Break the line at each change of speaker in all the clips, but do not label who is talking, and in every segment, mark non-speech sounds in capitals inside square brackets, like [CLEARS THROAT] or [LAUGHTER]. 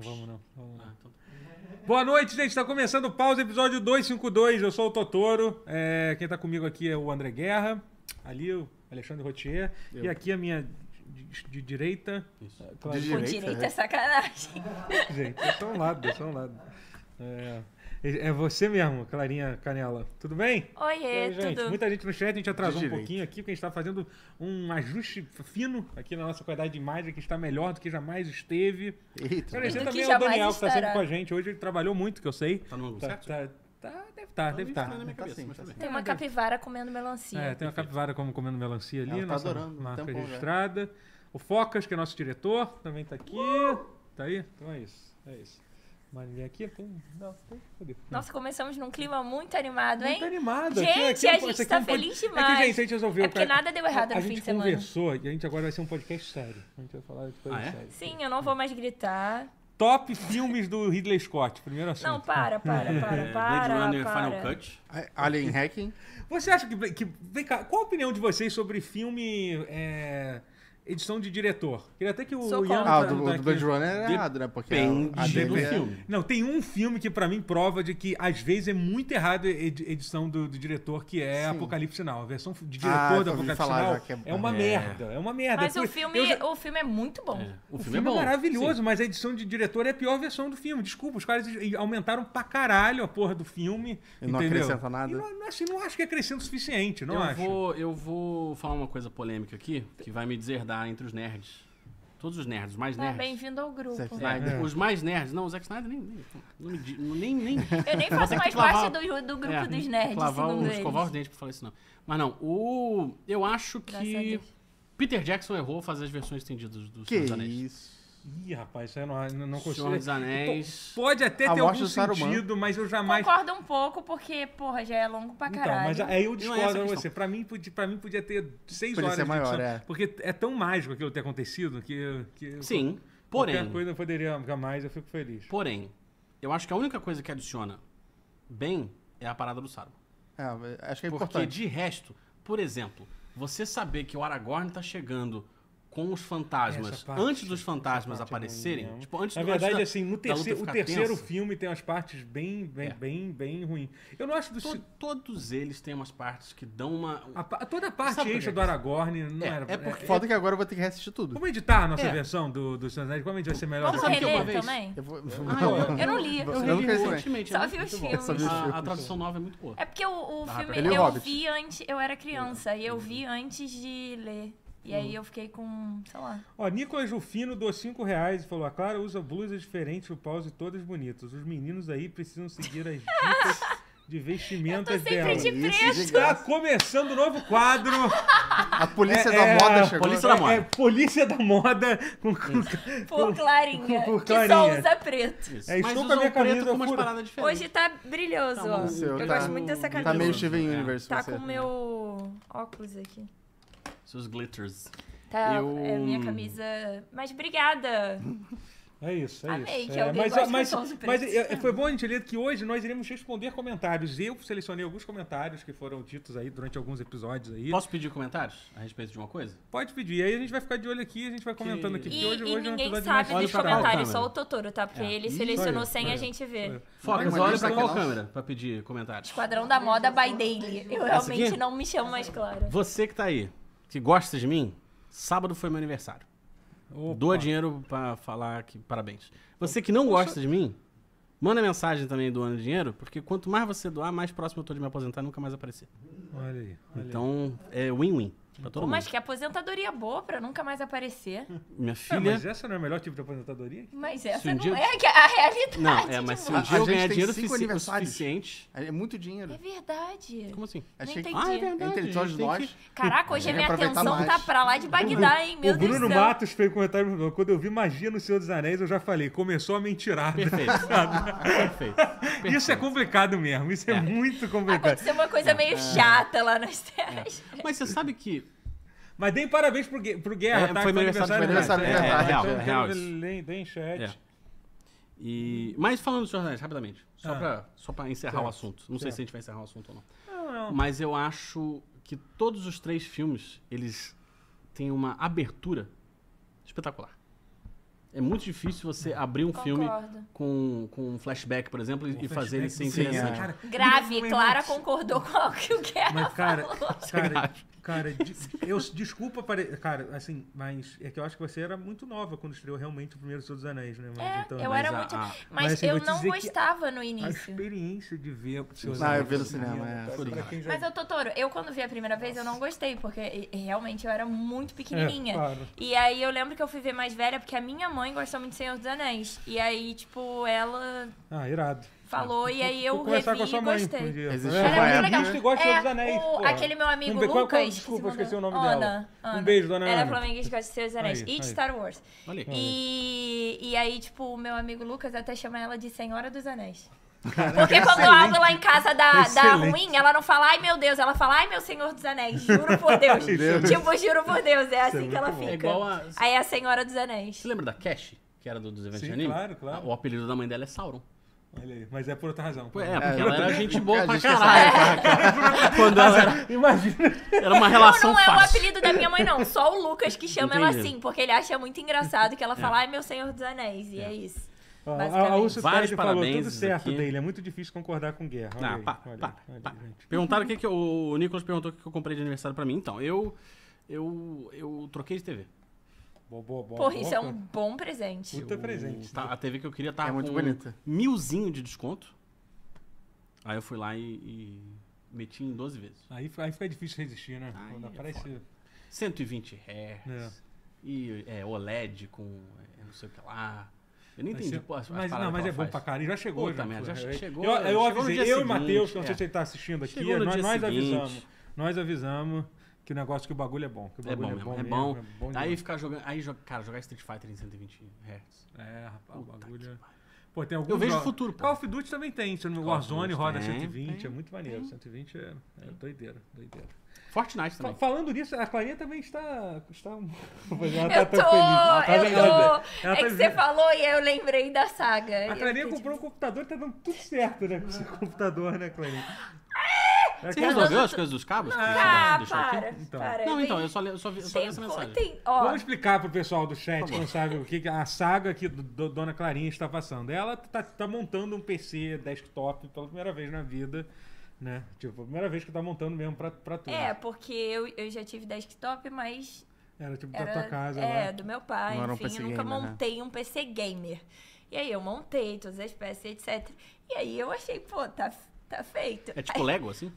Vamos não. Vamos não. Boa noite, gente. Ah, então Tá começando o Pausa, episódio 252. Eu sou o Totoro. É, quem tá comigo aqui é o André Guerra. Ali o Alexandre Rotier. E aqui a minha de, de direita. Isso.
De direita,
né?
é sacanagem.
[LAUGHS] Gente, é só um lado, é só um lado. É, é você mesmo, Clarinha Canela. Tudo bem?
[LAUGHS] Oiê,
Oi, gente.
É, tudo.
Muita gente no chat, a gente atrasou
De
um
direito.
pouquinho aqui, porque a gente está fazendo um ajuste fino aqui na nossa qualidade de imagem, que está melhor do que jamais esteve.
Eita.
E do
Agradecer
que
também ao
jamais
Daniel, que está sempre
estará.
com a gente. Hoje ele trabalhou muito, que eu sei.
Tá no ângulo
Tá,
certo?
tá, tá- deve estar, deve estar.
Tá na minha
Tá
cabeça,
sim,
mas
tá
tá bem.
Tem uma capivara comendo melancia.
É, tem uma capivara como comendo melancia ali,
Ela tá
nossa
adorando,
um
marca
tempão já.
registrada. O Focas, que é nosso diretor, também tá aqui. Tá aí? Então é isso, é isso. Mas ninguém aqui tem... Não, tem... Cadê?
Nossa, começamos num clima muito animado, hein?
Muito animada.
Gente, a gente
isso
tá
é um pod-
feliz
É
demais.
que, gente, a gente resolveu...
É porque
cara,
nada deu errado
a,
no
a
fim
gente
de semana.
conversou e a gente agora vai ser um podcast sério. A gente vai falar de coisa
Ah, é?
séria.
Sim, eu não vou mais gritar.
Top filmes do Ridley Scott, primeiro assunto.
Não, para,
[LAUGHS]
para, para,
É, Blade Runner
para, para.
Final Cut.
Ah, Alien Hacking.
Você acha que, que- Vem cá, qual a opinião de vocês sobre filme... é, edição de diretor? Queria até que o
Sou
Ian...
contra.
Ah, o
tá-
do,
tá
do
aqui.
Blade Runner é errado, né? Porque a, a
Depende do
dele é-
filme.
Não, tem um filme que pra mim prova de que às vezes é muito errado a edi- edição do, do diretor, que é
Sim.
Apocalipse Sinal. A versão de
Ah, eu
diretor do
ouvi
Apocalipse
falar
Sinal
já que é-
é, uma
É.
merda. É uma merda.
Mas o
Eu- eu
filme,
já-
o filme é muito bom.
É, O
o
filme é bom.
maravilhoso, mas a edição de diretor é a pior versão do filme. Desculpa, os caras e- aumentaram pra caralho a porra do filme.
E não
entendeu?
acrescenta nada.
E não, assim, não acho que acrescenta o suficiente, não
eu,
acho.
Vou, eu vou falar uma coisa polêmica aqui, que vai me deserdar entre os nerds. Todos os nerds, os mais
Tá,
nerds.
bem-vindo ao grupo.
Zack Snyder.
Snyder. Os mais nerds. Não, o Zack Snyder nem... Nem, não me di- nem,
[LAUGHS]
nem
Eu nem faço
Tem que
mais
lavar-
parte do, do grupo
É,
dos nerds,
Lavar
segundo
o,
eles.
escovar os dentes pra falar isso, não. Mas não, o... Eu acho
Graças a
que... é
Deus.
Peter Jackson errou fazer as versões estendidas do
Que
Senhor dos Anéis.
isso.
Ih, rapaz, isso aí eu não, não- não consigo.
Senhor dos Anéis.
Pô, Pode até
A
ter
morte
algum
do Saruman.
sentido, mas eu jamais.
Concordo um pouco, porque, porra, já é longo pra
Então,
caralho.
mas aí eu
Não é essa
discordo
a
com
questão.
você. Pra mim, podia, pra mim podia ter seis
Podia
horas
ser
de
maior,
edição,
é.
Porque é tão mágico aquilo ter acontecido que. que
Sim,
Qualquer
porém...
coisa poderia ficar mais, eu fico feliz.
Porém, eu acho que a única coisa que adiciona bem é a parada do Saruman.
É, acho que é
Porque
importante.
de resto, por exemplo, você saber que o Aragorn tá chegando com os fantasmas
Essa parte,
antes dos fantasmas
essa parte eu não
aparecerem,
lembro.
tipo, antes
Na
do- antes
verdade,
da-
assim, no
da
terceiro, o
luta ficar
terceiro
tensa,
filme tem umas partes bem, bem,
É.
bem, bem ruim. Eu não acho do.
to-
se-
todos eles têm umas partes que dão uma um-
a pa- toda a parte
Sabe por
extra
quê?
do Aragorn não
É,
era.
é porque-
Foda que agora eu vou ter que reassistir tudo.
Vamos editar a nossa
É.
versão do, do Senhor dos Anéis? Como a gente vai ser melhor?
Vamos
sabe que
reler
uma vez-
também?
Eu vou...
é
eu-
Ah, Eu não li.
Eu não
Eu revi
conheço, né?
recentemente,
Só
né?
vi Ah, os
Muito bom, só vi
filmes.
Ah,
os
a, a tradução nova é muito boa.
É porque o, o
Da
filme
Rapunzel.
Ele e o
eu
Hobbit.
vi antes, eu era criança,
é
e eu vi antes de ler. E
Hum.
aí eu fiquei com, sei lá.
Ó,
[LAUGHS]
Nicolas Rufino doou 5 reais e falou: A Clara usa blusas diferentes no pause todas bonitas. Os meninos aí precisam seguir as dicas de vestimentas
Eu tô sempre
dela.
de-
Isso, de
Tá
graça.
começando o novo quadro.
A polícia
É, é,
da moda
a
chegou.
polícia da- moda.
É, Polícia da Moda com, com-
Por Clarinha,
por
que só
Clarinha.
usa preto.
Isso.
É,
Mas
estou com a
usam
minha
preto
camisa
com umas
fura-
paradas diferentes.
Hoje tá brilhoso,
Tá
ó.
bom.
O seu
eu
tá-
gosto muito dessa camisa.
Tá meio Steven
É.
Universe
Tá
você.
com o meu óculos aqui.
Seus glitters.
Tá,
Eu-
é minha camisa. Mas obrigada.
É isso, é
Amei
isso.
que
É,
alguém
mas
goste
mas,
de sons
mas
pretos.
é, é, foi bom a gente ler que hoje nós iremos responder comentários. Eu selecionei alguns comentários que foram ditos aí durante alguns episódios aí.
Posso pedir comentários a respeito de uma coisa?
Pode pedir. Aí a gente vai ficar de olho aqui, a gente vai comentando aqui.
E,
porque hoje,
e
hoje é um
ninguém
episódio
sabe
mais
dos
pra
separado.
comentários,
qual
só o Totoro, tá? Porque
É.
ele
Isso
selecionou
aí,
sem
foi.
a gente ver.
Olha,
Focas,
mas
olha
isso
pra
aqui
qual
é nosso.
câmera pra pedir comentários?
Esquadrão da Moda by Daily. Eu
Essa
realmente
aqui?
não me chamo mais Clara.
Você que tá aí, que gosta de mim, sábado foi meu aniversário.
Opa.
Doa dinheiro pra falar que parabéns. Você que não gosta de mim, manda mensagem também doando dinheiro, porque quanto mais você doar, mais próximo eu tô de me aposentar e nunca mais aparecer.
Olha aí. olha aí.
Então, é win-win pra todo
Pô,
mundo.
mas que aposentadoria é boa pra nunca mais aparecer.
Minha
É,
filha...
mas essa não é o melhor tipo de aposentadoria?
Mas
Se
essa
um
não
dia-
é a- a realidade. tipo,
Não,
[LAUGHS]
é, mas se
de
um
A-
mundo.
dia
a
eu
gente
ganhar
tem
dinheiro
cinco
sufici- o
aniversários.
suficiente...
É muito
É
dinheiro.
verdade.
[LAUGHS]
Como assim?
Achei que...
entendi.
Ah, é verdade.
Entre só
a
de
gente tem
nós.
que-
Caraca, hoje a
Tem que
minha
aproveitar
atenção
mais.
tá pra lá de Bagdá, hein? Meu
o
Deus
Bruno
do céu.
Matos fez um comentário meu, quando eu vi magia no Senhor dos Anéis, eu já falei, começou a mentirada. [LAUGHS]
Perfeito. Perfeito.
Isso é complicado mesmo, isso é, muito complicado.
Aconteceu uma coisa meio chata lá nas terras.
Mas você sabe que
Mas deem parabéns pro, Gue- pro Guerra,
É,
tá?
foi meu
né?
foi
aniversário,
meu aniversário,
É,
é real,
então,
é real isso.
Deem, deem chat.
É. E... Mas falando do Senhor dos Anéis, rapidamente. Só,
Ah.
pra, só pra encerrar
Certo.
o assunto. Não sei
Certo.
se a gente vai encerrar o assunto ou não.
Não, não.
Mas eu acho que todos os três filmes, eles têm uma abertura espetacular. É muito difícil você abrir um filme
Concordo.
com, com um flashback, por exemplo, e, e fazer ele ser
Sim, é.
interessante.
cara.
Grave,
Mas-
Clara concordou com o que o Guerra
Mas,
[LAUGHS]
cara,
falou.
cara, cara, de- eu desculpa, pare... cara, assim, mas é que eu acho que você era muito nova quando estreou realmente o primeiro Senhor dos Anéis, né? Mas,
É,
então,
eu
mas
era
a-
muito.
a-
Mas,
mas, assim,
eu
vou te
não
dizer que
gostava no
a
início.
experiência de ver o Senhor dos
Ah, eu
Anéis
vi no
no
cinema, é,
cara,
fui
pra
lá.
quem já-
Mas, ô Totoro, eu quando vi a primeira vez, eu não gostei, porque e- e, realmente eu era muito pequenininha.
É, claro.
E aí eu lembro que eu fui ver mais velha, porque a minha mãe gostava muito de Senhor dos Anéis. E aí, tipo, ela
Ah, irado.
falou, e aí eu
Vou conversar
revi
com a sua
e
mãe.
gostei.
um dia.
Existe
É,
uma
ela
época-
existe e gosta de Senhor dos Anéis,
É, o-
porra. [LAUGHS]
aquele meu amigo
Um be- qual-
Lucas.
qual-
que se
desculpa, eu
mandou-
esqueci o nome
Ana,
dela. Um
Ana.
beijo, dona
Ela é
Ana.
flamenguista, gosta de Senhor dos
Aí,
Anéis. e de
aí.
Star Wars.
Olha aí.
E, e aí, tipo, o meu amigo Lucas até chama ela de Senhora dos Anéis. Porque quando algo lá em casa dá, dá
Excelente.
ruim, ela não fala, ai meu Deus, ela fala, ai meu Senhor dos Anéis, juro por
[LAUGHS]
Deus.
Deus.
tipo, juro por Deus, é
é
assim que
muito
ela
bom.
fica.
É igual a. Você
Aí é a Senhora dos Anéis.
lembra da Cash? Que era do, dos eventos
Sim,
de anime?
claro, claro.
O apelido da mãe dela é Sauron.
Olha aí, mas é por outra razão. é
Pô, É, porque
É,
ela era gente boa
a
pra
gente não
caralho. [LAUGHS] Quando ela era,
Imagina.
era uma
Não,
relação
não é o
fácil.
apelido da minha mãe, não. Só o Lucas que chama ela
Entendi.
assim, porque ele acha muito engraçado que ela fala, ai meu Senhor dos Anéis, e é, isso.
Ó, A, a
Basicamente.
Urso
Vários
Ted falou
parabéns
tudo certo
aqui.
dele. É muito difícil concordar com guerra. Olha
Ah,
aí,
pá,
olha
pá,
aí, olha
pá.
aí, gente.
Perguntaram o que, que eu- o Nicolas perguntou o que que eu comprei de aniversário pra mim. Então, eu eu eu troquei de TV.
Boa, boa, boa,
Porra, isso é
boa.
um bom presente.
Puta é presente. né?
Tá, a TV que eu queria tá
É muito
com
bonita.
milzinho de desconto. Aí eu fui lá e, e meti em 12 vezes.
Aí, aí fica difícil resistir, né?
Aí
Quando
é
aparece.
120 Hz.
É.
E é, OLED com é, não sei o que lá. Eu nem
Vai
entendi
ser-
pô, as- as
mas
paradas
não, mas é
que ela
bom
faz.
pra caralho. Já chegou,
Puta
já.
merda,
pô.
já
Eu-
chegou,
Eu, eu
chegou no
avisei,
dia
eu e
seguinte,
Matheus, que eu não sei
é.
se ele tá assistindo aqui,
Chegou no
nós,
dia
nós
seguinte.
avisamos. Nós avisamos que o negócio, que o bagulho é bom. Que o
É bom
bagulho
mesmo, é
mesmo,
bom. aí
demais.
ficar jogando. Aí, joga- cara, jogar Street Fighter em 120 Hz.
É, rapaz, o
Puta
bagulho.
que
é-
pariu.
Pô, tem alguns
Eu vejo o
jogos-
futuro, pô.
Call of Duty também tem. se não-
Call of
Warzone
Duty
roda
tem,
120,
tem.
é muito maneiro. 120 é, é doideira, doideira.
Fortnite
Fa-
também.
Falando nisso, a Clarinha também está. está... um [LAUGHS] ela
Eu tô,
tão feliz, ela tá
eu
zangada.
tô.
Ela
É
tá
que você
zangada.
falou e eu lembrei da saga.
A
Eu
Clarinha
fiquei, tipo,
comprou um computador e tá dando tudo certo, né? Com
Ah.
seu computador, né, Clarinha? É
Você
que-
resolveu as coisas dos cabos? que
tipo,
um
você
Ah,
deixou aqui?
para,
Então.
para.
Não,
tem-
então, eu só, le- eu só vi, eu só vi
tem,
essa mensagem.
tem- ó,
Vamos explicar pro pessoal do chat que não sabe o que que a saga que do- do- Dona Clarinha está passando. Ela tá, tá montando um PC desktop pela primeira vez na vida, né? Tipo, a primeira vez que tá montando mesmo pra, pra tudo.
é, porque eu, eu já tive desktop, mas
Era tipo da
era
tua casa
é,
lá.
do meu pai,
Não era um
enfim,
PC
eu nunca
gamer, né?
montei um PC gamer. E aí eu montei todas as peças, etc. E aí eu achei, pô, tá, tá feito.
É tipo Lego, assim?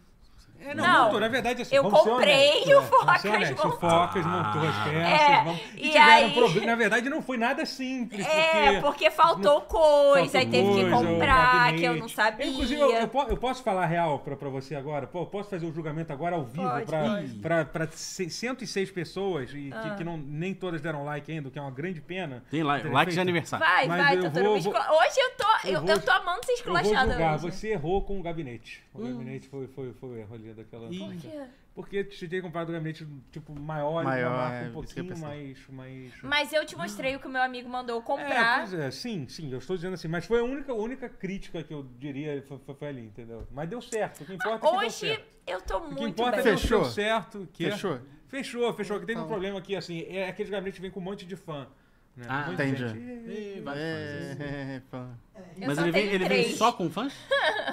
É,
Não.
montou, na verdade, assim,
Eu
vamos ser
comprei
honestos,
e o
é, vamos
Focas
ser honestos, O
montou.
Focas montou as peças.
É,
vamos- E,
e
tiveram
aí-
problema. Na verdade, não foi nada simples.
É, porque faltou coisa, aí teve que
Coisa, o
comprar, que eu
gabinete.
não sabia.
Inclusive, eu, eu po- eu posso falar a real pra, pra você agora? Pô, eu posso fazer o julgamento agora ao vivo
Pode, Ah.
pra,
pode.
pra, pra ce- 106 pessoas e que- que, não, nem todas deram like ainda, o que é uma grande pena.
Tem lá,
Ter
like de
feito.
aniversário.
Vai,
Mas
vai,
eu
Totoro.
vou-
me escola- Hoje eu tô,
eu
eu,
vou-
eu tô amando ser
Eu vou
esculachada
julgar,
hoje.
você errou com o gabinete. O
Hum.
gabinete foi, foi, foi o erro ali daquela.
Ih.
Por quê?
Porque você tinha comprado um gabinete tipo maior,
Maior,
uma marca
é,
um
isso que eu
pouquinho
ia pensar.
mais. mais...
Mas eu te mostrei o que o meu amigo mandou
É,
comprar.
pois é, sim, sim, eu estou dizendo assim, mas foi a única, a única crítica que eu diria foi, foi- foi ali, entendeu? Mas deu certo, o que importa é que deu
hoje
certo.
eu tô
O que
muito
importa é
bem.
que
Fechou.
deu certo. Que é-
Fechou?
Fechou, fechou. Que teve um
Então.
problema aqui, assim, é aqueles gabinetes que vem com um monte de fã. Né?
Ah,
um monte de
entendi.
gente,
Ih, vai fazer isso.
É, pô.
Eu
Mas
só
ele vem,
tenho
ele vem
três.
só com fãs?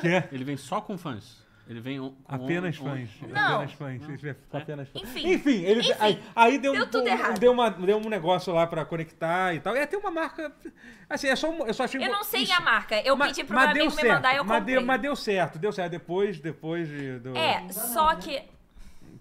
Que é
Ele vem só com fãs. Ele vem on- com
apenas
on-
fãs.
on-
Não.
Apenas fãs. Ele é Apenas fãs.
Enfim.
Enfim, ele,
Enfim.
aí, aí deu, um-
Deu tudo
um,
errado.
Deu, uma, deu um negócio lá pra conectar e tal. É até uma marca. Assim, é só um- eu só achei
Eu não sei
isso.
a marca. Eu
Ma-
pedi pro
mas
meu amigo
deu
me
certo,
mandar e eu
mas
comprei.
deu- Mas deu certo, deu certo. Depois, depois de- do.
É, só que.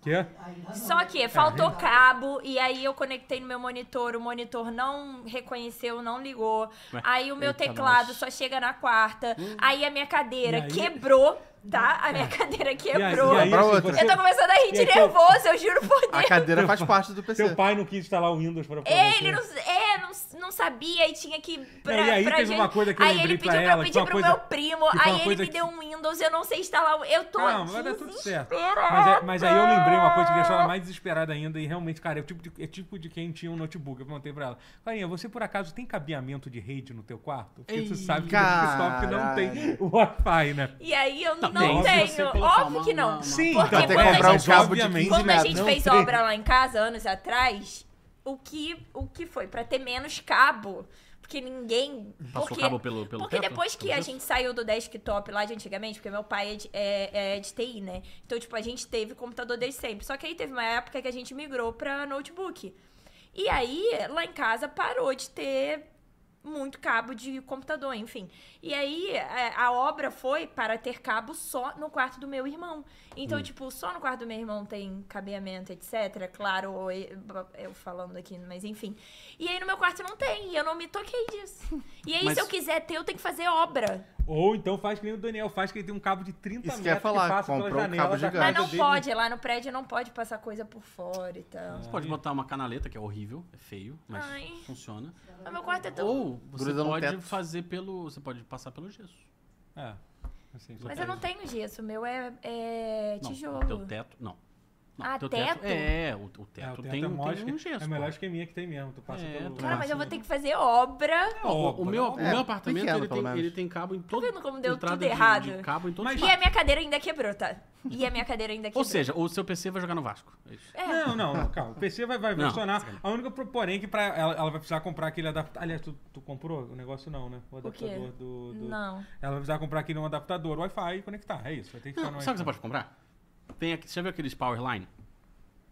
Que é?
Só que faltou cabo e aí eu conectei no meu monitor, o monitor não reconheceu, não ligou.
Ué,
aí o meu
eita,
teclado
nós.
só chega na quarta. Aí a minha
Hum.
cadeira
E aí- Hum, é.
quebrou, tá? A minha [LAUGHS] cadeira quebrou.
E aí, e aí,
Pra
assim,
outra.
você-
Eu tô começando a rir
E
de
aí, teu-
nervoso, eu juro por
A
Deus.
cadeira faz parte do PC.
Seu pai não quis instalar o Windows pra pra
É,
você.
Ele não, é, não, não sabia e tinha que. ir Pra,
Não, e aí
pra
teve uma coisa que eu
aí
lembrei
ele
pra
pediu pra,
ela,
eu
que
pedir
foi
pro
uma
meu
coisa-
primo,
que foi uma
aí ele
coisa
me
que-
deu um Windows, eu não sei instalar. o- Eu tô.
Calma, vai dar tudo certo. Mas,
desesperada.
é- mas aí eu lembrei uma coisa que deixou ela mais desesperada ainda. E realmente, cara, é o tipo de, é tipo de quem tinha um notebook. Eu perguntei pra ela: Clarinha, você por acaso tem cabeamento de rede no teu quarto? Porque tu
Ei,
sabe que o Microsoft não tem Wi-Fi, né?
E aí eu não,
tem, se você
tenho.
colocar
Óbvio
uma-
que não.
uma-
Porque
Vai ter que
quando a
comprar um
gente-
cabo de
obviamente, né?
15
Quando a
metros.
gente
não
fez
tem.
obra lá em casa, anos atrás, o que, o que foi? Pra ter menos cabo. Porque ninguém.
Passou
porque,
cabo pelo, pelo
porque
teto?
depois que
Pelo
a
teto?
gente saiu do desktop lá de antigamente, porque meu pai é de, é- é de TI, né? Então, tipo, a gente teve computador desde sempre. Só que aí teve uma época que a gente migrou pra notebook. E aí, lá em casa, parou de ter muito cabo de computador, enfim. E aí, a- a obra foi para ter cabo só no quarto do meu irmão. Então,
Hum.
tipo, só no quarto do meu irmão tem cabeamento, etc. Claro, eu- eu falando aqui, mas enfim. E aí, no meu quarto não tem, e eu não me toquei disso. E aí,
[LAUGHS] Mas-
se eu quiser ter, eu tenho que fazer obra.
Ou então faz que nem o Daniel faz, que ele tem um cabo de 30
Isso que eu ia
metros
falar,
passa pela
comprou um
janela
cabo
da
gigante.
casa
Mas não
dele.
pode, lá no prédio não pode passar coisa por fora e tal.
Você pode botar uma canaleta, que é horrível, é feio, mas
Ai.
funciona.
Mas meu quarto é tão...
Ou você
um
Gruda no
pode
teto.
fazer pelo. Você pode passar pelo gesso.
É. Assim, só
Mas eu
pode.
não tenho gesso, o meu é, é
é. Não,
tijolo.
o Teu teto. Não. Não,
Ah,
teu
teto?
É, o, o teto,
É, o teto
tem,
é
tem
maior
um
esque-
gesso.
É o
pô.
melhor esqueminha que tem mesmo. Tu passa
É,
pelo...
tu
Cara,
pela-
mas eu vou ter que fazer obra.
É
Ó, o,
obra,
meu,
obra.
o meu
É,
apartamento
pequeno,
ele
pelo
tem,
menos.
ele tem cabo em todo.
vendo como deu
entrada
tudo
de- de
errado?
cabo em todo
Mas-
E é a minha cadeira ainda quebrou, tá? E a minha
[LAUGHS]
cadeira ainda quebrou.
Ou seja, o seu PC vai jogar no Vasco. É isso.
É.
Não, não, não, calma. O PC vai, vai
Não,
funcionar. A única, pro- porém, que pra ela, ela vai precisar comprar aquele adaptador. Aliás, tu, tu comprou o negócio não, né? O
quê?
adaptador do, do-
Não.
Ela vai precisar comprar aquele um adaptador Wi-Fi e conectar. É isso. Vai ter que ficar
Não,
no
sabe o que você
Wi-Fi.
pode comprar? Tem aqui, você já viu aqueles Powerline?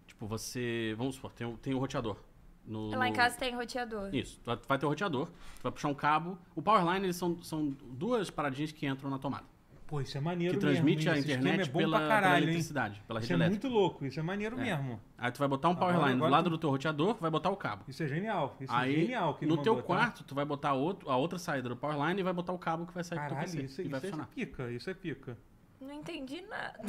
Tipo, você. Vamos supor, tem, um- tem um roteador. No,
É Lá em
no-
casa tem roteador.
Isso. Tu vai- tu vai ter o roteador, tu vai puxar um cabo. O Powerline, eles são, são duas paradinhas que entram na tomada.
Pô, isso é maneiro
Que
mesmo,
transmite
hein?
a
Esse esquema
internet
é bom
pela,
pra
pela
caralho, hein?
eletricidade, pela rede
Isso é
elétrica.
muito louco. Isso é maneiro
É.
mesmo.
Aí tu vai botar um Powerline do
agora
lado
tu-
do teu roteador, vai botar o cabo.
Isso é genial. Isso
Aí,
é genial. Que ele
no teu
mandou, tá?
quarto, tu vai botar outro, a outra saída do Powerline e vai botar o cabo que vai sair pro teu
Caralho,
PC.
isso,
e vai
isso é
funcionar.
pica. Isso é pica.
Não entendi nada.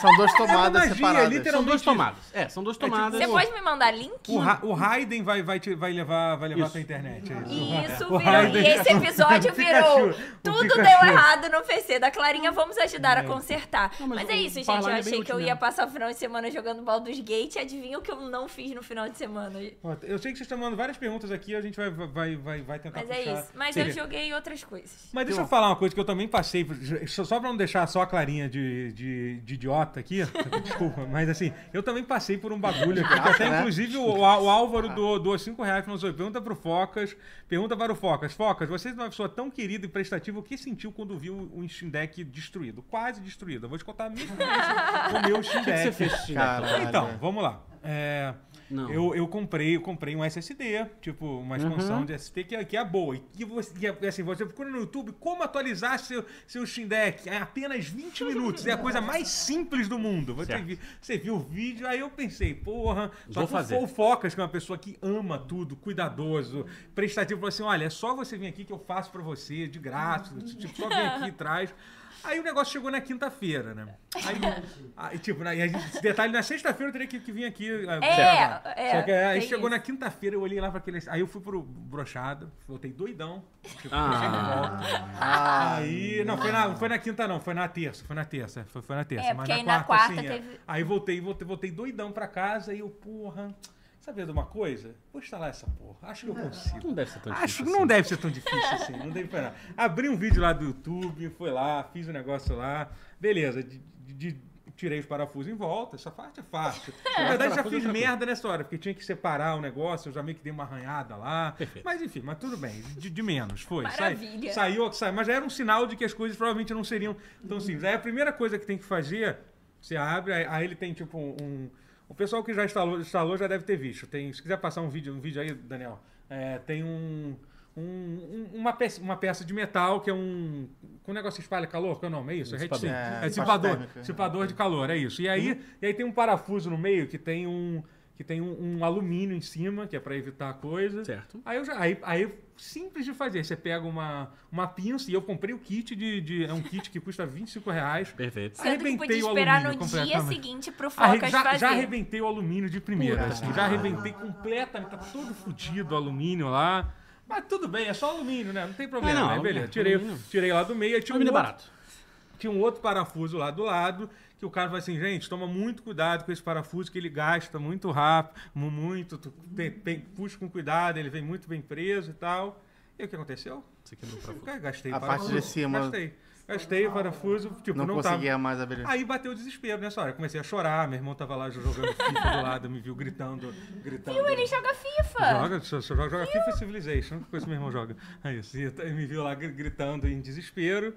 São duas
É
tomadas
magia,
separadas.
literal-
São duas
Literalmente
tomadas. É, são
tipo um
duas tomadas.
Você pode me mandar
[LAUGHS]
link?
O, Ra o Raiden vai, vai, te, vai levar, vai levar
Isso.
tua internet. É isso.
E Isso
O
virou.
Raiden-
E esse episódio
O
virou.
Pikachu, o
Tudo
Pikachu.
deu errado no PC da Clarinha. Vamos ajudar a consertar.
Não, mas
mas, é
o
isso, gente. Eu
Parlay é bem
achei que
útil
eu ia
mesmo.
passar o final de semana jogando Baldur's Gate. Adivinha o que eu não fiz no final de semana?
Ó, Eu sei que vocês estão mandando várias perguntas aqui, a gente vai, vai, vai, vai tentar
Mas
puxar.
é isso. Mas
Sim.
eu joguei outras coisas.
Mas deixa eu falar uma coisa que eu também passei, só só pra não deixar só a Clarinha de, de, de idiota aqui, desculpa, mas assim, eu também passei por um bagulho aqui, que até
né?
inclusive o, o Álvaro do, do 5 reais que não sou, pergunta pro Focas, pergunta para o Focas, Focas, você é uma pessoa tão querida e prestativa, o que sentiu quando viu o Steam Deck destruído? Quase destruído, eu vou te contar a minha experiência com o meu Steam Deck.
Você fez esse
Cara. Caralho.
Então, vamos lá. É,
Não.
eu, eu comprei, eu comprei um SSD, tipo, uma expansão de SSD que, é- que é boa. E que você, e é- assim, você procura no YouTube como atualizar seu, seu Steam Deck. É apenas 20 minutos. É a coisa mais simples do mundo. Você,
Certo.
vi- você viu o vídeo, aí eu pensei, porra, só
Vou
que
fazer.
o Fo- Focas, um que é uma pessoa que ama tudo, cuidadoso, prestativo, falou assim: olha, é só você vir aqui que eu faço pra você, de
[LAUGHS]
graça. Tipo, só vem aqui e traz. Aí o negócio chegou na quinta-feira, né? Aí,
[LAUGHS]
aí, tipo, na- e a gente, esse detalhe, na sexta-feira eu teria que, que vir aqui. É,
é,
Só que aí
tem
chegou
isso.
na quinta-feira, eu olhei lá pra aquele. Aí eu fui pro brochado, voltei doidão. Tipo,
Ah.
sem volta. aí. Não, foi na, foi na quinta, não, foi na terça, foi na terça. Foi, foi na terça.
É,
mas
porque
na
aí
quarta,
na quarta
assim, é.
teve-
Aí voltei, voltei, voltei doidão pra casa e eu, porra, sabe de uma coisa? Vou instalar essa porra. Acho que eu consigo.
Não deve ser tão
Acho
difícil. assim.
que não deve ser tão difícil assim, não deve parar. Abri um vídeo lá do YouTube, fui lá, fiz o negócio lá, beleza, de- de- de- tirei os parafusos em volta, essa parte é fácil. Na verdade, já fiz merda nessa hora, porque tinha que separar o negócio, eu já meio que dei uma arranhada lá. Mas enfim, mas tudo bem, de, de menos, foi. Sai-
Maravilha.
saiu, saiu, mas já era um sinal de que as coisas provavelmente não seriam tão simples. Aí a primeira coisa que tem que fazer, você abre, aí, aí ele tem tipo um. O pessoal que já instalou, instalou já deve ter visto. Tem, se quiser passar um vídeo, um vídeo aí, Daniel, é, tem um. um- um- uma, peça, uma peça de metal que é um. Com um negócio que espalha calor, que é o nome? É isso? É
Dissipador.
retici-
É,
é dissipador.
parte térmica.
Dissipador de calor, é isso. E aí, e aí tem um parafuso no meio que tem um. Que tem um, um alumínio em cima, que é para evitar a coisa.
Certo.
Aí eu já. Aí, aí simples de fazer. Você pega uma, uma pinça e eu comprei o kit de, de- É um kit que custa 25 reais.
Perfeito.
Sendo que
Arrebentei
podia
o
esperar
alumínio
no dia
completamente.
seguinte pro
Arre-
Focas
já,
fazer.
já arrebentei o alumínio de primeira.
Puta
assim, já arrebentei completamente. Tá todo fudido o alumínio lá. Mas tudo bem, é só alumínio, né? Não tem problema.
É, não,
né? Beleza.
alumínio,
Tirei,
alumínio.
tirei lá do meio. aí Tinha um
Alumínio é
outro-
barato.
tinha um outro parafuso lá do lado, que o cara falou assim, gente, toma muito cuidado com esse parafuso, que ele gasta muito rápido, mu- muito, tu tem- tem- puxa com cuidado, ele vem muito bem preso e tal. E o que aconteceu?
Você quebrou o parafuso.
Cara, Gastei
A parte de
parafuso.
cima.
Gastei. Gastei o parafuso, tipo,
Não,
não, tava.
conseguia mais abrir.
Aí bateu o desespero nessa hora. Eu comecei a chorar, meu irmão tava lá jogando FIFA do lado, me viu gritando, gritando.
Viu? Ele joga FIFA.
Joga, só, só joga, joga FIFA e Civilization, que coisa que meu irmão joga. Aí assim, eu t- ele me viu lá gri- gritando em desespero.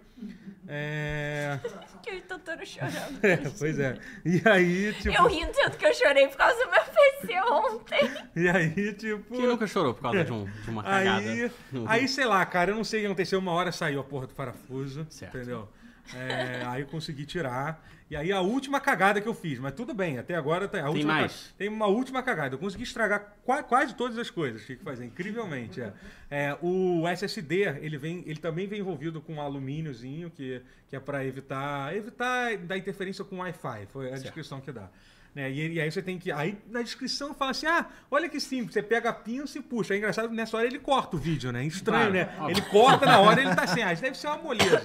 É...
Que eu tô todo chorando.
[LAUGHS] é, pois é. E aí, tipo.
Eu rindo tanto que eu chorei por causa do meu PC ontem.
E aí, tipo.
Quem nunca chorou por causa de, um- de uma cagada?
Aí,
No-
aí, sei lá, cara, eu não sei o que aconteceu. Uma hora saiu a porra do parafuso,
Certo.
entendeu? É, aí eu consegui tirar. E aí a última cagada que eu fiz, mas tudo bem, até agora tá, a
Tem
última
mais?
ca- Tem uma última cagada. Eu consegui estragar qua- quase todas as coisas que fazer, incrivelmente. É. É, o SSD, ele, vem, ele também vem envolvido com um alumíniozinho, que, que é para evitar evitar da interferência com o Wi-Fi. Foi a descrição que dá. Né? E, e aí você tem que. Aí na descrição fala assim: ah, olha que simples, você pega a pinça e puxa. É engraçado, nessa hora ele corta o vídeo, né? Estranho,
Claro,
né?
óbvio.
Ele corta na hora ele tá assim, ah, isso deve ser uma moleza.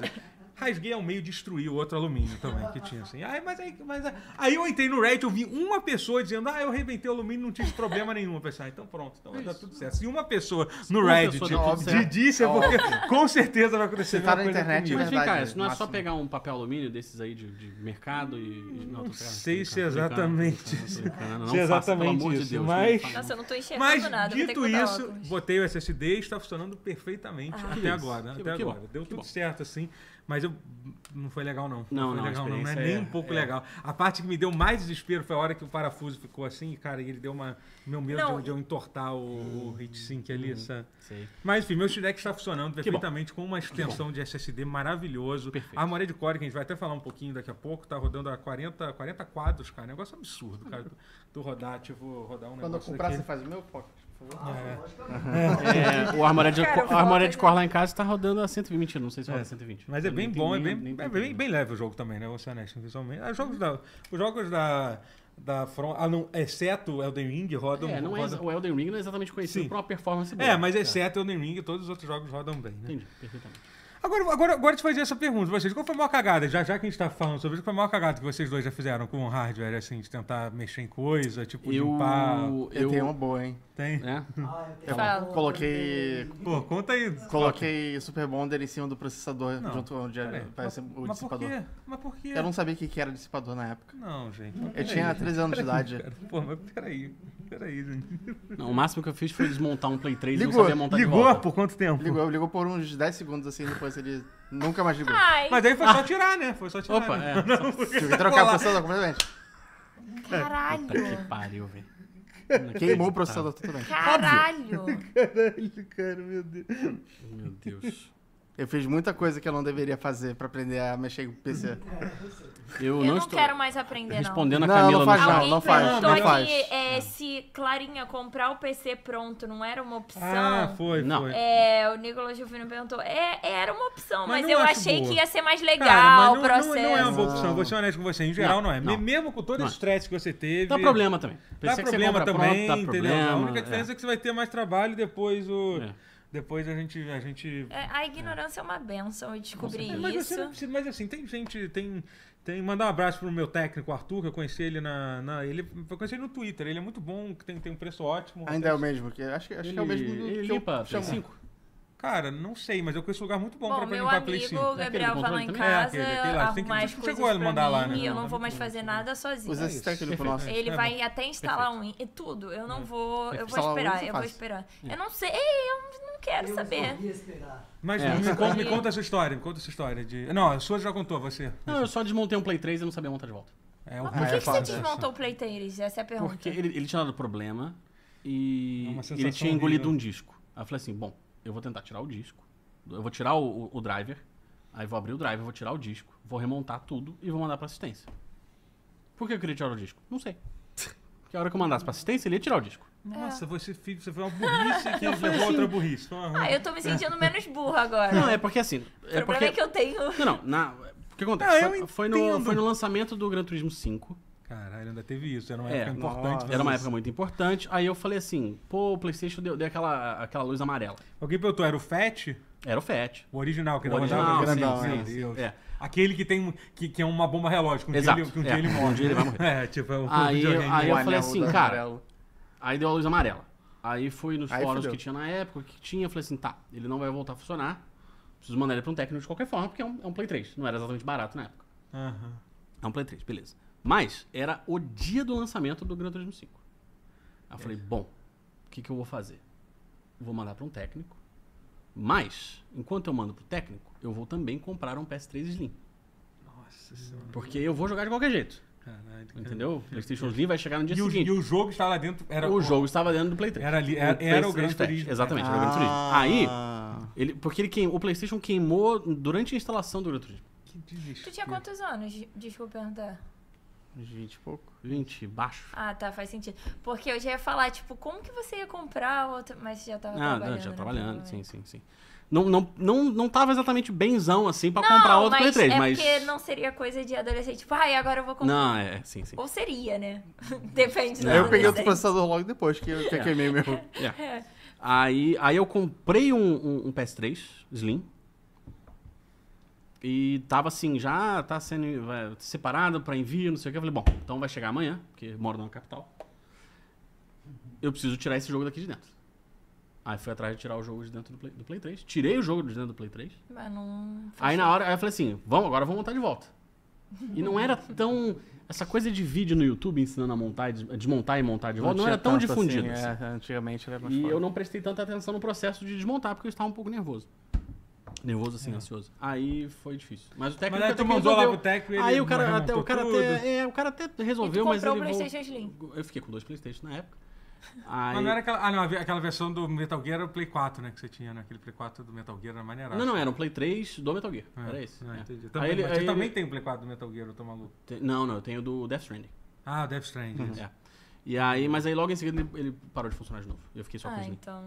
Rasguei ao meio e destruí o outro alumínio também que tinha assim. Aí, mas aí, mas aí, aí eu entrei no Reddit, eu vi uma pessoa dizendo, ah, eu arrebentei o alumínio, não tive problema nenhum. Eu pensei, ah, então pronto, então vai dar tudo certo. Se uma pessoa no
uma
Reddit
pessoa deu tudo
de-
certo.
disse, é porque com certeza vai acontecer
Você tá
alguma
na
coisa
internet,
comigo.
Mas
né?
vem cá,
Verdade,
isso não é só
máximo.
pegar um papel alumínio desses aí de, de mercado e. e- Não, tô ferrado,
sei
tô
se
brincando, tô
exatamente
brincando, tô brincando, Não,
se
não faça, pelo
exatamente
amor de
isso,
Deus.
mas-
não faça,
Nossa, eu não tô enxergando
Mas,
nada. vou ter que
dito
mudar
isso,
óculos.
botei o SSD e está funcionando perfeitamente
Ah.
até
Isso.
agora. né?
Que
até
bom, que
agora.
bom,
Deu
que
tudo
bom.
certo, assim, mas eu, não foi legal, não.
Não,
foi
não, a
legal, não. Não é
experiência
nem
é-
um pouco
é.
legal. A parte que me deu mais desespero foi a hora que o parafuso ficou assim, e, cara, e ele deu uma. Meu medo
Não,
de, eu- de eu entortar o,
Hum,
o heat sink ali, sabe?
Sei.
Mas enfim, meu Shirek está funcionando
bom.
perfeitamente com uma extensão de SSD maravilhoso.
Perfeito.
A memória de core, que a gente vai até falar um pouquinho daqui a pouco, tá rodando a 40, 40 quadros, cara. É um Negócio absurdo, cara. Do, do rodar, tipo, rodar um
Quando eu
negócio
comprar,
daquele.
você faz o meu pocket, por favor.
É, o armário de,
Cara, eu
o armário de
volto-
core lá em casa tá rodando a 120, não sei se roda a 120.
Mas é
Eu
bem
nem
bom, é
tenho
bem,
nem- nem
é
tenho.
bem, bem leve o jogo também, né? Vou ser honesto, visualmente. Ah, Os jogos da, os jogos da, da From, ah, não, exceto Elden Ring, rodam...
É, não é,
rodam-
o Elden Ring não é exatamente conhecido
Sim.
por uma performance boa.
[LAUGHS] é, mas
tá.
exceto Elden Ring, todos os outros jogos rodam bem, né?
Entendi, perfeitamente.
Agora, agora, agora eu te fazer essa pergunta pra vocês. Qual foi a maior cagada, já, já que a gente tá falando sobre isso, qual foi a maior cagada que vocês dois já fizeram com o hardware, assim, de tentar mexer em coisa, tipo, limpar...
Eu.
Eu, tenho um- uma boa, hein?
Tem?
né?
Eu
Fala.
coloquei.
Pô, conta aí.
Coloquei Super Bonder em cima do processador
Não,
junto onde era,
peraí.
parece o
Mas por é
dissipador.
quê? Mas por quê?
Eu não sabia o que que era dissipador na época.
Não, gente. mas
Eu
peraí,
tinha 13 anos de idade.
Cara, pô, mas peraí. Peraí, gente.
Não, o máximo que eu fiz foi desmontar um Play 3 e não
Ligou,
sabia montar de
Ligou
volta.
por quanto tempo?
Ligou, ligou por uns 10 segundos assim, depois ele nunca mais ligou.
Ai,
Mas aí foi só tirar, né? Foi só tirar.
Ah. Opa,
né?
é.
Tive que trocar o processador completamente.
é,
caralho.
Puta que pariu, velho.
Queimou o processador totalmente.
Caralho.
é.
Caralho, cara, meu Deus.
Meu Deus.
Eu fiz muita coisa que eu não deveria fazer pra aprender a mexer em PC.
Eu,
Eu
não
não
estou
quero mais aprender, não.
respondendo a
Não,
Camila
não faz
no chat.
Alguém
não faz,
perguntou
não faz.
aqui é, se Clarinha comprar o PC pronto não era uma opção.
Ah, foi,
Não.
foi.
É, o Nicolas Juvino perguntou. É, era uma opção,
Mas
mas,
não
eu
acho
achei
boa.
que ia ser mais legal
Cara,
o
mas não- não,
processo.
não, é uma boa opção. Vou ser honesto com você. Em geral, não, é.
não.
Mesmo com todo
Não
o
é.
estresse que você teve.
Dá problema também.
Dá
PC que você
problema
compra
também,
pronto, dá
entendeu? a única
é.
diferença é. que você vai ter mais trabalho e depois o.
É.
Depois a gente. A gente...
É, a ignorância é uma benção, eu descobri
É, mas,
isso.
você não precisa- mas assim, tem gente. Tem, tem, mandar um abraço pro meu técnico, Arthur, que eu conheci ele na. na- ele, eu conheci ele no Twitter. Ele é muito bom, tem, tem um preço ótimo.
Ainda é o mesmo, que acho, que- acho que é o mesmo
Ele-
do
Ele
que eu
limpa
chamo.
5.
Cara, não sei, mas eu conheço um lugar muito bom, pra
Bom,
pra
meu
limpar Play 5.
amigo Gabriel
do
vai lá
controle
em
também?
É,
casa,
aquele, aquele lá. Você tem que-
arrumar as
você
coisas
chegou a
pra
mandar lá,
mim
né?
e eu não vou
Tá
mais fazer nada
Usa
sozinha.
esse técnico pro nosso.
Ele
É
vai até instalar um i- e tudo. Eu não vou, eu vou
Instalar um
esperar,
você
eu vou
faz.
esperar. Eu não sei, eu não quero saber.
Mas
É.
me, conta, me conta essa história, me conta essa história. De... Não, a sua já contou, você.
Não, eu só desmontei um Play 3 e não sabia montar de volta.
É
Mas
horrível.
por que,
é
que você
foda.
desmontou o Playtales? Essa é a pergunta.
Porque ele, ele tinha dado problema e
É uma sensação
ele tinha engolido
horrível.
um disco. Aí eu falei assim, bom, eu vou tentar tirar o disco. Eu vou tirar o, o- o driver, aí vou abrir o driver, vou tirar o disco, vou remontar tudo e vou mandar pra assistência. Por que eu queria tirar o disco? Não sei. Porque a hora que eu mandasse pra assistência, ele ia tirar o disco.
Nossa, você, fez- você foi uma burrice que
[LAUGHS] Eu
levou
falei
a outra
assim,
burrice. Foi uma-
É. Ah, eu tô me sentindo menos burra agora.
Não, é porque assim... É
o problema
porque...
é que eu tenho.
[LAUGHS] Não, não, na... o que
Ah,
acontece?
eu
foi, foi no,
entendo.
foi no lançamento do Gran Turismo 5.
Caralho, ainda teve isso. Era uma
É,
época importante.
nossa.
né?
Era uma época muito importante. Aí eu falei assim, pô, o Playstation deu, deu aquela, aquela luz amarela.
Alguém perguntou, era o FAT?
Era o FAT.
O original, que
O
não
original,
rodava?
sim,
Grandão,
sim,
Meu
sim.
Deus.
É.
Aquele que, tem, que, que é uma bomba relógio, que um
Exato,
dia ele, que um
é.
dia ele morre.
Um dia ele vai morrer.
[LAUGHS] É, tipo, é um
Aí,
videogame.
aí eu
O
falei
anel
assim,
da
cara.
amarelo.
Aí deu a luz amarela. Aí fui nos
Aí
fóruns
fudeu.
que tinha na época, o que tinha, falei assim, tá, ele não vai voltar a funcionar. Preciso mandar ele pra um técnico de qualquer forma, porque é um, é um Play 3. Não era exatamente barato na época.
Aham.
É um Play 3, beleza. Mas era o dia do lançamento do Gran Turismo 5. Aí eu
É.
falei, bom, o que, que eu vou fazer? Vou mandar pra um técnico. Mas, enquanto eu mando pro técnico, eu vou também comprar um PS3 Slim.
Nossa senhora.
Porque eu vou jogar de qualquer jeito.
Caralho. cara.
Entendeu? O PlayStation Slim vai chegar no dia
E o,
seguinte.
e o jogo que estava lá dentro era
o jogo estava dentro do Play 3.
Era ali- era- era o Gran
PlayStation
Turismo.
Exatamente,
Ah.
era o Gran Turismo.
Ah,
Aí, ele, porque ele queim, o PlayStation queimou durante a instalação do Gran Turismo.
Que desespero.
Tu tinha quantos anos? De- Desculpa perguntar.
Gente, pouco.
20, baixo.
Ah, tá, faz sentido. Porque eu já ia falar, tipo, como que você ia comprar outra. Mas você já tava
Ah,
trabalhando.
não, já
né,
trabalhando,
provavelmente.
sim, sim, sim. Não, não, não, não tava exatamente benzão assim pra
Não,
comprar outro
mas
Play 3,
é
mas.
Porque não seria coisa de adolescente, tipo, ai, agora eu vou comprar.
Não, é, sim, sim.
Ou seria, né? [LAUGHS] Depende do
Não,
eu peguei outro
adolescente.
processador logo depois, que eu, que eu
É.
queimei meu.
É. Aí, aí eu comprei um, um- um PS3 Slim. E tava assim, já tá sendo vai, separado pra envio, não sei o que. Eu falei, bom, então vai chegar amanhã, porque eu moro na capital. Eu preciso tirar esse jogo daqui de dentro. Aí fui atrás de tirar o jogo de dentro do Play, do Play 3. Tirei o jogo de dentro do Play 3.
Mas não.
Aí na hora, aí eu falei assim, vamos, agora vamos montar de volta. E não era tão... Essa coisa de vídeo no YouTube ensinando a montar, e des- a desmontar e montar de volta, não,
tinha
era tão
tanto
difundido. assim.
é, antigamente era mais
E
forte.
eu não prestei tanta atenção no processo de desmontar, porque eu estava um pouco nervoso. Nervoso assim, ansioso. Aí foi difícil. Mas o técnico
É. Mas aí
até
tu
que
mandou lá
resolveu.
pro técnico ele
Aí o cara
remontou
até, o cara
tudo.
até, é, o cara até resolveu,
E tu
mas ele
comprou o
vol-
PlayStation Slim?
Eu fiquei com dois Playstation na época. Aí...
Mas não era aquela. Ah, não, aquela versão do Metal Gear era o Play 4, né? Que você tinha, né? Aquele Play 4 do Metal Gear era maneirado.
Não, não, era um Play 3 do Metal Gear.
É,
Era esse.
é,
é.
entendi. Também,
Aí ele-
mas
aí
você também
ele-
tem um Play 4 do Metal Gear, eu tô maluco.
Tem- Não, não, eu tenho do Death Stranding.
Ah, o Death Stranding.
É. E aí, mas aí logo em seguida ele, ele parou de funcionar de é. novo. Eu fiquei só com o
Ah,
Slim.
então.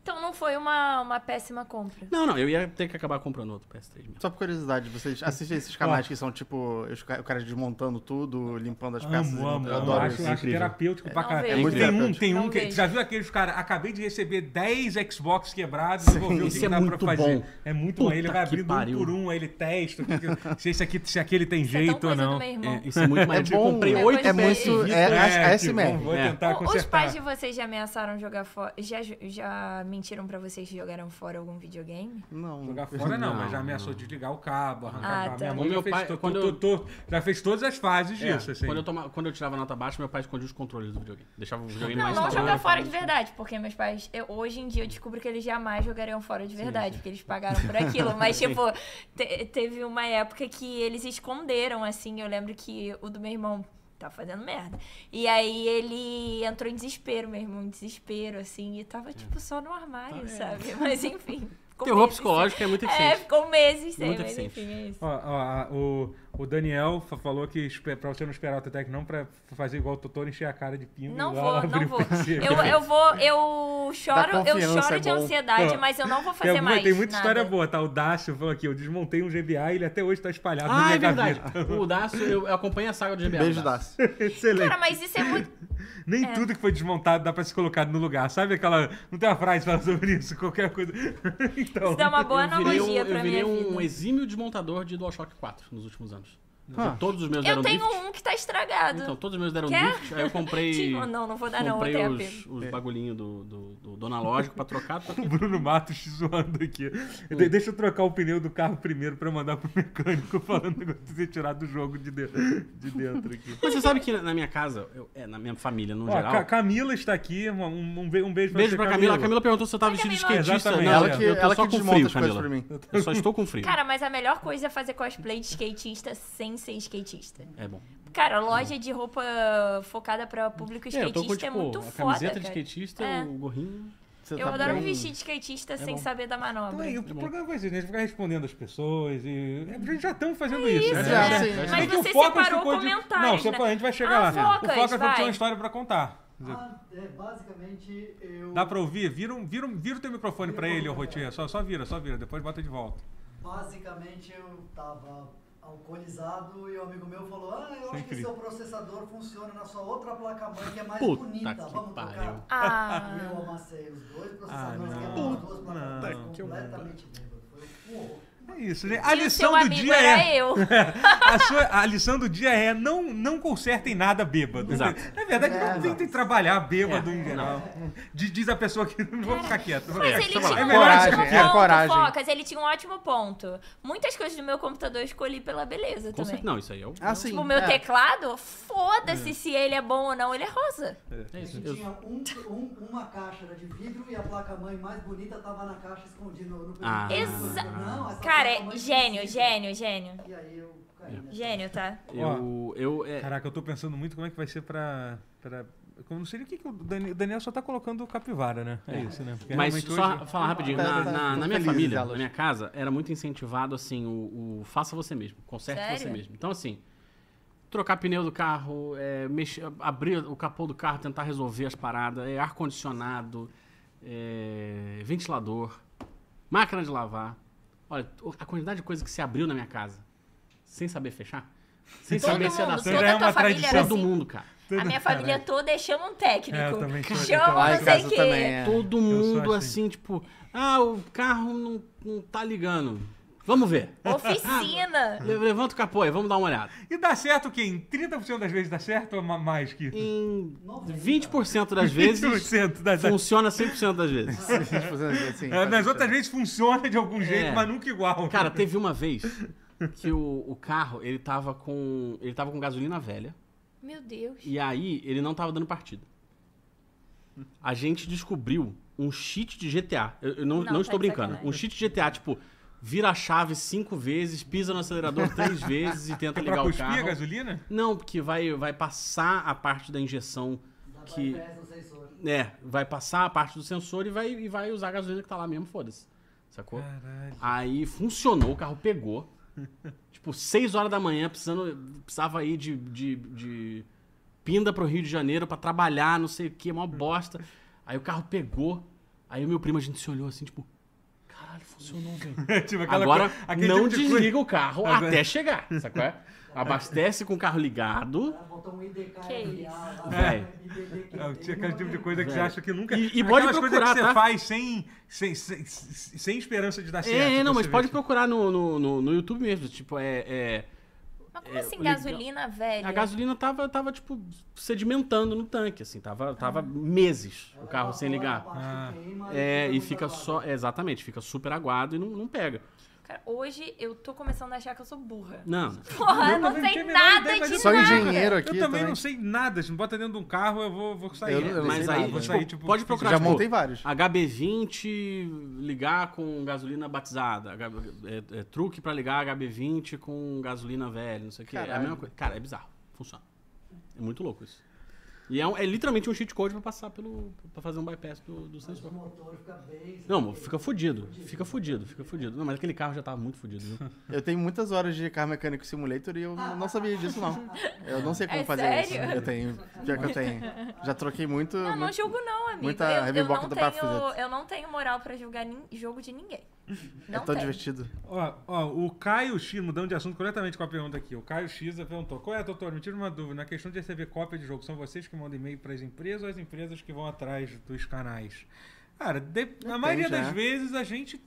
Então não foi uma, uma péssima compra.
Não, não, eu ia ter que acabar comprando outro PS3 mesmo.
Só por curiosidade,
Hum.
vocês assistem esses canais
Ah.
que são tipo os ca- o cara desmontando tudo, limpando as peças.
Amo,
e
amo,
montando.
amo.
assim, adoro
Acho,
isso.
acho terapêutico pra
Não
caralho.
vejo.
Tem
É muito
um,
terapêutico.
tem um
Não
que.
vejo.
Tu já viu aqueles caras? Acabei de receber 10 Xbox quebrados. eu vou ver o que
Isso
que
é
dá
muito
pra fazer.
bom.
É muito bom.
Puta
Ele vai
que
abrindo um
pariu.
por um, aí ele testa o que que- se, esse aqui, se aquele tem
Isso é tão
jeito ou
coisa do
não.
meu irmão.
É, isso é
[LAUGHS]
muito
É
mais. eu
bom,
comprei
né?
oito
é
Depois
PS
muito.
Vita.
É, é, é
tipo,
SMR.
Vou
É.
tentar
O- Os
consertar.
pais de vocês já ameaçaram jogar fora. Já, ju- já mentiram pra vocês que jogaram fora algum videogame?
Não.
Jogar fora não,
Não,
mas já ameaçou
não.
desligar o cabo, arrancar
Ah,
o cabo.
tá.
Minha mãe
O
já
meu
fez,
pai-
to- to-
quando eu-
to- já fez todas as fases
É,
disso, assim.
Quando eu, toma- quando eu tirava nota baixa, meu pai escondia os controles do videogame. Deixava o videogame
Não,
mais
não
instalado.
jogar fora de verdade, porque meus pais, eu- hoje em dia eu descubro que eles jamais jogariam fora de verdade, porque eles pagaram por aquilo. Mas, tipo, te- teve uma época que eles esconderam, assim, eu lembro que o do meu irmão tá fazendo merda. E aí ele entrou em desespero, meu irmão, em desespero, assim, e tava, tipo, só no armário, sabe? [LAUGHS] Mas, enfim. ficou
Terror
meses
psicológico é muito
sem- É,
eficiente.
ficou meses sem,
Muito
mas
eficiente.
enfim, é isso.
Ó, ó, a- o, o Daniel fa- falou que espe- pra você não esperar o Tetec não, pra f- fazer igual o Totoro, encher a cara de pingo.
Não
e
vou, não
abrir o
vou.
PC.
Eu, eu vou, eu choro, eu
confiança,
choro
é
de
bom.
ansiedade,
Ó,
mas eu não vou fazer
Tem, alguma-
mais.
tem muita
nada.
história boa, tá? O Dácio falou aqui, eu desmontei um GBA e ele até hoje tá espalhado na
Ah,
minha
é verdade.
gaveta.
O Dácio, eu, eu acompanho a saga do GBA.
Beijo,
do Dácio.
Daço.
[LAUGHS] Excelente.
Cara, é. mas isso é muito.
Então,
Nem tudo que foi desmontado dá pra se colocar no lugar. Sabe aquela... Não tem uma frase falando sobre isso, qualquer coisa. [LAUGHS] então...
Isso dá uma boa
Eu virei um,
analogia
eu
pra
virei
minha
um
vida.
exímio desmontador de DualShock 4 nos últimos anos.
Ah.
Todos os meus
Eu
deram
tenho
drift.
um que tá estragado.
Então, todos os meus deram
Quer?
drift. Aí eu comprei.
[LAUGHS] Tinha- um Não, não vou dar, não, é
comprei
até a
os, os
É.
bagulhinhos do, do, do, do analógico pra trocar. [LAUGHS]
O Bruno Matos te zoando aqui. De- deixa eu trocar o pneu do carro primeiro pra mandar pro mecânico [LAUGHS] falando que você ser tirado do jogo de, de- de dentro aqui.
Mas você sabe que na na minha casa, eu- é, na minha família no
Ó,
geral.
Ca- Camila está aqui. Um, um- um be- um beijo pra
Beijo
você,
pra Camila. A Camila perguntou se eu tava vestido de
Camila.
skatista.
Exatamente.
Não,
Ela
eu-
que-
eu tô
ela
só
que
com
desmonta
frio,
as coisas
Camila.
pra mim.
Eu só estou com frio.
Cara, mas a melhor coisa é fazer cosplay de skatista sem ser skatista.
É bom.
Cara, loja de roupa focada pra público
É, eu
skatista
tô com,
é
tipo,
muito
a
foda.
camiseta de
cara.
skatista,
É.
o gorrinho.
Você
Eu
tá
adoro
um
bem-
me vestir de skatista sem
é bom. Tá
saber da manobra.
Então aí, o programa vai ser, a gente ficar respondendo as pessoas e. A gente já estamos fazendo isso.
É isso,
né?
né?
Já-
Sim.
já-
Mas
É que
você
foco
separou
ficou de-
comentários,
Não, separa-
né?
a gente vai
Ah,
chegar lá.
Focas,
o foco é porque
vai.
tinha uma história pra contar.
Ah, é, basicamente eu.
Dá pra ouvir? Vira, um- vira, um- vira o teu microfone pra ele, ô
Vira.
Rotier. Só, só vira, só vira. Depois bota de volta.
Basicamente eu tava alcoolizado e um amigo meu falou: Ah,
é
eu acho que
Sempre.
seu processador funciona na sua outra placa-mãe que é mais
Puta
bonita.
que
Vamos
pariu. [LAUGHS]
tocar.
Ah.
Eu amassei os dois processadores,
Ah,
que
não.
eram as duas
Puta
placas-mães
que
completamente bêbado. Foi um horror.
É isso, gente. A
E o
lição
seu
do
amigo
dia
era
é.
eu.
A, sua- a lição do dia é não, não consertem nada bêbado.
Exato.
Na verdade,
É,
não
exato.
tentem trabalhar bêbado
É,
em geral. Diz diz a pessoa que [LAUGHS] não vou ficar quieto.
Mas ele tinha um
é melhor
coragem,
ótimo
isso.
é.
ponto,
coragem.
Focas, ele tinha um ótimo ponto. Muitas coisas do meu computador eu escolhi pela beleza
Com
também.
certeza, não, isso aí é o.
Ah, sim.
Tipo, o meu
é.
teclado, foda-se se ele é bom ou não, ele é rosa.
É isso.
Ele tinha um, um- uma caixa era de vidro e a placa-mãe mais bonita tava na caixa escondida no, no
Ah.
periférico.
Exa-
Não, essa
Cara, é
placa-mãe
gênio,
esquisita.
gênio, gênio.
E aí eu caí né? nessa.
Gênio, tá?
Eu. eu é,
Caraca, eu tô pensando muito como é que vai ser pra. pra... Eu não sei nem o que, que o Dani- o Daniel só tá colocando capivara, né? É, isso, né? Porque
Mas
realmente
só
hoje-
falar rapidinho,
Tá,
na,
tá,
na-
tô
na minha
feliz,
família,
Elas.
na minha casa, era muito incentivado assim, o, o faça você mesmo, conserte você
Sério?
mesmo. Então, assim, trocar pneu do carro, é, mexer, abrir o capô do carro, tentar resolver as paradas, é, ar-condicionado, é, ventilador, máquina de lavar. Olha, o- a quantidade de coisa que se abriu na minha casa, sem saber fechar, sem
Todo
saber se ia dar
mundo,
Então já
certo.
é
toda a
uma
tua família era
tradição.
Todo
assim.
mundo, cara.
A minha
tá
família toda é chama um
É, eu
técnico.
também sou-
Chama
Lá
não
em
sei
casa também
quê.
é. [LAUGHS]
Todo
sou
mundo
assim.
assim. tipo, ah, o carro não, não tá ligando. Vamos ver.
Oficina.
Le- Levanta o capô aí, vamos dar uma olhada.
E dá certo o quê? Em 30% das vezes dá certo ou ma- mais que isso?
Em 20% das vezes,
30% das
funciona 100% das vezes.
Assim,
É, Nas
faz
outras
sentido.
vezes funciona de algum jeito,
É.
mas nunca igual.
Cara, teve uma vez que o, o carro, ele tava com ele tava com gasolina velha
Meu Deus.
e aí ele não tava dando partida. A gente descobriu um cheat de GTA. Eu, eu não,
Não,
não,
tá
estou
de
brincando.
sacanagem.
Um cheat de GTA, tipo, vira a chave cinco vezes, pisa no acelerador três vezes e tenta
É
ligar
pra
o
cuspir a
carro.
gasolina?
Não, porque vai, vai passar a parte da injeção
Dá pra
que,
entrar essa sensor.
É, vai passar a parte do sensor e vai, e vai usar a gasolina que tá lá mesmo, foda-se. Sacou?
Caralho.
Aí funcionou, o carro pegou. [LAUGHS] tipo, 6 horas da manhã, precisando, precisava ir de, de, de pinda pro Rio de Janeiro pra trabalhar, não sei o que, mó bosta. Aí o carro pegou. Aí o meu primo, a gente se olhou assim, tipo,
[LAUGHS]
caralho, funcionou, velho.
tipo, aquela
Agora,
coisa- aquele
não
tipo de
desliga o carro
Agora-
até chegar, sacou? é? Abastece com o carro ligado.
Ela botou um IDK
Que
LA, lá,
Véi.
IDD que
Coisa, é,
tem,
tinha aquele tipo de coisa que você
Velho.
acha que nunca.
E- e
aquelas
pode
coisas
procurar,
que você
tá?
faz sem, sem, sem, sem esperança de dar certo.
É, não,
você
mas
vê,
pode
tipo,
procurar no, no, no, no YouTube mesmo. Tipo, é- é
Mas como
É,
assim
o legal-
gasolina velha?
A gasolina tava, tava, tipo, sedimentando no tanque, assim, tava, tava meses o
ela
carro sem
passou
ligar.
lá na
Ah.
parte que queima e
É, e
muito
fica
aguado.
só. é, Exatamente, fica super aguado e não, não pega.
Cara, hoje eu tô começando a achar que eu sou burra.
Não.
[LAUGHS] Porra,
Eu
eu não
também não
sei
tinha a menor
nada
ideia, mas eu
de
Só
Nada.
engenheiro
Eu
aqui
também,
também.
não sei nada. Se me bota dentro de um carro, eu vou, vou sair.
Eu não- eu não
mas
Mas
aí,
sei
aí,
nada.
vou
tipo,
sair, tipo.
pode procurar.
Já
tipo,
montei vários.
HB20 ligar com gasolina batizada. HB, é, é, truque pra ligar HB20 com gasolina velha, não sei o quê. É a
Caralho.
mesma coisa. Cara, é bizarro. Funciona. É muito louco isso. E é, um- é literalmente um cheat code pra passar pelo. pra fazer um bypass do, do
Mas
sensor.
o motor fica bem.
Não, mas fica fudido. Fica fudido, fica fudido. Não, mas aquele carro já tava muito
[LAUGHS]
fudido, viu?
Eu tenho muitas horas de Car Mechanic Simulator e eu não sabia disso, não. Eu não sei como
É
fazer
sério?
isso. Eu tenho. Pior que eu tenho. Já troquei muito.
Não, não
muito-
julgo não, amigo.
muita
eu, eu,
rebiboca
não
do
tenho,
Bafuzeta.
eu não tenho moral pra julgar nin- jogo de ninguém.
é
Não
tão
tenho.
divertido.
Ó, ó, o Caio X, mudando de assunto completamente com a pergunta aqui. O Caio X perguntou: Qual é, doutor? Me tira uma dúvida. Na questão de receber cópia de jogo, são vocês que mandam e-mail para as empresas ou as empresas que vão atrás dos canais? Cara, de- na maioria das
né?
vezes a gente.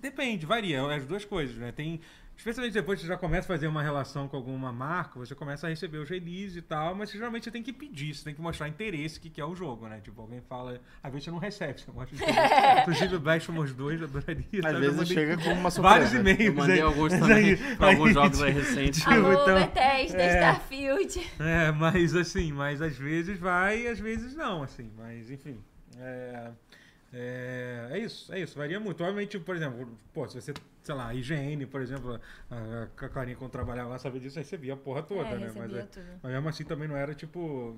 Depende, varia. As duas coisas, né? Tem. Especialmente depois que você já começa a fazer uma relação com alguma marca, você começa a receber os releases e tal, mas geralmente você tem que pedir, você tem que mostrar interesse que, que é o jogo, né? Tipo, alguém fala. Às vezes você não recebe, você mostra.
[LAUGHS]
Inclusive, o Blast somos dois, eu adoraria.
Então,
sabe?
Às
Eu
vezes
mandei
chega com uma
Vários
surpresa.
e-mails.
Eu mandei
aí.
alguns
Mas
também,
aí-
[LAUGHS] pra
[LAUGHS]
alguns
aí-
jogos aí recentes.
Tipo,
Alô,
[LAUGHS] então-
Bethesda,
é.
Starfield.
É, mas assim, mas às vezes vai e às vezes não, assim, mas enfim. É, é, é isso, é isso, varia muito. Obviamente, por exemplo, pô, se você, sei lá, IGN, por exemplo, a, a Clarinha quando trabalhava lá sabia disso, recebia a porra toda,
é,
né? Mas,
recebia
é-
tudo.
mas mesmo assim também não era tipo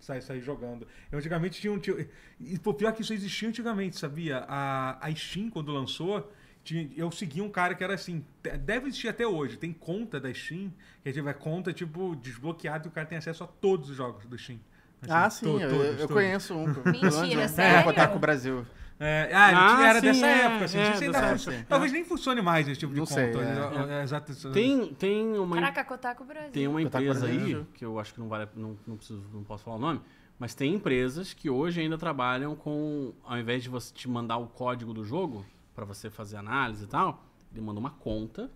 sair, sair jogando. Eu antigamente tinha um. Tinha, e pô, pior que isso existia antigamente, sabia? A, a Steam, quando lançou, tinha- eu segui um cara que era assim. te- Deve existir até hoje, tem conta da Steam, que é tipo, é conta tipo desbloqueada e o cara tem acesso a todos os jogos do Steam. Assim,
Ah, sim,
to-
eu,
todos,
eu
todos.
conheço um.
Mentira,
É,
sério?
Otaku Brasil.
É, ah, ele tinha-
Ah,
era
sim,
dessa
é,
época, assim,
é,
não sei se ainda
dessa
funciona.
época.
Talvez nem funcione mais esse tipo de
Não
conta.
sei, é,
né? Exato-
Tem, tem uma,
Caraca, Kotaku Brasil.
tem uma
Eu tava
empresa aí,
né?
fazendo-
que eu acho que não vale. Não, não, preciso, não posso falar o nome, mas tem empresas que hoje ainda trabalham com. Ao invés de você te mandar o código do jogo, pra você fazer análise e tal, demanda uma conta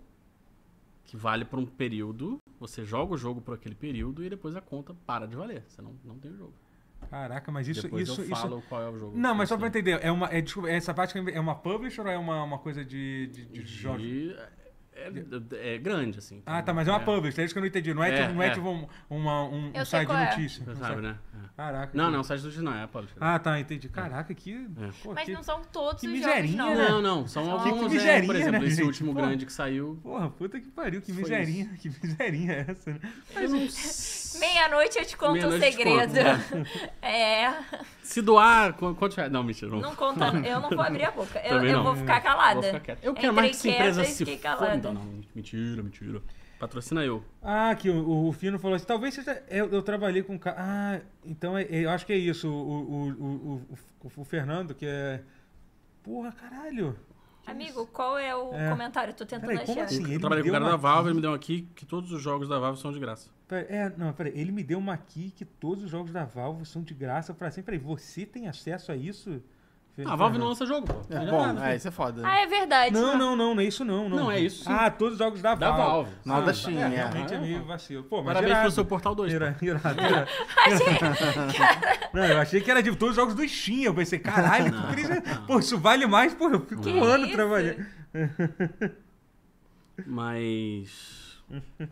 que vale por um período. Você joga o jogo por aquele período e depois a conta para de valer. Você não, não tem o jogo.
Caraca, mas isso.
depois
isso,
eu
isso...
falo qual é o jogo.
Não,
que
mas só pra
você-
entender, é uma, é, desculpa, essa parte é uma publisher ou é uma, uma coisa de, de, de jogos?
de... É, é- é grande, assim.
Ah, tá, mas é uma publisher, é isso que eu não entendi. Não é,
É,
tipo, não é,
é.
tipo um, uma- um, um
Eu sei
site de
qual é.
notícia.
Você
Um
sabe,
site-
né? É.
Caraca.
Não, É. não, o site do Disney não é a publisher.
Ah, tá, entendi. Caraca, que. pô,
um
Mas
que-
não são todos
que
os jogos,
miserinha,
não.
né?
Não, não, são
Que- que
alguns, é,
miserinha,
por exemplo,
né,
esse
gente?
último
Pô.
grande que saiu.
Porra, puta que pariu, que
Foi
miserinha. Que miserinha é essa, né?
Eu não
Meia-noite eu te conto um
Meia-noite eu te né?
segredo. [LAUGHS] é.
Se doar, qu- quantos reais? Não, mentira, não.
Não conta. Eu não vou abrir a boca. Eu,
Também
eu
não.
vou ficar calada.
Vou ficar quieto. Eu quero
Entrei
mais que essa empresa
quieta e
se
fiquei
foda.
calada.
Não, não, mentira, mentira. Patrocina eu.
Ah, que o, o Fino falou assim, talvez seja... Eu, eu trabalhei com... um ca- Ah, então é- é- eu acho que é isso. O, o, o, o, o- o Fernando, que é... Porra, caralho.
Amigo, qual é o
É.
comentário? Tô tentando
Peraí, como
achar.
assim? Ele me
eu trabalhei com o
deu
cara
uma
da Valve,
key.
ele me deu aqui que todos os jogos da Valve são de graça.
Pera- é, não, peraí. Ele me deu uma key que todos os jogos da Valve são de graça pra sempre. Peraí, você tem acesso a isso? Fe-
Ah, a Valve não
Fernando?
lança jogo, pô.
É,
Não
bom,
nada.
é, isso é foda.
Ah, é verdade.
Não,
[LAUGHS]
não, não, não é isso não. Não,
Não, é isso sim.
Ah, todos os jogos da
é Da
Valve.
Valve.
Não, da
sabe?
Steam,
É,
é.
realmente é
Ah,
meio vacilo. Pô, mas
Parabéns pelo
irado.
seu Portal 2. pô.
Irado, irado, irado. Não, eu achei que era de todos os jogos do Steam. Eu pensei, caralho, que crise- pô, isso vale mais, pô, eu fico
Que
um ano
isso?
trabalhando.
Mas.
É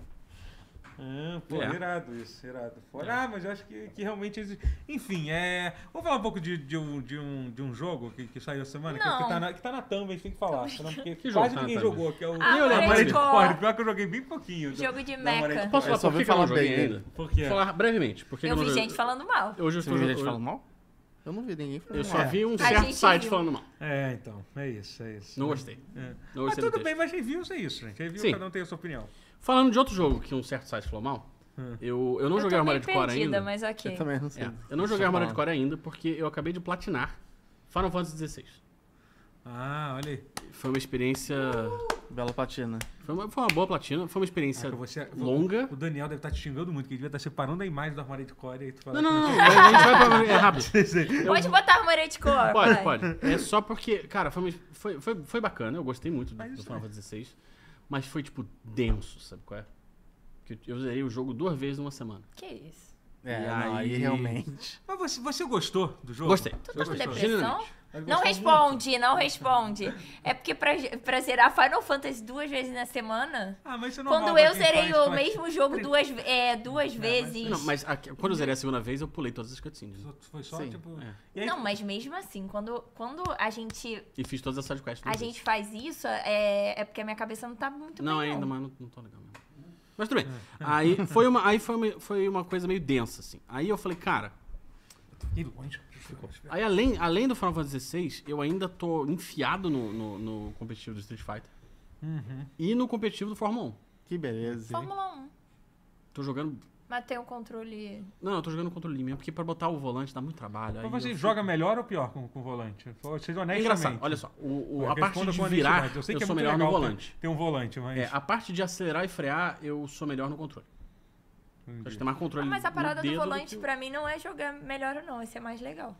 Ah, pô,
É.
irado isso, irado. Fora, Ah, mas eu acho que, que realmente existe. Enfim, é. Vamos falar um pouco de, de, um, de, um, de um jogo que, que saiu essa semana, que,
Não.
que, tá na, que tá na thumb, a gente tem que falar. senão- Porque
Que jogo
quase
tá na
ninguém
thumb?
jogou, que é o
Ah,
Eu lembro.
Mario
Mario.
Pior que eu joguei bem pouquinho. do-
Jogo de
da Mario
meca.
Kort.
Posso falar
Eu só
por
ouvi
que que eu não
falar bem
joguei
dele.
ainda?
Por quê?
Falar brevemente, porque
Eu
não
vi
joguei-
gente falando mal.
Hoje eu
Você
estou
viu gente
hoje-
falando mal? Eu não vi ninguém falando
Eu
mal.
só vi um
É. A
certo
gente
site
viu.
falando mal.
É, então, é isso, é isso.
Não gostei.
É.
Não
Mas
gostei do
tudo
texto.
bem, mas reviews é isso, gente. Review,
Sim.
cada um tem a sua opinião.
Falando de outro jogo que um certo site falou mal,
Hum.
eu, eu não
eu
joguei
tô
Armário
meio
de Core
perdida,
ainda.
mas ok.
Eu também não sei.
É, eu não joguei
Só
Armário de
falando.
Core ainda porque eu acabei de platinar Final Fantasy XVI.
Ah, olha aí.
Foi uma experiência.
Bela platina.
Foi uma, foi uma boa platina, foi uma experiência
Caraca, você-
Tá longa.
O Daniel deve estar te xingando muito, que ele devia estar separando a imagem do armário de core e tu fala. assim,
Não, não, não, não. A gente vai pra. É rápido.
Pode botar armário de cor.
Pode,
vai.
pode. É só porque, cara, foi, uma- foi, foi, foi bacana, eu gostei muito do, do
é.
Final Fantasy XVI. Mas foi, tipo, denso, sabe qual é? Que eu- eu zerei o jogo duas vezes numa semana.
Que isso?
É,
E
não, aí
aí-
realmente.
Mas você, você gostou do jogo?
Gostei.
Tu tá com
gostei.
depressão?
Genuinamente.
Ele
Não
gostou
responde, não responde. É porque pra, pra zerar Final Fantasy duas vezes na semana.
Ah, mas isso é normal
Quando
pra
eu
quem
zerei
faz
o
parte-
mesmo jogo duas, ve- é, duas vezes.
Não, mas aqui- quando eu zerei a segunda vez, eu pulei todas as cutscenes. né?
Foi só,
Sim.
tipo.
É.
E aí,
Não, mas mesmo assim, quando, quando a gente
E fiz todas as sidequests.
a
duas
gente faz isso, é, é porque a minha cabeça não tá muito
não,
bem.
ainda, mas não, não tô legal mesmo. Mas tudo bem. Aí, foi uma, aí foi, uma, foi uma coisa meio densa, assim. Aí eu falei, cara,
fiquei longe.
aí além, além do Final Fantasy XVI, eu ainda tô enfiado no, no, no competitivo do Street Fighter e no competitivo do Fórmula 1.
Que beleza.
Fórmula 1.
Tô jogando.
Mas tem um controle.
Não, eu tô jogando controle mesmo, porque pra botar o volante dá muito trabalho. aí
Mas você
eu-
joga melhor ou pior com, com o volante? Seja honesto.
É engraçado, olha só. O, o- a parte
Responda
de
com
virar,
honestidade.
eu,
sei que é
sou
muito
melhor
legal
no
ter-
volante.
Ter um volante, mas.
É, a parte de acelerar e frear, eu sou melhor no controle.
Entendi.
Eu acho que tem mais
Ah,
controle
mas a
no
parada do
dedo que
volante,
o-
pra mim, não é jogar melhor ou não. Esse é mais legal.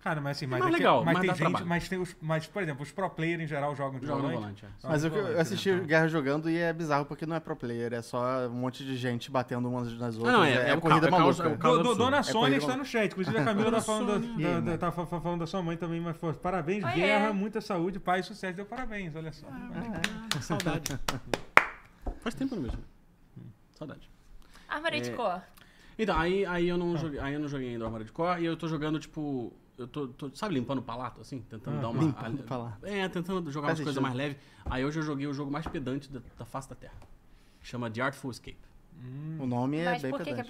Cara, mas assim, mas,
mais
é que-
legal,
mas
mas
tem
dá
gente,
trabalho.
mas tem os, mas por exemplo, os pro player em geral jogam de
Joga no
volante.
volante, é.
Jogam
Mas
de
eu, eu
volante,
assisti
né? Então,
Guerra jogando e é bizarro porque não é pro player, é só um monte de gente batendo umas nas outras.
não, é- é
é,
o
corrida
ca- é o caos-
maluca.
é o caos- causa
Do- do-
absurda.
Dona
É
Sônia
corrida
está no chat. Inclusive, a Camila tá falando, da, da, da, tá fa- falando da sua mãe também, mas pô, parabéns,
Oiê.
guerra, muita saúde, paz, sucesso. Deu parabéns, olha só.
Ah, saudade. [LAUGHS] Faz tempo mesmo. né?
Hum.
Saudade.
Armário
É,
de cor.
Então, aí, aí, eu
Ah.
não joguei, aí eu não joguei ainda o Armário de Core e eu tô jogando, tipo. Eu tô, tô, sabe, limpando o palato, assim? Tentando dar uma.
Ah, limpando
a-
o palato.
É, tentando jogar
Faz
umas coisas
sentido.
mais leves. Aí hoje eu joguei o jogo mais pedante da, da face da Terra. Chama The Artful Escape.
O nome é
mas
bem
por que, que é
pedante.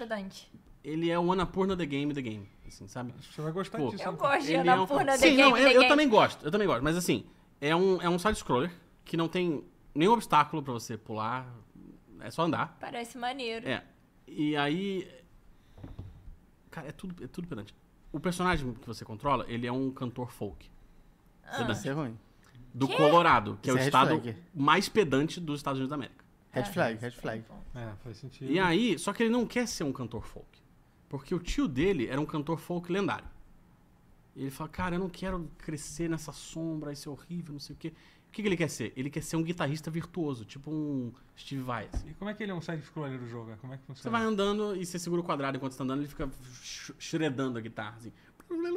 pedante?
Ele é o Anapurna The Game The Game, assim, sabe?
Você vai gostar
Pô,
disso.
Eu
né?
gosto de
Ele é um-
Anapurna The
Sim,
Game.
não,
The
eu, eu
Game.
também gosto, eu também gosto. Mas assim, é um, é um side-scroller que não tem nenhum obstáculo pra você pular, é só andar.
Parece maneiro.
É. E aí. Cara, é tudo, é tudo pedante. O personagem que você controla, ele é um cantor folk.
Isso é ruim.
Do Colorado, que é o
Isso é red
estado
flag.
mais pedante dos Estados Unidos da América.
Red
Ah,
flag, red flag.
É, faz sentido.
E aí, só que ele não quer ser um cantor folk. Porque o tio dele era um cantor folk lendário. E ele fala, cara, eu não quero crescer nessa sombra, isso é horrível, não sei o quê. O que, que ele quer ser? Ele quer ser um guitarrista virtuoso, tipo um Steve Vai. assim.
E como é que ele é um side-scroller do jogo? Como é que
Você
funciona?
vai andando e você segura o quadrado enquanto você tá andando, ele fica sh- shredando a guitarra, assim.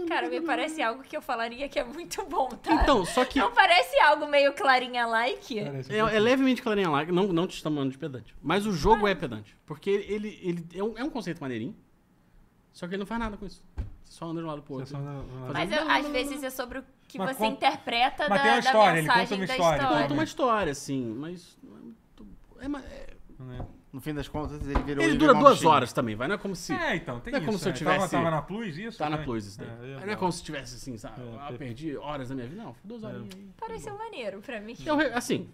Cara, me parece algo que eu falaria que é muito bom, tá?
Então, só que
Não parece algo meio clarinha-like?
Parece
É, é levemente clarinha lá, não, não te chamando de pedante. Mas o jogo é pedante. Porque ele, ele é, um, é um conceito maneirinho, só que ele não faz nada com isso. Você só anda de um lado pro outro.
Você só anda- anda-
Mas eu- às vezes é sobre o que
Mas
você
conta- mas
interpreta da,
tem uma
da
história, ele
mensagem
conta uma
da
história,
história.
Conta uma história, assim, mas. não é muito- é ma- é-
né?
No fim das contas, ele virou
ele
Evil
dura
Mob
duas
Steam.
horas também, vai. Não é como se.
É, então, tem
Não é
isso.
como se eu
né?
tivesse-
Tava, tava na Plus isso?
tá na
né?
Plus isso daí.
É, eu-
Aí não é como se tivesse assim, sabe?
É,
ah,
per-
perdi horas da minha vida. Não, duas horas.
Pareceu maneiro pra mim.
Eu, re- assim,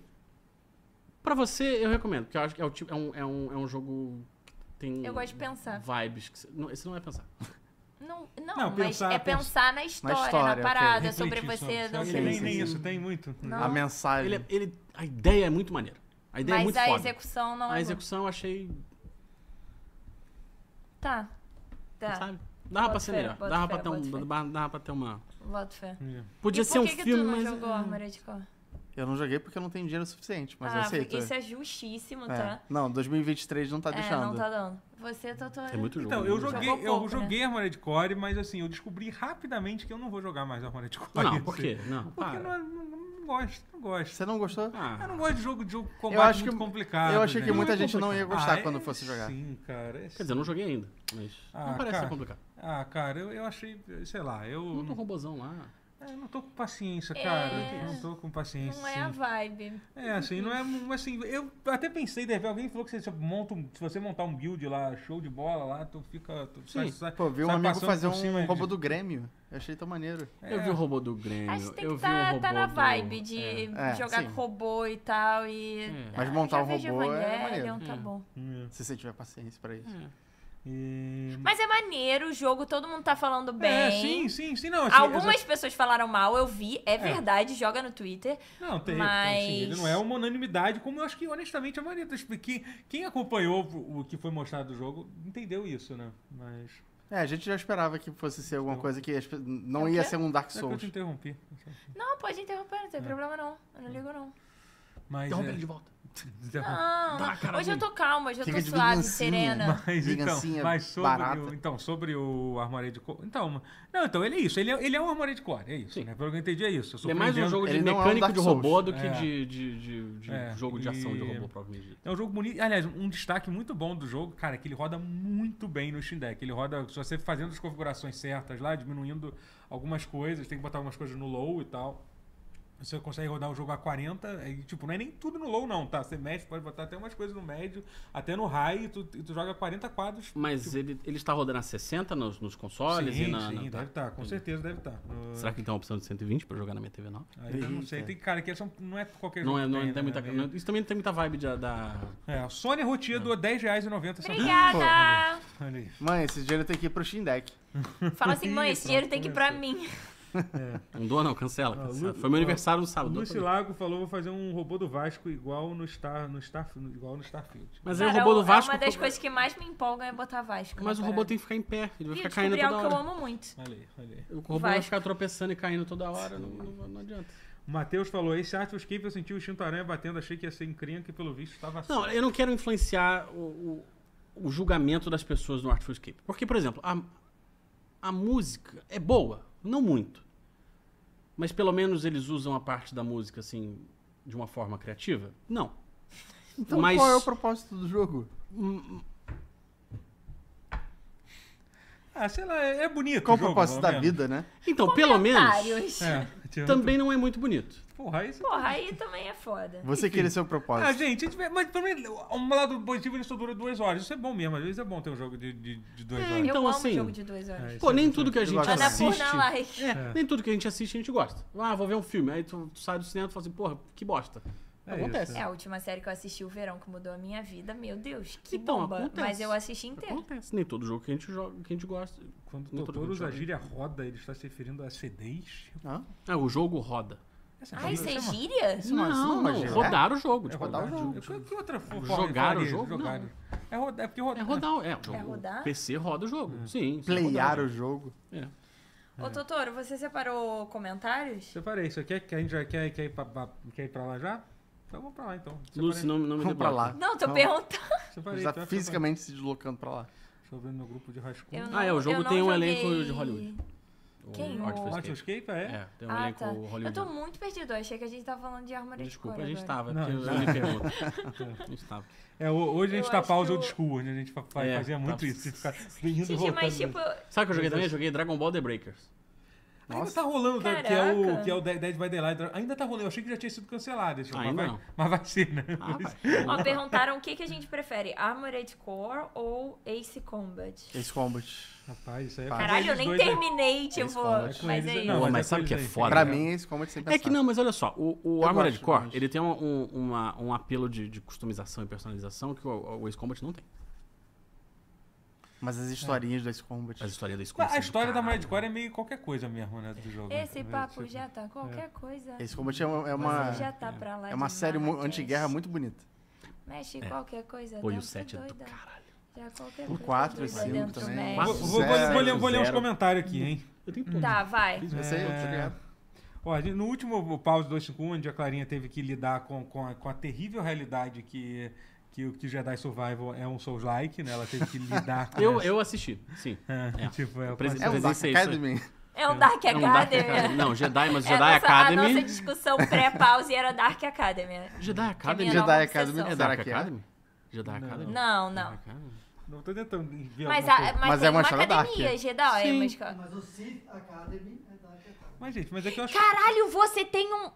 pra você eu recomendo, porque eu acho que é, o tipo, é, um, é, um, é um jogo que tem.
Eu gosto de pensar.
Vibes. Que você, não, esse não é pensar.
Não, não,
Não,
mas
pensar-
é pensar na história, na,
história, ok.
parada,
Refletir
sobre
sobre-
você não
Sim,
ser.
É Nem,
sim,
nem
sim.
isso, tem muito.
Não.
A mensagem.
Ele, é- ele, a ideia é muito maneira. A ideia é
Mas
muito
a
foda.
execução não
a
é.
execução eu achei,
muito- Tá. Tá.
sabe? Dava pra
Bota
ser
fé,
melhor.
bota
Dava
fé,
pra, ter um,
bota fé.
dava dava pra ter uma...
Boto fé.
Podia
e
ser
por
um
que que
filme,
tu não
mas...
jogou Armored Core?
Eu não joguei porque eu não tenho dinheiro suficiente, mas eu
ah,
aceito.
isso é justíssimo,
É.
tá?
Não, 2023 não tá
é,
deixando.
não tá dando. Você, doutora.
É muito jogo.
Então, eu
né?
joguei,
Jogou
eu
pouco, né?
joguei Armored Core, mas assim, eu descobri rapidamente que eu não vou jogar mais Armored Core.
Ah,
Assim,
Não, por quê? Não,
Porque
para.
eu não, é, não, não gosto, não gosto.
Você não gostou?
Ah,
Eu não gosto de jogo de jogo de combate
eu acho
muito
que
complicado.
Eu achei que
gente.
muito
muita
Não é
gente não ia
Ah,
gostar
é-
quando fosse jogar.
Sim, cara. é-
Quer dizer, eu não joguei ainda, mas...
Ah,
não parece
cara.
ser complicado.
Ah, cara, eu, eu achei, sei lá, eu
Muito um
não,
robozão lá.
é, eu não tô com paciência, cara.
É.
Não tô com paciência.
Não é a
sim.
vibe.
É, assim, não é um- assim. Eu até pensei, de repente, alguém falou que você monta um- se você montar um build lá, show de bola lá, tu fica. Tu
Sim.
sai-
Pô, vi um
sai
amigo
passando
fazer
por cima
um
de-
robô do Grêmio. Eu achei tão maneiro.
Eu
É.
vi o robô do Grêmio.
Acho que tem
eu
que
vi o
tá,
robô
tá na
do-
vibe de
É.
É,
jogar
sim.
com robô e tal. E...
Hum.
Mas
Ah,
montar
já
o
vejo
robô é
Evangelion,
maneiro.
Tá
É.
bom.
É.
Se você tiver paciência pra isso.
É.
E-
Mas é maneiro o jogo, todo mundo tá falando bem.
É, sim, sim, sim, não.
é
Assim,
Algumas
exa-
pessoas falaram mal, eu vi, é verdade, joga no Twitter.
Não, tem.
mas-
assim, ele não é uma unanimidade, como eu acho que, honestamente, a maioria das. Quem, quem acompanhou o, o que foi mostrado do jogo entendeu isso, né? Mas.
É, a gente já esperava que fosse ser alguma
Não.
coisa que as pe- não
É o
ia
quê?
ser um Dark
É que eu
Souls.
te interrompi.
Não, pode interromper,
É.
não tem problema não. Eu não ligo não.
Mas.
Interrompe
é-
ele
[LAUGHS]
de volta.
Não,
Dá, cara,
hoje eu
vem.
tô calma, hoje eu
Fica
tô
de
suave,
vingancinha.
serena.
Mas então,
Gigancinha
mas sobre
barata.
o, então, sobre o Armored Core. Então, não, então ele é isso, ele é, ele é um Armored Core, é isso,
Sim.
né? Pelo que eu entendi é isso.
Ele é mais um
Surpreendendo-
jogo de
Ele não é um
mecânico
Dark
de
Souls.
robô do que
É.
de, de, de, de
É,
jogo de ação de
e-
robô, provavelmente. dito.
É um jogo bonito. Aliás, um destaque muito bom do jogo, cara, é que ele roda muito bem no Steam Deck. Ele roda, se você fazendo as configurações certas lá, diminuindo algumas coisas, tem que botar algumas coisas no low e tal. Você consegue rodar o jogo a 40, e, tipo, não é nem tudo no low, não, tá? Você mexe, pode botar até umas coisas no médio, até no high, e tu, e tu joga 40 quadros.
Mas ele, ele está rodando a 60 nos, nos consoles
sim,
e na.
sim,
na- tá.
deve estar, com certeza deve tá. estar.
Será que tem uma opção de 120 pra jogar na minha TV nova?
Aí eu não sei.
Eita.
Tem cara que são, não é qualquer
Não,
jogo.
é,
que
não,
tem,
tem
né?
muita,
Meio-
não- isso também não tem muita vibe de- da.
É, a Sony Routier doa R$10,90. sabe?
Obrigada!
Olha aí.
Mãe, esse dinheiro tem que ir pro Steam Deck.
Fala assim, mãe, esse
Pronto,
dinheiro tem que ir pra
começou.
mim.
Não doa, um não, cancela.
Ah,
cancela.
Lu-
Foi meu
ah,
aniversário no sábado. doa
Luci
pra mim.
Lago falou: vou fazer um robô do Vasco igual no, Star, no, Star, igual no Starfield.
Mas aí
Cara,
o robô do Vasco.
É uma das
foi-
coisas que mais me empolga é botar Vasco.
Mas o
na
robô
parada.
tem que ficar em pé,
E
ele vai
eu
ficar caindo
descobri
toda
algo que eu
hora.
amo muito.
Olha aí, olha aí.
O robô vai
Vasco.
ficar tropeçando e caindo toda hora, não, não, não adianta.
O Matheus falou: esse Art Escape eu senti o instinto aranha batendo, achei que ia ser encrenca e pelo visto estava assim.
Não, é eu não quero influenciar o, o- o julgamento das pessoas no Artful Escape. Porque, por exemplo, a, a música é boa, não muito. Mas pelo menos eles usam a parte da música, assim, de uma forma criativa? Não.
[LAUGHS] Então
Mas-
qual é o propósito do jogo?
Hum,
Ah, sei lá, é é bonito. o
Qual o
jogo,
propósito
pelo
da
menos.
vida, né?
Então, pelo menos,
Comentários.
É, tinha
também não é muito bonito.
muito- Porra, isso.
Porra, aí também é foda.
Você querer seu
Ah,
propósito.
gente, a gente vê- mas também, um lado positivo, ele só dura duas horas. Isso é bom mesmo, às vezes é bom ter um jogo de, de, de duas
É,
horas.
eu
então,
amo
assim,
jogo de duas horas.
É, isso
Pô,
é
nem
bastante.
tudo que a gente
gosto de
assiste...
Anapurna Live.
É,
É.
nem tudo que a gente assiste a gente gosta. Ah, vou ver um filme. Aí tu sai do cinema e fala assim, porra, que bosta.
É
acontece.
isso,
né?
É a última série que eu assisti o verão que mudou a minha vida. Meu Deus, que
Então,
bomba.
acontece.
Mas eu assisti inteiro.
Acontece. Nem todo jogo que a gente joga, que a gente gosta.
Quando o
Nem todo
doutor
mundo
usa a
joga.
gíria roda, ele está se referindo a CDs?
Hã?
Ah, o jogo roda.
Essa gíria
Ai, sem
chama-
gíria?
Isso não é- isso não é uma gíria,
rodar o jogo.
É
tipo,
rodar o
rodar o
jogo. Que, que outra forma de
Jogar
falar
o
isso?
jogo?
Jogar.
Não.
É, roda, é porque roda,
É rodar, é. o jogo.
É rodar?
Hum.
PC roda o jogo. Sim. sim, é rodar
Playar
o
o
jogo.
jogo.
É.
Ô, Totoro, você separou comentários?
[LAUGHS] Separei. Você quer que a gente já quer, quer, ir, pra, pra- quer ir pra lá já? Então vamos pra lá então. Separei.
Lucy, não, não me
Vamos pra
debate.
lá.
Não, tô
Não.
perguntando.
Separei,
Ele tá
pior que
fisicamente se deslocando pra lá.
separei. Deixa eu ver no grupo de rascunho.
Eu
Eu...
não-
é, o jogo
eu não
tem um
joguei-
elenco de Hollywood. O
Quem?
Art
O-
for Escape.
Escape, é?
É, tem um
Ah,
elenco
tá. Eu
hollywoodiano.
tô muito perdido. Eu achei que a gente tava falando de Armored
Desculpa,
Core
a gente
agora. né?
tava,
Não, é
porque eu,
não.
eu me
[LAUGHS]
pergunto. A gente tava.
É, ho- hoje a
Eu
gente tá
acho
pausa
que
old
eu-
school, né? A gente fa- fa-
É,
fazia
tá.
muito isso, de
[LAUGHS]
ficar indo e
Gente,
voltando.
mas tipo,
Sabe o que eu joguei também? Eu joguei Dragon Ball The Breakers.
Ainda tá rolando, tá? que é o
Caraca.
que é o Dead Dead by Daylight. Ainda tá rolando. Eu achei que já tinha sido cancelado esse jogo,
Ainda
mas,
não.
vai, mas vai ser, né?
Ah,
Mas-
ó,
vai.
perguntaram o que, que a gente prefere, Armored Core ou Ace Combat?
Ace Combat.
Rapaz, isso aí é
Caralho,
fazer
Caralho, eu
os
nem
dois aí.
terminei, tipo,
Combat.
Com
mas
eles-
é isso.
não,
Pô,
mas
mas
é
sabe o
com
que é
eles aí.
foda?
Pra
cara?
mim, Ace Combat sempre
É que não, mas olha só, o, o
Eu
Armored
gosto,
Core,
mas-
ele tem um, um- uma, um apelo de, de customização e personalização que o, o Ace Combat não tem.
Mas as historinhas do Ace Combat.
As histórias da Ace Combat
A
são
história
do
da
caralho.
Mind Core é meio qualquer coisa mesmo, né? Do jogo.
Esse
Tipo,
papo
tipo,
já tá qualquer coisa.
Ace Combat é uma, é uma,
já tá pra lá
é uma
de
série mu-
Marrakech.
antiguerra muito bonita.
Mexe em
É.
qualquer coisa.
Pô, e o
dentro
7 é do
doida.
caralho.
Já qualquer
O
coisa
quatro e
doida
cinco
dentro
também.
mexe.
Vou,
Quatro,
vou- vou-
Zero,
vou ler, vou ler uns
zero.
comentários aqui, hein?
Eu tenho todos.
Tá, vai.
Eu sei, eu tô
É.
ligado.
Ó, a gente- no último pause 251, onde a Clarinha teve que lidar com, com, a, com a terrível realidade que, que, o- que o Jedi Survival é um Souls-like, né? Ela teve
[LAUGHS]
que lidar
Tá.
com
Eu,
essa-
eu assisti, sim.
[LAUGHS] É,
é.
Tipo, é,
O presi-
É um Dark
Presenciei isso aí.
Academy.
É um Dark
É um Dark
Academy.
Academy. [LAUGHS] Não, Jedi, mas
É a
Jedi
nossa- A
Academy.
nossa discussão pré-pause era Dark Academy.
Jedi Academy.
minha
Jedi-
nova
Jedi Academy.
obsessão.
É
Será
Dark
que é?
Academy? Jedi Academy?
Não,
Dark
não.
Academy.
não tô tentando enviar
Mas,
alguma
a,
coisa.
mas,
Mas é
tem
uma
uma
história dark.
academia, Jedi, é
Sim.
mas... ca-
Mas o Sith Academy é Dark Academy.
Mas, gente, mas é que eu acho...
Caralho, você tem um...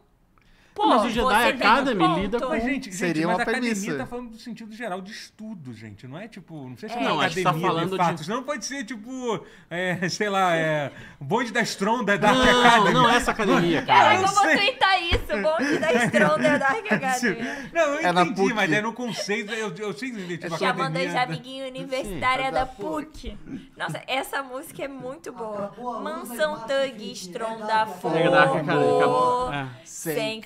Pô,
Mas o Jedi
você tem um
Academy
ponto.
lida com-
Mas, gente, gente,
Seria
mas
uma
a academia
premissa.
tá falando do sentido geral de estudo, gente. Não é tipo. Não precisa
É.
chamar
Não, a gente
academia
tá falando
de
de-
fatos. Não pode ser tipo. é, sei lá, é. Bonde da Stronda da Dark
[LAUGHS]
[LAUGHS]
Não,
Academy.
não é essa academia, cara.
Eu
Caraca, eu vou
sei.
tweetar isso. Bonde é da né? Stronda Dark Academy.
Não, eu
É na
entendi,
PUC.
mas é no conceito. Eu, eu sei que tipo,
Chamando
academia
as
da-
amiguinhas universitárias
é
da
da
PUC. Nossa, essa música é muito boa.
Acabou a luz,
Mansão
mas
Thug,
bate
Stronda
fim.
Fogo.
É Dark Academy, acabou. É.
Sem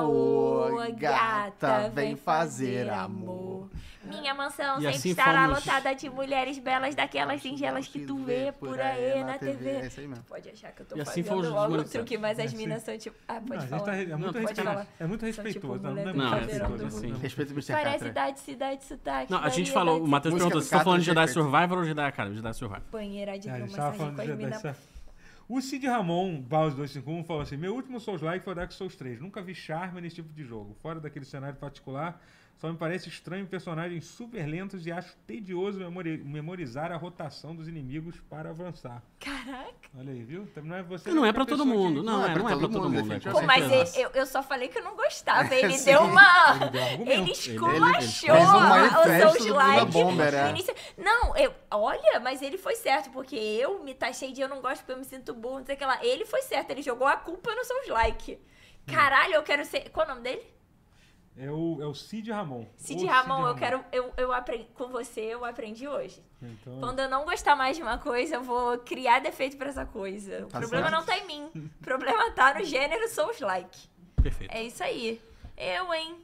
caô, gata, vem fazer amor. Minha mansão
E
sempre
assim
estará
fomos.
lotada de mulheres belas, daquelas singelas que tu vê por aí na
É
TV.
isso aí mesmo.
Pode achar que eu tô
E assim fomos
fazendo logo um
desmonetizados.
truque, mas as
assim
É,
minas são tipo... Ah,
Não, a
pode
gente tá,
falar.
é, muito
pode
respeitoso,
falar.
é muito
São, tipo,
respeitoso. não,
mulheres
não é
Não, é
muito
tudo
respeitoso.
assim.
não.
Respeito o Mr.
Parece
Catra.
idade, cidade, sotaque.
Não, a gente
variedade,
falou, o Matheus
Música
perguntou,
do
vocês estão falando
Carlos
de Jedi
Jefferson.
Survivor ou Jedi Academy? Jedi Survivor.
Banheira de
É, a gente tava
massagem com
falando
as
de-
minas.
dessa. O Cid Ramon, Baus 251, falou assim: Meu último Souls Like foi Dark Souls 3. Nunca vi charme nesse tipo de jogo. Fora daquele cenário particular, só me parece estranho personagens super lentos e acho tedioso memori- memorizar a rotação dos inimigos para avançar.
Caraca.
Olha aí, viu? Também Não é, você
Não
é
é pra
pessoa
todo
que-
mundo. Não,
Não,
é, não é pra todo mundo. é, com
Pô,
Pô,
mas
certeza.
ele- eu, eu só falei que eu não gostava. Ele
Sim.
deu uma.
Ele deu argumento.
[LAUGHS] Ele esculachou
ele fez um
a-
manifesto
os
do Buda
likes.
Bomber, é.
Não, eu, olha, mas ele foi certo, porque eu me taxei de eu não gosto porque eu me sinto burro, não sei o que lá. Ele foi certo, ele jogou a culpa no seus likes. Caralho, eu quero ser. Qual é o nome dele?
É o, é o Cid Ramon. O
Cid Ramon, eu quero. Eu, eu aprendi. Com você, eu aprendi hoje.
Hum.
Então,
Quando eu não gostar mais de uma coisa, eu vou criar defeito pra essa coisa. O
Tá
problema
certo.
não tá em mim. O problema tá no gênero Souls-like.
Perfeito.
É isso aí. Eu, hein?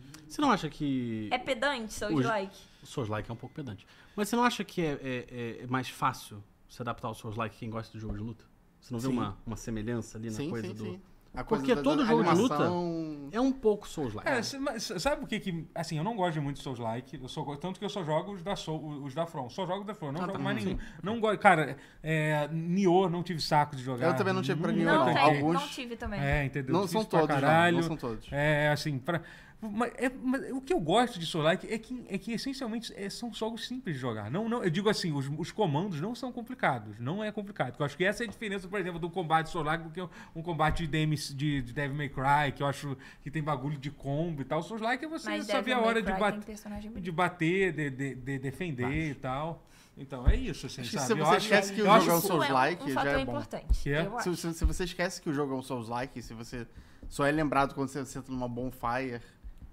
é.
Você não acha que.
É pedante Souls-like?
O Souls Like é um pouco pedante. Mas você não acha que é, é- é mais fácil se adaptar ao Souls Like quem gosta de jogo de luta? Você não vê
Sim.
uma, uma semelhança ali na
Sim,
coisa
sim,
do.
sim. A
Porque
coisa da-
todo
da
jogo de luta-
animação-
É um pouco Souls Like.
Cara, se- mas sabe o que que... Assim, eu não gosto de muito de Souls-like. Eu só go- tanto que eu só jogo os da, Soul, os da From. Só jogo da From, não
Ah,
jogo
tá.
mais
Sim.
nenhum. Não gosto... Cara, é, Nioh, não tive saco de jogar.
Eu também não tive pra
Nunca
Nioh,
Não,
não.
tem-
joguei.
Alguns-
não tive também.
É, entendeu?
Não
Difícil
são
pra
todos, não,
caralho.
não são todos.
É, assim, pra... Mas, é- mas o que eu gosto de Soul-like é que, é que essencialmente é- são jogos simples de jogar. Não, não, eu digo assim, os, os comandos não são complicados. Não é complicado. Eu acho que essa é a diferença, por exemplo, do combate Soul-like do que um, um combate de, DMs de, de Devil May Cry, que eu acho que tem bagulho de combo e tal. Soul-like é você
Mas
saber
Devil
a
May
hora
Cry
de
tem um
bater
personagem
de
bonito.
bater, de, de- de defender e tal. Então é isso, assim,
Acho que
sabe?
se
Eu
você
acho-
esquece que
eu
o
acho
jogo é o
Isso
Souls-like,
um, um
já
fator
é bom.
importante.
Que é?
eu
Se,
acho.
se- se você esquece que o jogo é um Souls-like, se você só é lembrado quando você senta numa bonfire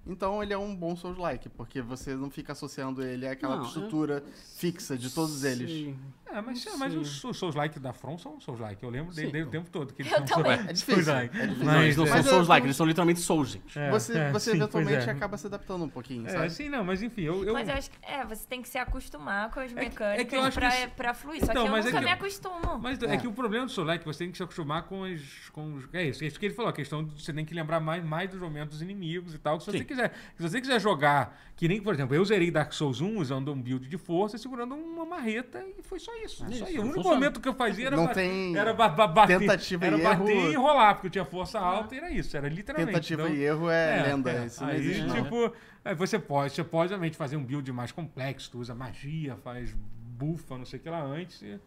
Então ele é um bom Souls-like, porque você não fica associando ele àquela
Não, eu-
estrutura fixa de todos eles.
Sim.
É, mas, é, mas
Sim.
os, os Souls-like da From são Souls-like. Eu lembro dele
Sim.
dele o tempo todo. Que eles
Eu
são
também.
Souls-like.
É difícil,
Souls-like.
é difícil.
Mas,
Eles não
é,
são
Mas eu-
Souls-like, eles são literalmente Souls, gente.
é,
Você,
é,
você
sim, pois
eventualmente
é.
acaba se adaptando um pouquinho,
É,
sabe?
sim, não, mas enfim, eu. eu...
Mas eu acho que. É, você tem que se acostumar com as
que- é que eu
mecânicas
acho que
pra,
isso-
pra fluir. Só
Então,
que eu
mas é
nunca
que-
me acostumo.
Mas é.
É.
que o problema do Soulike é que você tem que se acostumar com as. Com os- é isso, é isso que ele falou, a questão de você tem que lembrar mais, mais dos momentos inimigos e tal. que Se você
Sim.
quiser. Se você quiser jogar, que nem, por exemplo, eu zerei Dark Souls 1 usando um build de força, e segurando uma marreta e foi só isso.
Isso,
só isso. O
não
único
funciona.
momento que eu fazia era,
Não
ba-
tem
era ba- ba- bater,
tentativa e
era bater
erro. Ah.
e rolar, porque eu tinha força alta e era isso. Era literalmente.
Tentativa
então-
e erro é, lenda,
é.
isso não
Aí,
existe né? não.
tipo, é, você pode, você pode realmente fazer um build mais complexo, tu usa magia, faz bufa, não sei o que lá antes. E,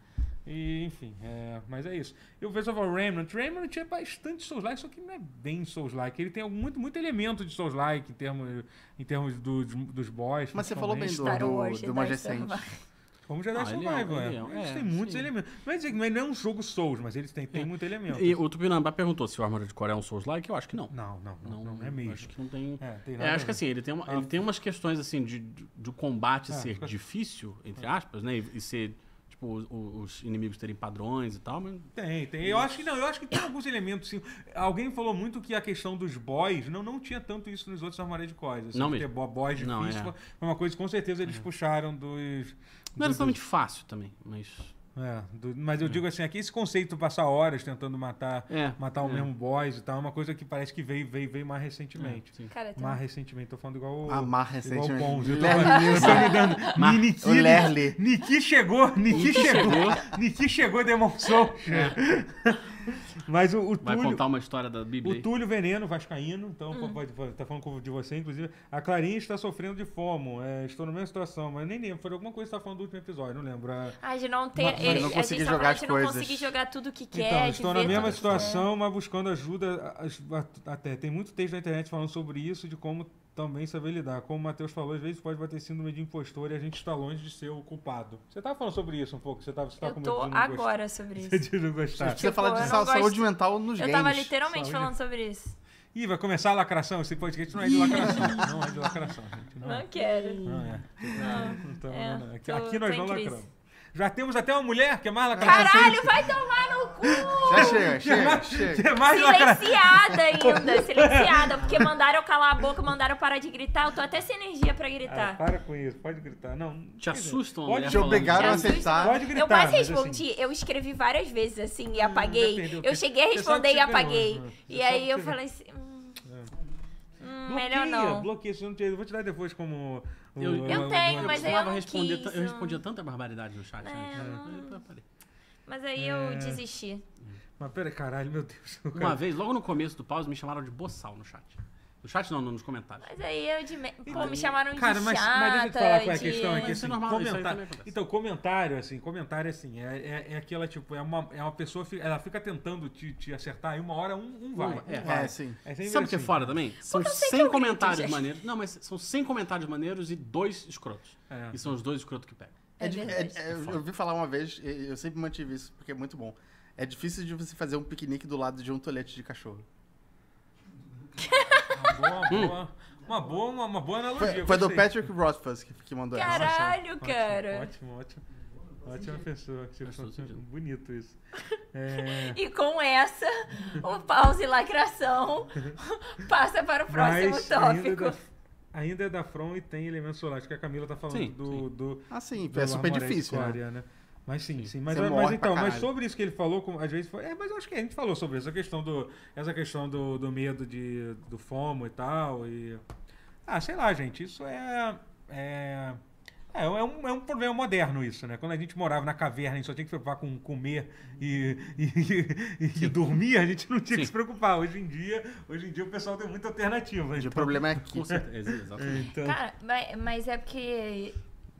e, enfim, é, mas é isso. Eu vejo o Remnant. Remnant é bastante Souls-like, só que não é bem Souls-like. Ele tem algum- muito, muito elemento de Souls-like em termos, em termos do- dos boys.
Mas você falou bem do,
Star
do,
Wars,
do mais
Jedi
recente.
Survivor.
Como Jedi
Ah, ele é um-
Survival, é.
ele é um-
Eles
é,
têm muitos
sim. É.
elementos. Não é dizer que não é, não é um jogo Souls, mas eles têm, têm muito elemento.
E o Tupinambá perguntou se o Armored Core é um Souls-like, eu acho que não.
Não, não, não, não, é
Acho
mesmo.
que não tem...
É, tem
É,
nada
acho
a ver. Ah.
que assim, ele tem, uma- ele tem umas questões assim de, de- do
É.
combate
[LAUGHS]
ser difícil, entre aspas, né? E, e ser, tipo, o- os inimigos terem padrões e tal, mas. é
Tem, tem. Eu acho que não, eu acho que tem alguns elementos sim. Alguém falou muito que a questão dos boys, não, não tinha tanto isso nos outros armários de coisas. Assim,
Não
de
mesmo.
ter bo- boys
Não,
difíceis
é.
foi foi uma coisa que com certeza eles puxaram dos.
Não era
dos-
exatamente fácil também, mas.
é, do- mas eu digo assim, aqui esse conceito de passar horas tentando matar,
É,
matar o
é.
mesmo boys e tal, é uma coisa que parece que veio, veio, veio mais recentemente.
sim.
Cara, tem
mais recentemente, tô falando igual o.
Ah, mais
igual o
recentemente.
Ponzi. Eu tô,
Lerle
[LAUGHS] eu [LAUGHS] tô me
[LAUGHS]
dando.
Mar-
Ni-
o
Niki,
Lerle.
Niki chegou, Niki chegou, Niki chegou, Demon Soul. Mas o, o
É. Vai
Túlio,
contar uma história da Bíblia.
O
aí?
Túlio Veneno, Vascaíno, então
Hum.
pode- pode- tá falando com- de você, inclusive. A Clarinha está sofrendo de fomo. é, estou na mesma situação, mas nem lembro. Foi alguma coisa que você estava falando do último episódio, não lembro. é.
A gente não tem.
Mas- mas
ele-
não
a
consegui
gente tá
jogar
falando, a
as
gente não
coisas.
consegue jogar tudo que quer.
Então,
que
estou na
vê
mesma
tudo né? que
situação, mas buscando ajuda as- a- até. Tem muito texto na internet falando sobre isso, de como também saber lidar. Como o Matheus falou, às vezes pode bater síndrome de impostor e a gente está longe de ser o culpado. Você estava falando sobre isso um pouco? Você estava você
quer.
tava
Eu
com
tô
medo de não
agora sobre
gostar.
isso.
é [LAUGHS] de não gostar.
Precisa
Tipo,
falar
eu
de
não
sa-
gosto-
saúde mental nos
Eu
games.
tava literalmente
Saúde.
falando sobre isso.
Ih, vai começar a lacração. Esse podcast não é de lacração. Não é de lacração, gente. Não é.
Não quero.
Não é. Então, não,
é,
não. Aqui,
tô-
aqui
tô
nós
em
não
crise.
lacramos. Já temos até uma mulher que é mais lacração.
Caralho, vai tomar no
[LAUGHS]
cu!
Já chega,
que é
chega,
mais,
chega.
que é mais lacração.
Silenciada
[LAUGHS]
ainda, silenciada, porque mandaram eu calar a boca, mandaram eu parar de gritar, eu tô até sem energia pra
Ah,
gritar.
para com isso, pode gritar. Não.
Te assustam,
Pode
né?
Te obrigaram a
Te assusta.
aceitar.
Pode gritar.
Ah. eu quase
mas assim,
respondi, eu escrevi várias vezes assim e
depende,
apaguei.
eu
Eu
fiz-
cheguei a
você
responder
sabe que
e
você
apaguei.
ganhou, né? Você
E
sabe
aí
que
eu
você
falei assim. hum, hum,
assim,
melhor
bloqueia,
não.
Bloqueia, se não tiver- eu vou te dar depois como. o-
Eu-
o-
eu
o-
tenho,
o-
mas aí-
costumava
eu não
responder
quis, ah. É.
ta-
eu-
eu respondia tanta barbaridade no chat. antes.
eu
Eu- eu parei.
Mas aí eu
É.
desisti.
Mas pera, caralho, meu Deus. o
Uma
cara-
vez, logo no começo do pause, me chamaram de boçal no chat. No chat não, no- nos comentários.
Mas aí eu de. me- Pô, me chamaram de
Cara,
chata.
mas, mas deixa eu te falar qual é a
de-
questão. É
Mas
que, assim,
isso é normal, isso aí
comentar-
também acontece.
Então, comentário, assim, comentário, assim, é, é, é aquela, tipo, é uma, é uma pessoa, fi- ela fica tentando te, te acertar e uma hora um, um vai.
é.
um vai.
É, sim.
É sempre
Sabe o que é
assim.
fora também? São
eu sei que
100
eu grito,
comentários
gente.
maneiros. Não, mas são 100 comentários maneiros e dois escrotos.
É.
E são os dois escrotos que pegam.
É
É
di- é-
verdade.
é- eu ouvi falar uma vez, e eu sempre mantive isso, porque é muito bom. É difícil de você fazer um piquenique do lado de um tolete de cachorro.
Uma
Hum.
boa, uma boa, uma, uma boa analogia.
Foi, foi do
gostei.
Patrick Rothfuss que, que mandou essa.
Caralho,
Ótimo,
cara.
Ótimo, ótimo. Ótima pessoa. que você
Faz todo
falou.
sentido.
Bonito isso. É,
E com essa, o pause e lacração [LAUGHS] passa para o [LAUGHS] próximo
mas ainda é
tópico.
da, ainda é da From e tem elementos solares, que a Camila tá falando
Sim,
do, do-
Ah, sim,
do
é super
Armored
difícil. né?
Core, né? Mas sim, sim. Mas,
Você
mas
morre pra
então, mas
caralho.
sobre isso que ele falou, com- às vezes. foi- É, mas eu acho que a gente falou sobre essa questão do, essa questão do, do medo de, do FOMO e tal. E, ah, sei lá, gente. Isso é. É, é, é um, é um problema moderno isso, né? Quando a gente morava na caverna, a gente só tinha que se preocupar com comer e, [LAUGHS] e, e- e dormir, a gente não tinha que
Sim.
se preocupar. Hoje em dia, hoje em dia o pessoal tem muita alternativa.
O
então-
[LAUGHS] problema é que
Com certeza, exatamente.
Então,
Cara, mas, mas é porque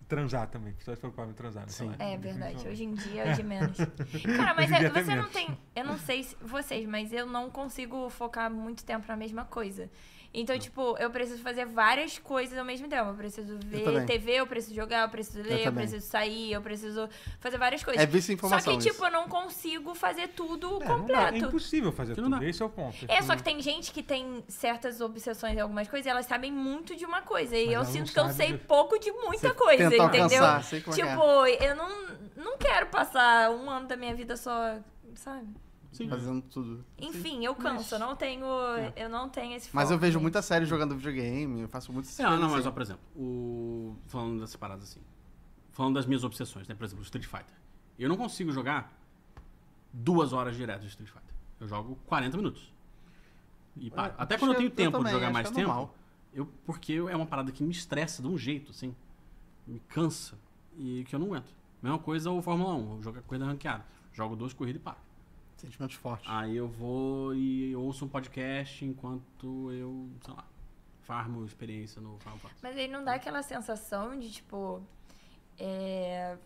transar também. Pessoas se preocupavam em transar. né? naquela
Sim.
época.
É verdade,
Então,
hoje em dia
[LAUGHS]
é de menos. Cara, mas
Hoje em
é-
dia até
você não
menos.
tem. Eu não sei se vocês, mas eu não consigo focar muito tempo na mesma coisa. Então, tipo, eu preciso fazer várias coisas ao mesmo tempo. Eu preciso ver
também.
TV, eu preciso jogar, eu preciso ler, eu,
também.
preciso sair, eu preciso fazer várias coisas.
É vício em informação.
Só que, tipo,
isso.
eu não consigo fazer tudo
É, não dá, É
completo.
impossível fazer
Que não
tudo.
dá.
Esse é o ponto.
É, só que tem gente que tem certas obsessões em algumas coisas e elas sabem muito de uma coisa. E
Mas
eu
ela não
sinto que eu
sabe
sei
de-
pouco de muita
Você
coisa,
tenta
entendeu?
alcançar, sei como é que é.
Tipo, eu não, não quero passar um ano da minha vida só, sabe?
É.
Sim.
Fazendo tudo.
Enfim, eu canso, eu não tenho. Eu não tenho esse
É. Mas
foco,
eu vejo
gente.
muita série jogando videogame, eu faço muitas
Não, não, mas
coisas
ó, por exemplo, o... falando dessas paradas assim. Falando das minhas obsessões, né? Por exemplo, Street Fighter. Eu não consigo jogar duas horas direto de Street Fighter. Eu jogo 40 minutos. E paro. Até
É, acho
quando eu
que
tenho
eu- eu
tempo
também,
de jogar
acho
mais
que é
tempo,
normal.
eu, porque é uma parada que me estressa de um jeito, assim. Me cansa. E que eu não aguento. Mesma coisa o Fórmula 1. Eu jogo a corrida ranqueada. Jogo duas corridas e paro.
assim. Sentimentos fortes.
Aí eu vou e ouço um podcast enquanto eu, sei lá, farmo experiência no Final Fantasy.
Mas aí não dá aquela sensação de, tipo. É.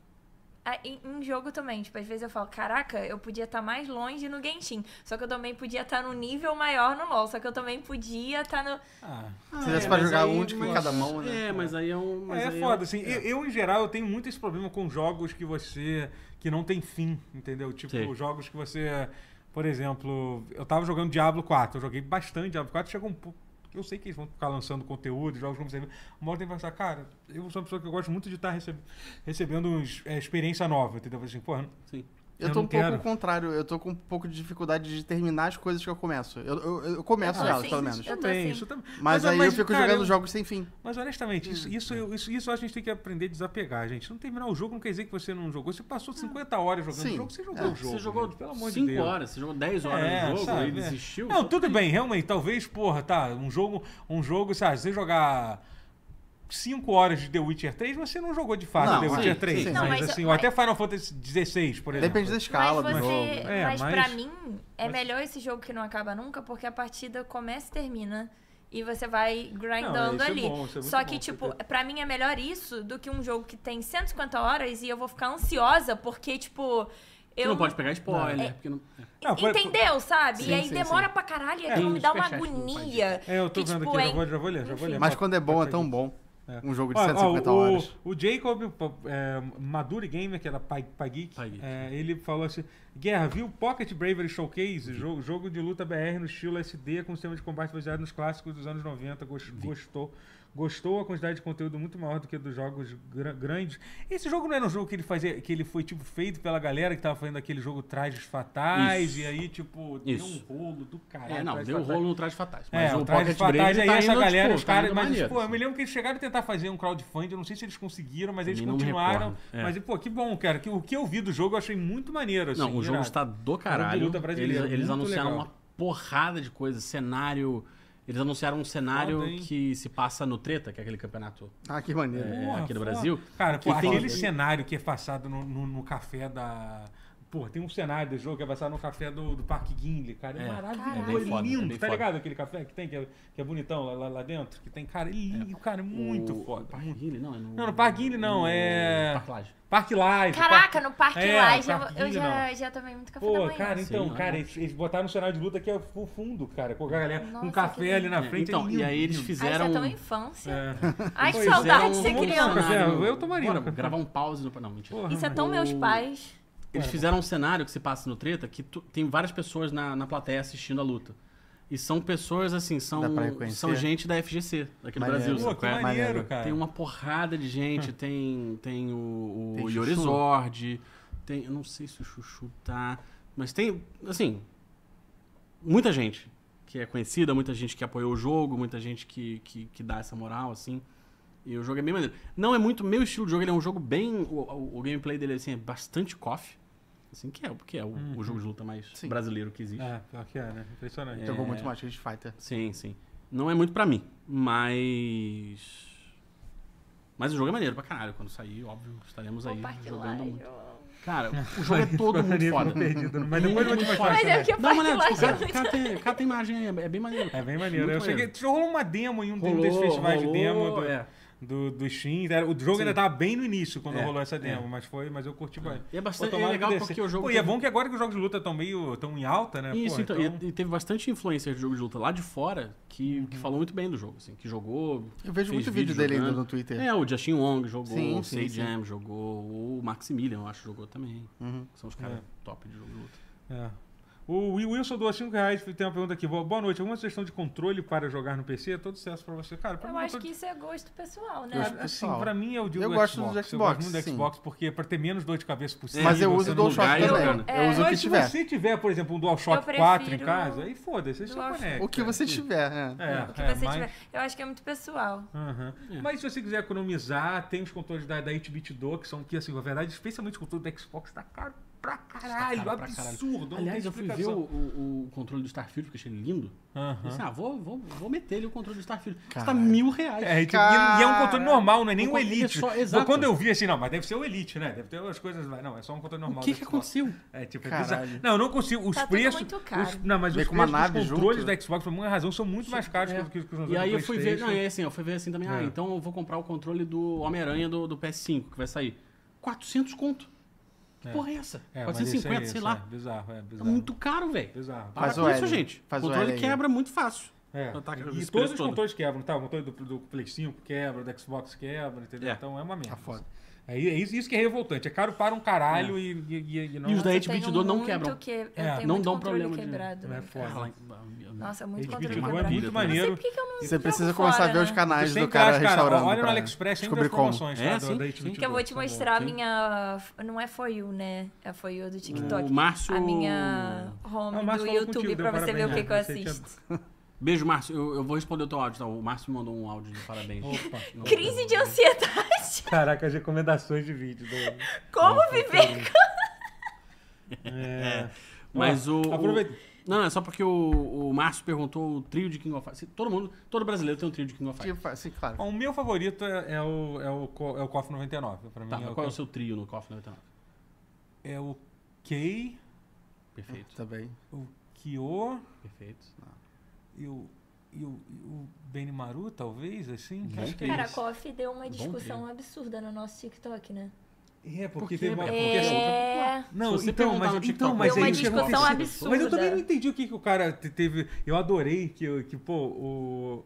ah, Em, em jogo também, tipo, às vezes eu falo, caraca, eu podia estar mais longe no Genshin. Só que eu também podia estar num nível maior no LoL. Só que eu também podia estar no.
Ah,
Se desse pra
é, mas
jogar
aí-
um de
mas-
cada mão, né?
É, mas aí é um. Mas
é
aí
foda, assim. Eu, eu, em geral, eu tenho muito esse problema com jogos que você. que não tem fim, entendeu? Tipo,
Sim.
jogos que você. Por exemplo, eu tava jogando Diablo 4, eu joguei bastante Diablo 4, chegou um pouco. Eu sei que eles vão ficar lançando conteúdo, jogos como você. Uma hora tem que pensar, cara, eu sou uma pessoa que eu gosto muito de estar receb- recebendo uns- é, experiência nova, entendeu? Assim, porra,
Sim.
Eu,
eu
tô
não
um pouco
quero.
ao contrário, eu tô com um pouco de dificuldade de terminar as coisas que eu começo. Eu, eu, eu começo
Ah,
elas,
sim,
pelo
sim,
menos.
Eu tô
também,
assim.
isso também.
Mas, aí eu fico
cara,
jogando
eu-
jogos sem fim.
Mas honestamente, isso,
Hum, é.
isso, eu- isso, isso a gente tem que aprender a desapegar, gente. Não terminar o jogo não quer dizer que você não jogou. Você passou 50 horas jogando
Ah. Sim.
o jogo, você jogou
É,
o jogo.
você jogou
gente, pelo amor de
5
Deus.
né? horas, você jogou 10 horas
É,
no jogo
sabe,
e
é.
desistiu.
Não, tudo bem, realmente. Talvez, porra, tá. Um jogo, um jogo sabe, você jogar 5 horas de The Witcher 3, você não jogou de fato
Não,
The
sim,
Witcher
sim,
3.
sim.
mas,
Não, mas-
assim, ou
mas-
até Final Fantasy XVI, por exemplo.
Depende da escala
mas
do jogo.
você,
É,
mas,
mas-
pra mim é
mas-
melhor esse jogo que não acaba nunca, porque a partida começa e termina. E você vai
Não,
grindando
isso é
ali.
bom, isso é muito
Só que,
bom,
tipo,
porque-
pra mim é melhor isso do que um jogo que tem 150 horas e eu vou ficar ansiosa, porque, tipo,
Você
eu.
não pode pegar spoiler.
É.
Porque não... é.
Não, foi-
Entendeu, sabe?
Sim,
e aí
sim,
demora
sim.
pra caralho, e
É,
aquilo
tem
me dá uma
superchat do Pai de
agonia.
É, eu tô
que,
vendo
tipo,
aqui,
é
já vou, já vou ler, já vou ler.
Mas
Pode-
quando é bom,
pode
é tão
seguir.
bom.
É.
Um jogo de
Ó, ó,
150
o,
horas.
O Jacob é, Maduri Gamer, que era Pai, Pai Geek,
Pai Geek.
é, ele falou assim: Guerra, viu Pocket Bravery Showcase? Jogo, jogo de luta BR no estilo SD com sistema de combate baseado nos clássicos dos anos 90. Gos- gostou. Gostou a quantidade de conteúdo muito maior do que dos jogos gra- grandes. Esse jogo não era um jogo que ele fazia, que ele foi tipo feito pela galera que tava fazendo aquele jogo Trajes Fatais,
Isso.
e aí, tipo, deu
Isso.
um rolo do caralho.
É, não,
Trajes
deu
Fatais.
rolo no Traje Fatais. Mas
É,
o
o Trajes
Pocket Brave
Fatais aí,
tá
essa
indo,
galera,
tipo,
os
tá
caras,
indo
mas,
maneiro,
pô, é eu
assim.
me lembro que eles chegaram a tentar fazer um crowdfunding, eu não sei se eles conseguiram, mas eles
Também não me
continuaram.
recordo, é.
Mas, pô, que bom, cara, que o que eu vi do jogo eu achei muito maneiro, assim.
Não, o jogo
irado.
está do
de
caralho.
luta
Eles,
brasileiro,
eles
muito
anunciaram
legal.
uma porrada de coisas, cenário. Eles anunciaram um cenário
Foda, hein?
que se passa no Treta, que é aquele campeonato
Ah, que maneiro.
é,
Porra,
aqui no
foda.
Brasil.
Cara, pô,
que tem- um
aquele cenário que é passado no, no- no café da... Pô, tem um cenário do jogo que é passado no café do, do Parque Guinle, cara. É,
É,
é
maravilhoso,
bem
é
foda, é
lindo.
bem
tá
foda.
ligado aquele café que tem, que é, que é bonitão lá, lá- lá dentro? Que tem, cara, é lindo, cara, é muito
o-
foda.
Parque Guile, não, é no...
Não, no Parque Guile não,
no
é-
Parque Lage.
Parque Live.
Caraca, no Parque
É,
Lage eu-
Parque
eu,
Lage,
já, já tomei muito café da
Pô,
manhã.
cara, então,
Sim,
cara,
é.
eles, eles botaram um cenário de luta que é o fundo, cara. Com a galera,
Nossa,
um
que
café
lindo.
ali na
É,
frente.
então,
é lindo.
e aí eles
Ai,
fizeram...
você é tão infância.
É.
Ai, que
Pois é,
saudade de
um-
ser
vamos
criança.
tomar um café.
cenário-
Eu tomaria um
Bora,
café.
gravar um pause no... Não, mentira.
Porra,
Isso é
mas-
tão meus
O-
pais.
Eles fizeram um cenário que se passa no treta que tu- tem várias pessoas na, na plateia assistindo a luta. E são pessoas, assim, são,
Dá pra reconhecer?
são gente da FGC, daqui do
Maneiro.
Brasil.
Pô,
sabe
que
qual é?
maneiro,
Maneiro.
cara.
Tem uma porrada de gente, tem, tem o,
Hum. Tem
o
Chuchu?
Iorizord, tem. Eu não sei se o Chuchu tá. Mas tem, assim. Muita gente que é conhecida, muita gente que apoiou o jogo, muita gente que, que, que dá essa moral, assim. E o jogo é bem maneiro. Não é muito meu estilo de jogo, ele é um jogo bem. O, o- o gameplay dele assim, é bastante coffee. Assim que é, porque é o, o jogo de luta mais
Uhum. Sim.
brasileiro que existe.
É, pior que é, né? Impressionante.
Então,
Jogou muito mais Street Fighter.
Sim, sim. Não é muito pra mim, mas. Mas o jogo é maneiro pra caralho. Quando sair, óbvio, estaremos aí
O Parque
jogando
Lage.
muito.
eu amo.
[LAUGHS]
Cara, o jogo é todo muito
Ficou
foda.
perdido, né? mas depois eu vou te
Muito
mostrar.
foda.
Mas é que o
Não,
Parque
mas não, tipo,
Lage é
cara,
muito...
cara, tem, cara tem imagem aí, é bem maneiro.
É bem maneiro.
Muito
eu cheguei.
maneiro.
Rolou uma demo em um
Rolou,
desses festivais de demo.
rolou,
do-
é.
do, do Steam. Era- O jogo
Sim.
ainda tava bem no início quando
É,
rolou essa demo, mas foi, mas eu curti bem.
E é bastante-
tomara
é legal
que dê
porque
certo.
o jogo
Pô, e é
teve-
bom que agora que os jogos de luta estão meio tão em alta, né?
Isso,
pô,
então, E, e teve bastante influencer de jogo de luta lá de fora que, que
Uhum.
falou muito bem do jogo, assim, que jogou.
Eu vejo
fez
muito vídeo dele ainda
jogando.
no Twitter.
É, o Justin Wong jogou,
Sim,
o
sim,
Sei
sim.
Jam jogou, o Maximilian, eu acho, jogou também.
Uhum.
São os caras top de jogo de luta.
É. O Will Wilson doou 5 reais. Tem uma pergunta aqui. Boa boa noite. Alguma sugestão de controle para jogar no PC? Todo sucesso pra você. Cara, pra
[LAUGHS] Eu
mim,
acho
todo-
que isso é gosto pessoal, né?
Eu acho-
Assim,
pessoal.
pra mim é o de
Eu
do
gosto do
Xbox. Eu
Xbox,
gosto muito do
sim.
Xbox, porque pra ter menos dor de cabeça possível.
Mas eu
você
uso o
não-
DualShock
lugar e
também.
jogando.
Eu,
É,
uso o que
Mas se
tiver.
você tiver, por exemplo, um DualShock
Eu
4 em
prefiro
casa, aí foda-se, aí você
DualShock.
conecta.
O que você tiver, né?
É,
O que
é,
você
mas-
tiver. Eu acho que é muito pessoal.
Aham.
É.
Mas se você quiser economizar, tem os controles da, da 8-bit Do, que são que, assim, na verdade, especialmente o controle do Xbox tá caro pra caralho,
Tá caro pra
absurdo. não
Aliás,
Então, tem
eu fui ver o,
explicação.
o- o controle do Starfield, porque achei ele lindo.
Aham.
Pensei, ah, vou, vou, vou meter ali o controle do Starfield. Custa
Caralho.
mil reais.
É, e, tipo,
Cara-
e é um controle normal, não é nem
O
um
controle
Elite.
é só-
Pô,
exato.
Quando eu vi assim, não, mas deve ser o Elite, né? Deve ter as coisas. mas Não, é só um controle
o
normal.
que,
do
que
Xbox.
aconteceu?
É, tipo, é
Caralho.
bizarro. Não, eu não consigo. Os
Tá tudo
preços.
muito caro.
os- não, mas
Vem
os
com uma
preços
nave
dos
junto.
controles da Xbox, por alguma razão, são muito mais caros
É.
que, que, que os controles
E aí
do
eu fui ver, não,
PlayStation.
é assim, eu fui ver assim também, ah,
É.
então eu vou comprar o controle do Homem-Aranha do, do PS5, que vai sair. 400 conto. Que
É.
porra é essa?
É, mas isso
450,
é
sei
isso,
lá.
É bizarro, é
É
bizarro.
muito caro, velho.
bizarro.
Para
Faz
com
o
isso,
L,
gente. O
faz o L
controle
aí.
quebra muito fácil.
É.
Então tá,
E
esse
todos
preço
os
todo.
controles quebram, tá? O controle do, do Play 5 quebra, do Xbox quebra, entendeu?
É.
Então é uma merda.
Tá foda.
É, é isso, isso que é revoltante. É caro para um
É.
caralho e, e, e- e não.
E os
Nossa,
da
eu
8-bit
tenho
do não
muito
quebram.
um Que... eu
É,
tenho
não
muito
dá um
controle
problema de-
quebrado. né,
É foda.
Caralho,
Nossa, muito
8-bit
controle
do é
quebrado.
muito maneiro.
Eu não sei por que que eu não
Você
jogo
precisa
fora,
começar a ver
né?
os canais
Você
do
sempre
cara
acha,
restaurando.
olha no
pra
AliExpress, sempre
descobrir
as promoções
como.
tá,
É,
do-
sim,
da
sim.
Itch Bit
Que eu vou te
Box, tá bom.
mostrar a
sim.
minha. Não é For You, né? É For You do TikTok.
O Márcio-
A minha home
Ah, o Márcio
do
falou
YouTube
contigo,
pra
deu
você ver o que,
parabéns,
que eu
né? Você
assisto.
Beijo, Márcio. Eu, eu vou responder o teu áudio, tá? O Márcio me mandou um áudio de parabéns.
Opa.
[LAUGHS]
Não,
Crise
né?
não.
de
[LAUGHS]
ansiedade.
Caraca, as recomendações de vídeo. Do...
Como viver com.
É.
Mas
Ó,
o. o-
aproveita-
Não, é só porque o, o Márcio perguntou o trio de King of Fighters. Todo mundo, todo brasileiro tem um trio de King of Fighters.
Tipo, assim, claro.
Ó, O meu favorito é, é o, é, o, Co- é o KOF 99.
Tipo.
Pra mim
Tá,
é,
mas
o,
qual é o seu trio no tá. KOF 99?
é o Kei,
Perfeito,
Também.
o Kyo
perfeito.
e o, e o, e o Benimaru, talvez, assim.
Bom
Acho que é
trio.
Cara, a
isso.
Coffee deu uma discussão
trio.
absurda no nosso TikTok, né?
É, porque
Por quê?
teve uma...
É
porque, assim,
É.
Não,
Se você
então,
perguntar
mas,
no TikTok,
então,
qual
mas
é o
aí
Uma
o que
discussão
aconteceu?
absurda.
Mas eu também não entendi o que, que o cara te- teve. Eu adorei que, que pô, o.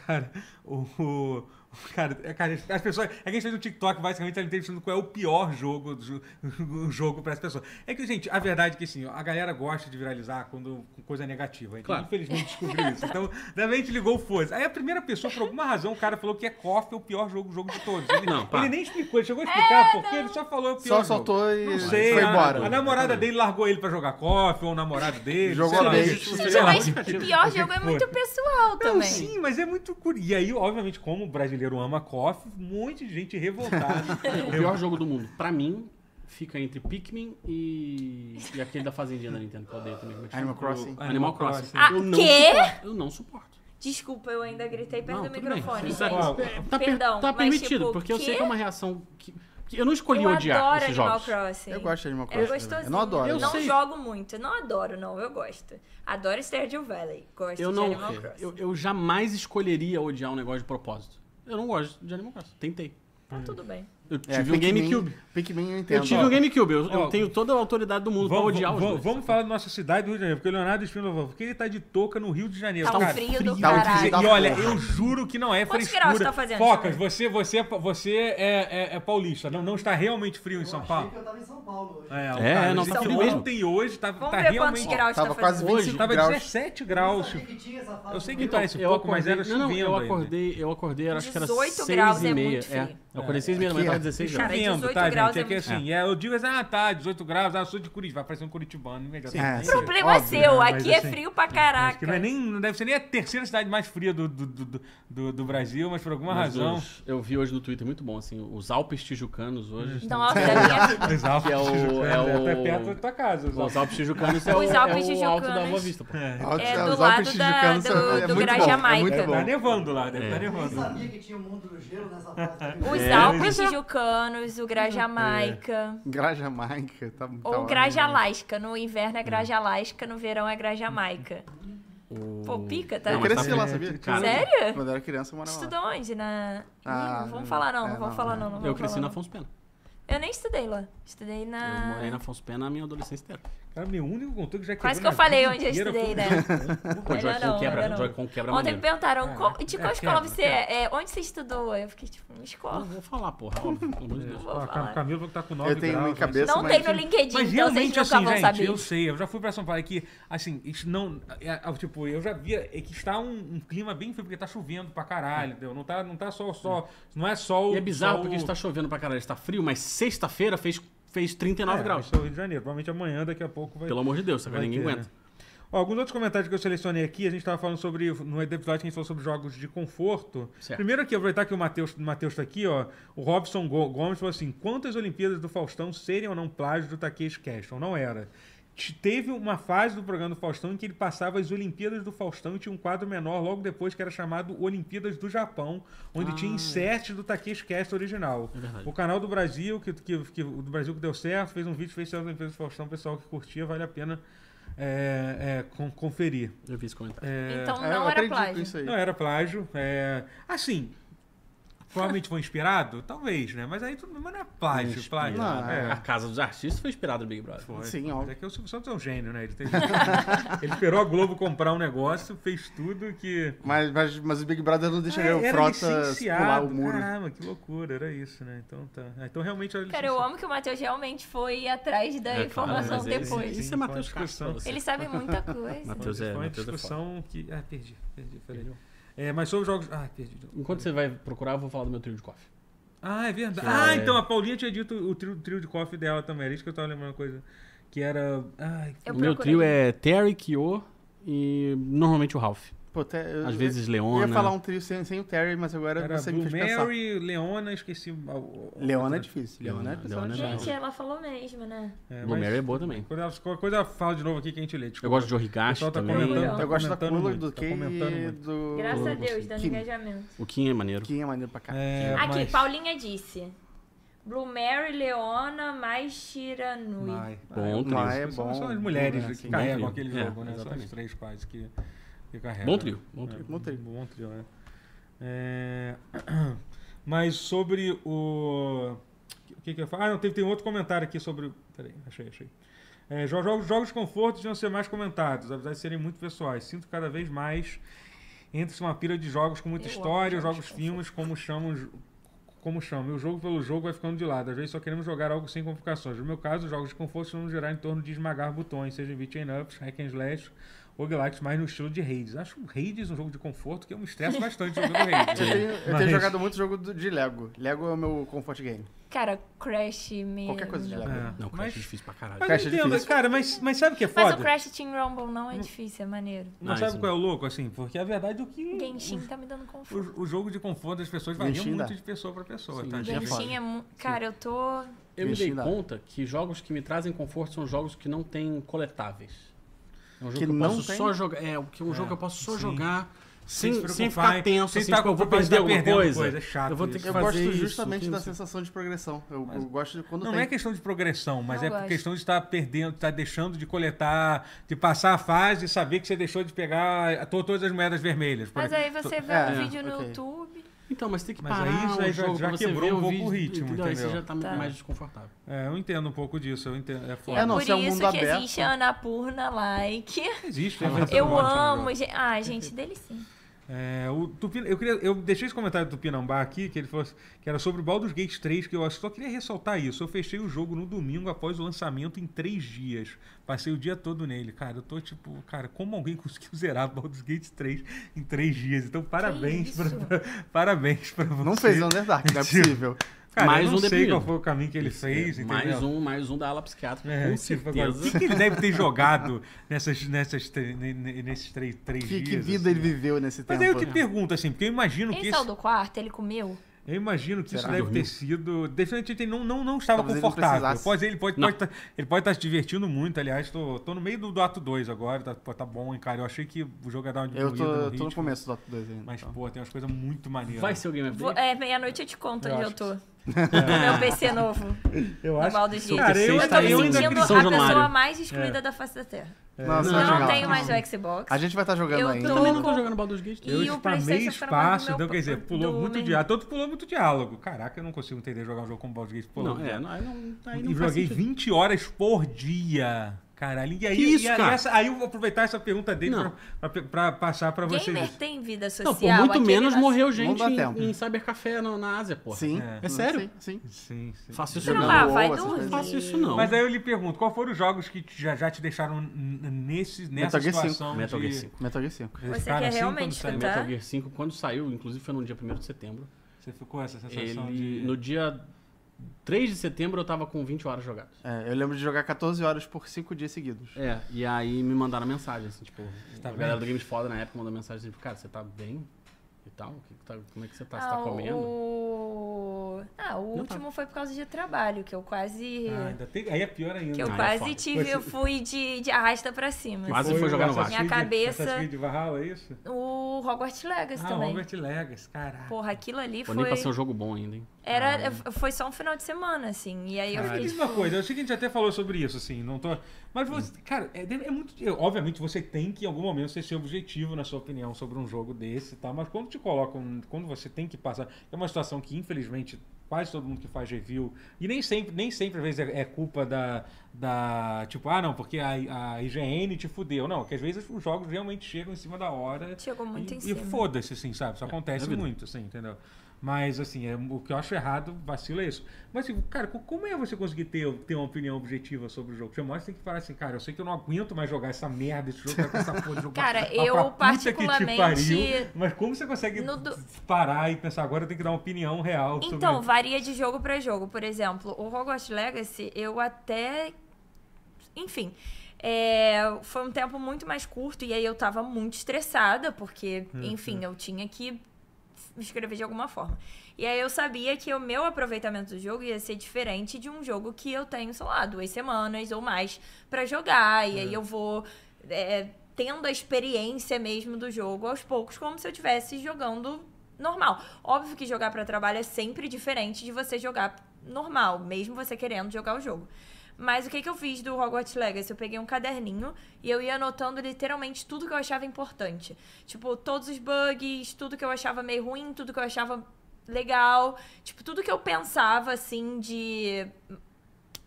[LAUGHS] Cara, o. o- Cara, é, cara, as pessoas. É que a gente fez um TikTok, basicamente, tá entrevistando qual é o pior jogo, do- o [LAUGHS] jogo para as pessoas. É que, gente, a verdade é que assim, a galera gosta de viralizar quando, com coisa negativa. A gente
Claro.
infelizmente descobriu isso. Então, daí a gente ligou o foda. Aí a primeira pessoa, por alguma razão, o cara falou que é KOF é o pior jogo, jogo de todos. Ele,
Não, pá.
ele nem explicou, ele chegou a explicar porque ele só falou é o pior
Só
jogo.
soltou e
Não sei,
foi
a,
embora.
a namorada dele largou ele pra jogar coffee, ou o namorado dele.
Jogou
sei lá,
bem.
gente,
Gente,
sei lá.
Mas o pior jogo é muito pessoal
Não,
também.
sim, mas é muito curioso. E aí, obviamente, como o brasileiro ama coffee, um monte de gente
[LAUGHS]
revoltada.
O pior jogo do mundo, pra mim, fica entre Pikmin e, e aquele da fazendinha da Nintendo, que eu odeio também. como é que chama?
Animal Crossing.
O Animal Crossing.
Ah,
eu, não
quê?
suporto, eu não suporto.
Desculpa, eu ainda gritei perto
Não,
do
tudo
microfone, gente.
bem. Isso é-
Ó,
Tá, per-
Perdão,
tá
mas,
permitido,
tipo,
porque eu sei
quê?
que é uma reação que... que Eu não escolhi
Eu
odiar
adoro
esses
Animal
jogos.
Crossing.
Eu gosto de Animal
É
Crossing.
gostosinho.
Eu não adoro.
Eu
não
sei.
jogo muito. Não adoro, não. Eu gosto. Adoro Stardew Valley. Gosto
Eu
de
não.
Animal Crossing.
Eu, eu jamais escolheria odiar um negócio de propósito. Eu não gosto de Animal Crossing. Tentei.
Então, tudo bem.
Eu
É,
tive um
Pikmin-
GameCube.
Pikmin eu entendo.
Eu tive um GameCube. Eu, eu
Ó,
tenho toda a autoridade do mundo
Vamos,
pra odiar os
vamos-
dois.
vamos falar da nossa cidade do Rio de Janeiro, porque o Leonardo Espíndola falou, porque ele tá de touca no Rio de Janeiro,
Tá um
cara.
frio do
Tá um frio
caralho.
da
E olha,
porra.
eu juro que não é
Quantos
frescura.
graus tá fazendo,
Focas,
Janeiro?
você, você, é- você é, é- é paulista, não, não está realmente frio em São
Achei
Paulo?
que eu tava em São Paulo hoje.
É,
É,
cara,
não,
gente,
tá frio
ontem
mesmo.
e hoje tá,
Vamos
tá
ver
realmente...
quantos graus tá
Tava quase
fazendo.
25
Tava
graus.
17
Eu
graus.
sabia que tinha essa fase
Eu sei
do
que tá
ano.
parece pouco, mas era
não, não,
chovendo
eu
ainda.
acordei, eu acordei, eu acho que era
18
6
graus é
e meia.
muito frio.
eu acordei 6 e meia da
Aqui é.
manhã, tava 16 graus.
Cara,
Chovendo,
18
tá,
graus
gente? É
é
que
muito
assim, é, eu digo assim, ah, tá, 18 graus, ah, eu sou de Curitiba, vai parecer um curitibano
É,
imediatamente.
sim.
O problema
Óbvio,
é seu.
né?
Aqui
Mas,
é
assim,
frio pra caraca.
Que não, é nem, não deve ser nem a terceira cidade mais fria do, do, do, do- do Brasil, mas por alguma
Mas
razão. [LAUGHS]
os- eu vi hoje no Twitter, muito bom, assim, os Alpes Tijucanos hoje.
Então, alto da
[LAUGHS]
minha vida.
Os Alpes
Que é o-
Tijucanos,
é o-
até Tá perto da tua casa. Os
Os
Alpes.
Alpes Tijucanos é o,
Os Alpes
é o alto da
Tijucanas.
Boa Vista, pô.
Os-
É,
os
do
Alpes
lado da-
tijucanos
do-
são- é
do
muito
Gra
bom,
Jamaica.
É muito
Tá
bom.
nevando lá, deve estar
Eu nem
nevando.
sabia que tinha o mundo do gelo
[LAUGHS]
nessa fase.
Os
É,
Alpes Tijucanos, o Gra Jamaica.
Graja Maica. Tá, tá
Ou
ótimo.
Graja Alasca. No inverno é Graja Alasca, no verão é Graja Jamaica.
O...
Pô, pica, tá?
Não,
Eu
mas
cresci
tá-
lá, sabia?
Cara,
Sério?
Quando eu era criança, eu morava lá.
Estudou onde? Na...
Ah,
Ih, não
não,
vamos falar não,
é,
não vamos
não,
falar
é.
não. não
Eu
vamos
cresci
falar,
na
não.
Afonso Pena.
Eu nem estudei lá. Estudei
Eu
na...
morei na Afonso Pena a minha adolescência inteira.
Cara, meu único contou que já
Quase
quebrou né?
que eu
minha
falei
vida
onde eu
inteira
estudei, né?
foi-
Pô,
Melhor
Joy-Con
não,
quebra,
melhor não.
Joy-Con quebra
Ontem me
maneiro.
perguntaram,
É,
qual-
é,
de
é
qual escola
quebra,
você
quebra.
é? É, Onde você estudou? Eu fiquei tipo, uma
Não
escola.
vou falar, porra, óbvio, pelo amor de Deus.
Vou
Ó,
falar.
Cam- Camilo falou que tá com 9
Eu tenho
graus.
em cabeça-
Não
mas-
tem no LinkedIn,
Mas
então vocês
realmente,
nunca
assim,
vão
gente,
saber.
eu sei, eu já fui pra São Paulo, é que, assim, isso não. é, é, tipo, eu já via é que está um, um clima bem frio, porque tá chovendo pra caralho, entendeu? Não tá, não tá só, só. Não é só o.
E é bizarro
só
porque
o-
está chovendo pra caralho, está frio, mas sexta-feira fez, fez 39
É,
graus.
Isso é o Rio de Janeiro. Provavelmente amanhã, daqui a pouco, vai.
Pelo amor de Deus, sabe?
vai
Ninguém
ter,
aguenta.
né? Ó, alguns outros comentários que eu selecionei aqui, a gente tava falando sobre. No episódio que a gente falou sobre jogos de conforto.
Certo.
Primeiro aqui, aproveitar que o Matheus Mateus tá aqui, ó. O Robson Go- Gomes falou assim: quantas Olimpíadas do Faustão serem ou não plágio do Takeshi Castle? Não era. Te- Teve uma fase do programa do Faustão em que ele passava as Olimpíadas do Faustão e tinha um quadro menor logo depois que era chamado Olimpíadas do Japão,
Ah,
onde tinha inserts do Takeshi Cast original.
É verdade.
O canal do Brasil, que, que, que- o do Brasil que deu certo, fez um vídeo especial da empresa do Faustão, o pessoal que curtia, vale a pena é, é, con- conferir.
Eu vi esse comentário.
Então
É, eu
não era
aprendi com
plágio.
isso aí.
Não era plágio. É... Assim, provavelmente foi inspirado? Talvez, né? Mas aí tudo mas não é plágio. plágio.
Não,
é.
A Casa dos Artistas foi inspirada no Big Brother.
Sim,
Mas
óbvio.
é que o Silvio Santos é um gênio, né? Ele, teve- [LAUGHS] ele esperou a Globo comprar um negócio, fez tudo que.
Mas, mas, mas o Big Brother não deixaria
Ah,
o Frota pular o muro.
Caramba, que loucura, era isso, né? Então tá. Ah, Então realmente era
Cara, eu
licenciado.
amo que o Matheus realmente foi atrás da
É, claro,
informação
mas é isso.
depois.
Isso
Sim,
é Matheus
foi uma
Castro. pra
discussão.
você.
Ele sabe muita coisa.
Matheus é-
Então, Foi uma
Matheus é
discussão que. Ah, perdi, perdi, peraí. É, mas sobre os jogos. Ah, perdi. de novo.
Enquanto você vai procurar, eu vou falar do meu trio de coffee.
Ah, é verdade.
Que
Ah,
é-
então a Paulinha tinha dito o trio, trio de coffee dela também. Era isso que eu tava lembrando uma coisa. Que era. Ai,
Eu
o meu
procurei.
trio é Terry, Kyo e normalmente o Ralph.
Pô, até, eu,
Às vezes
eu
Leona.
ia falar um trio sem, sem o Terry, mas agora
era
você me
Blue
fez pensar.
Mary, Leona, esqueci. a- o- o-
Leona é difícil. Leona é
Leona-
personagem
Leona é
difícil.
Gente, ela falou mesmo, né?
É,
Blue
mas
Mary é boa também.
Quando ela, qualquer coisa ela fala de novo aqui que a gente lê.
Eu
desculpa.
gosto de Jorrigashi
pessoal tá
também.
comentando.
Eu gosto da
comentando
Kula,
muito,
do
tá
Kay
comentando
e
muito.
do...
Graças a
eu
Deus,
consegui.
dando engajamento.
O Kim é maneiro.
Kim é maneiro pra cá.
É,
Aqui,
mas-
Paulinha disse. Blue Mary, Leona, mais Shiranui.
Mai.
Bom,
Mai
trio.
é
Mas é
são,
bom.
são as mulheres
Bom, né,
que
sim.
carregam
Bom trio.
aquele
É,
jogo, né? São as
exatamente.
três quase que, que carregam.
Bom trio. Bom
É,
trio.
Bom
Bom
trio.
trio.
Bom trio, né? É, [CLEARS THROAT] Mas sobre o... O que que eu falo? Ah, não, tem, tem outro comentário aqui sobre... Peraí, achei, achei. É, jo- jogos, jogos de conforto deviam ser mais comentados, apesar de serem muito pessoais. Sinto cada vez mais entre-se uma pira de jogos com muita
Eu amo
história,
jogos
jogos,
de
filmes, como chamam... Como chama, e o jogo pelo jogo vai ficando de lado. Às vezes só queremos jogar algo sem complicações. No meu caso, os jogos de conforto vão girar em torno de esmagar botões, seja em beat'em ups, hack and slash ou Galactus, mais no estilo de Hades. Acho o Hades um jogo de conforto que eu me estresso bastante jogando né? Hades.
Eu [LAUGHS] tenho, eu
Mas-
tenho jogado muito jogo do- de Lego. Lego é o meu comfort game.
Cara, Crash me.
Qualquer coisa de Lego.
É,
Não, Crash
mas,
é difícil pra caralho.
mas
Crash é
eu entendo,
difícil.
cara, mas, mas sabe o que é
Mas
foda?
o Crash Team Rumble não é difícil, é maneiro.
Não
Ah,
sabe
isso
qual é o louco, assim? Porque a verdade é que
Genshin tá me dando confuso.
o, o jogo de conforto das pessoas varia
Genshin dá.
muito de pessoa pra pessoa,
Sim,
tá?
Genshin
gente?
Genshin é. mu- Cara, eu tô.
Eu me dei
Mexida.
conta que jogos que me trazem conforto são jogos que não têm coletáveis. É um jogo que,
Que
eu
não
posso
tem?
só jogar. É, o que- um jogo que eu posso só
sim.
jogar sem,
se
sem,
preocupar,
ficar tenso,
sem
assim,
tá
tipo, eu vou
preocupado em
perder
tá
alguma
perdendo
coisa.
coisa, é chato
eu vou ter
isso.
que
Eu
fazer
gosto
isso,
justamente
tem
da
isso.
sensação de progressão. Eu, eu gosto quando
Não
tem.
é questão de progressão, mas
Eu
é
gosto.
questão de estar perdendo, estar deixando de coletar, de passar a fase e saber que você deixou de pegar a- to- todas as moedas vermelhas. por
Mas aí você vê
É,
um vídeo no
ok.
YouTube.
Então, mas tem que
Mas
parar
aí isso
o
aí já-
jogo
já
pra você
quebrou
ver
um pouco o
vídeo,
ritmo,
Aí você
entendeu?
já tá,
Tá.
mais desconfortável.
É, eu entendo um pouco disso, eu entendo. É
E
foda.
é
É, não,
por
se é um
isso
mundo
que
aberto.
existe a Anapurna Like.
Existe, né?
Eu amo. gente. Ah, gente, dele sim.
É, o Tupi, eu, queria, eu deixei esse comentário do Tupinambá aqui, que ele falou assim, que era sobre o Baldur's Gate 3, que eu só queria ressaltar isso. Eu fechei o jogo no domingo após o lançamento em três dias. Passei o dia todo nele. Cara, eu tô tipo, cara, como alguém [LAUGHS] conseguiu zerar Baldur's Gate 3 em três dias? Então, parabéns pra,
isso?
pra- [LAUGHS] parabéns pra você.
Não fez Under Dark, não é possível.
Cara,
Mais
eu não
um
sei
deprimido.
qual foi o caminho que ele fez,
É,
entendeu?
mais um, mais um da ala psiquiátrica,
É,
com
tipo, agora, o
certeza.
que, que ele deve ter jogado nessas, nessas, tre- ne- ne- nesses três, três
Que,
dias?
que vida
assim?
ele viveu nesse tempo. né?
Mas aí eu te pergunto, assim, porque eu imagino que.
Ele
esse-
saiu do quarto, ele comeu.
Eu imagino que isso
Será?
deve
Dormiu?
ter sido. Definitivamente ele não, não, não estava
Talvez ele não
confortável.
precisasse.
pode, ele pode
Não.
estar ele pode tá se divertindo muito, aliás, tô, tô no meio do, do ato 2 agora, tá, pô, tá bom, hein, cara. Eu achei que o jogo ia dar uma
Eu
diminuída
tô,
no
tô no
ritmo,
começo do Dota 2 ainda.
Mas,
então.
pô, tem umas coisas muito maneiras.
Vai ser o Game of the
Vou-
Year?
é, meia-noite eu te conto
Eu
onde
acho
eu tô. do meu PC novo.
Eu
No
acho.
Tá mal dos dias.
Cara, eu,
Eu tô me
eu ainda
sentindo a
acredito.
São
pessoa
Januário.
mais excluída da face da Terra.
Nossa,
Não,
eu não
não.
tenho mais o Xbox.
A gente vai estar jogando
Eu
ainda.
tô-
Também não tô Tá jogando Baldur's Gate.
E
Eu
o
spamei
PlayStation fica na mão do
espaço,
meu
então
pa-
quer dizer, pulou
do
muito
meu-
diálogo. Todo pulou muito diálogo. Caraca, eu não consigo entender jogar um jogo como Baldur's Gate. Pulou
Não, é, não, aí não, aí não
E
faz
joguei
sentido.
20 horas por dia. Caralho, e aí,
Que isso,
e aí,
cara?
essa- aí eu vou aproveitar essa pergunta dele
Não.
pra, pra- pra passar pra vocês.
Gamer tem vida social.
Não, por muito
aquele
menos
nosso-
morreu
Não
gente
dá tempo.
em, em cybercafé no- na Ásia, porra.
Sim.
É.
É sério?
Sim, sim.
Sim, sim.
Faço isso
Sei
Não,
não.
lá,
ou
vai
essas
dormir.
coisas.
Faço isso não.
Mas é aí eu lhe pergunto, qual foram os jogos que te- já, já te deixaram n- n- nesse, nessa
Metal Gear
situação de...
Metal Gear 5.
Metal Gear 5.
Cara,
Você quer
assim,
realmente
quando saiu,
escutar?
Metal Gear 5, quando saiu, inclusive foi no dia 1 de setembro.
Você ficou essa sensação
Ele,
de...
no dia 3 de setembro eu tava com 20 horas jogadas.
É, eu lembro de jogar 14 horas por 5 dias seguidos.
É, e aí me mandaram mensagem, assim, tipo,
tá
a
bem?
galera do Games Foda na época mandou mensagem, assim, tipo, cara, você tá bem e tal? O que que tá- como é que você tá? Você tá
Ah,
comendo?
O... Ah, o
tá.
último foi por causa de trabalho, que eu quase.
Ah, ainda tem- Aí é pior ainda.
que eu
Ah, é
quase
foda.
tive, eu
Foi-
fui de, de arrasta pra cima. assim.
Quase foi jogar no
Assassin's
Vasco.
Minha
Creed-
cabeça-
Assassin's Creed Valhalla, é isso?
O Hogwarts Legacy
Ah,
também.
Robert Legacy, caraca.
Porra, aquilo ali
Pô,
foi.
nem pra ser um jogo bom ainda, hein?
Era, foi só um final de semana, assim. E aí eu
Cara,
fiquei.
diz
tipo,
uma coisa, eu sei que a gente até falou sobre isso, assim, não tô. Mas você, cara, é, deve- é muito. eu- obviamente você tem que, em algum momento, ser seu objetivo na sua opinião sobre um jogo desse e tal, mas quando te colocam. Quando você tem que passar. É uma situação que, infelizmente, quase todo mundo que faz review. E nem sempre, nem sempre às vezes, é, é culpa da. da tipo, ah, não, porque a, a IGN te fudeu. Não, que às vezes os jogos realmente chegam em cima da hora.
Chegou muito
e,
em
e
cima.
foda-se, assim, sabe? Isso acontece
vida.
muito, assim, entendeu? Mas, assim, é, o que eu acho errado, vacilo é isso. Mas, assim, cara, co- como é você conseguir ter, ter uma opinião objetiva sobre o jogo? Você mostra tem que falar assim, cara, eu sei que eu não aguento mais jogar essa merda, esse jogo, quero que essa porra de jogo. vá-
Cara,
vá
eu
pra puta Que te
particularmente-
pariu, mas como você consegue
No do-
parar e pensar, agora eu tenho que dar uma opinião real sobre
Então, varia de jogo pra jogo. Por exemplo, o Hogwarts Legacy, eu até. Enfim. é, Foi um tempo muito mais curto e aí eu tava muito estressada, porque, enfim, eu tinha que escrever de alguma forma. E aí eu sabia que o meu aproveitamento do jogo ia ser diferente de um jogo que eu tenho, sei lá, duas semanas ou mais pra jogar. E aí eu vou é, tendo a experiência mesmo do jogo aos poucos, como se eu estivesse jogando normal. Óbvio que jogar pra trabalho é sempre diferente de você jogar normal, mesmo você querendo jogar o jogo. Mas o que, que eu fiz do Hogwarts Legacy? Eu peguei um caderninho e eu ia anotando literalmente tudo que eu achava importante. Tipo, todos os bugs, tudo que eu achava meio ruim, tudo que eu achava legal. Tipo, tudo que eu pensava, assim, de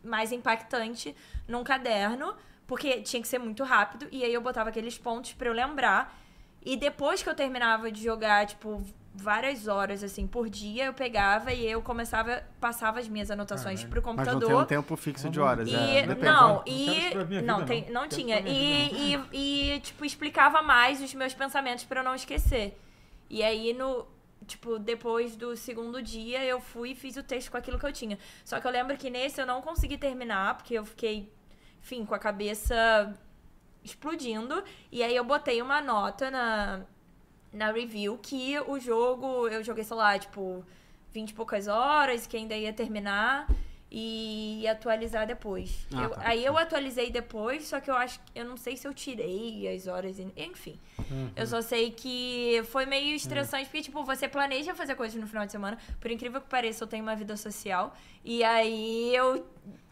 mais impactante num caderno, porque tinha que ser muito rápido. E aí eu botava aqueles pontos pra eu lembrar. E depois que eu terminava de jogar, tipo, várias horas, assim, por dia, eu pegava e eu começava, passava as minhas anotações pro
Mas
computador.
não tem um tempo fixo de horas. é,
E,
depende.
né? Não
não,
quero isso
e.
pra minha
Não,
vida,
tem-
não.
não
Quero
tinha.
isso pra
E, e, e, tipo, explicava mais os meus pensamentos pra eu não esquecer. E aí, no. Tipo, depois do segundo dia, eu fui e fiz o texto com aquilo que eu tinha. Só que eu lembro que nesse eu não consegui terminar, porque eu fiquei, enfim, com a cabeça explodindo. E aí eu botei uma nota na, na review que o jogo, eu joguei, sei lá, tipo, 20 e poucas horas, que ainda ia terminar e ia atualizar depois.
Ah,
Eu-
tá.
Aí eu atualizei depois, só que eu acho que eu não sei se eu tirei as horas, en- enfim.
Uhum.
Eu só sei que foi meio estressante, porque, tipo, você planeja fazer coisas no final de semana. Por incrível que pareça, eu tenho uma vida social. E aí eu.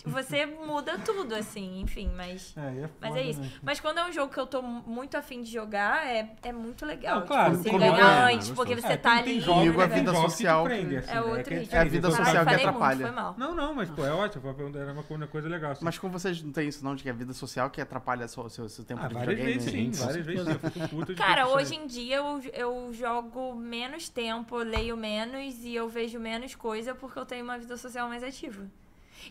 Você muda tudo, assim, enfim, mas.
É, e é
Mas
foda,
é isso.
né?
Mas quando é um jogo que eu tô mu- muito afim de jogar, é, é muito legal.
Não, claro,
tipo, você
como
ganhar
é,
antes,
né?
porque
Gostoso.
você
É,
tá
tem-
ali.
tem
né,
jogos-
Amigo, É a
velho?
tem
vida
jogos que te
social
prendem, assim,
É
né?
outro
Que
ritmo.
é a vida
diferente.
Caralho,
social que
falei
atrapalha.
Muito, foi mal.
Não, não, mas pô, é ótimo. foi uma pergunta- Era uma coisa- uma coisa legal. Assim.
Mas com vocês não tem isso não, de que a vida social que atrapalha o seu, seu, seu tempo
ah,
de
várias
É um videogame?
vezes sim,
videogame, né?
várias vezes é um sim. Eu
[LAUGHS]
fico puto de
Cara,
ter que
hoje
sair.
em dia eu, eu jogo menos tempo, eu leio menos e eu vejo menos coisa porque eu tenho uma vida social mais ativa.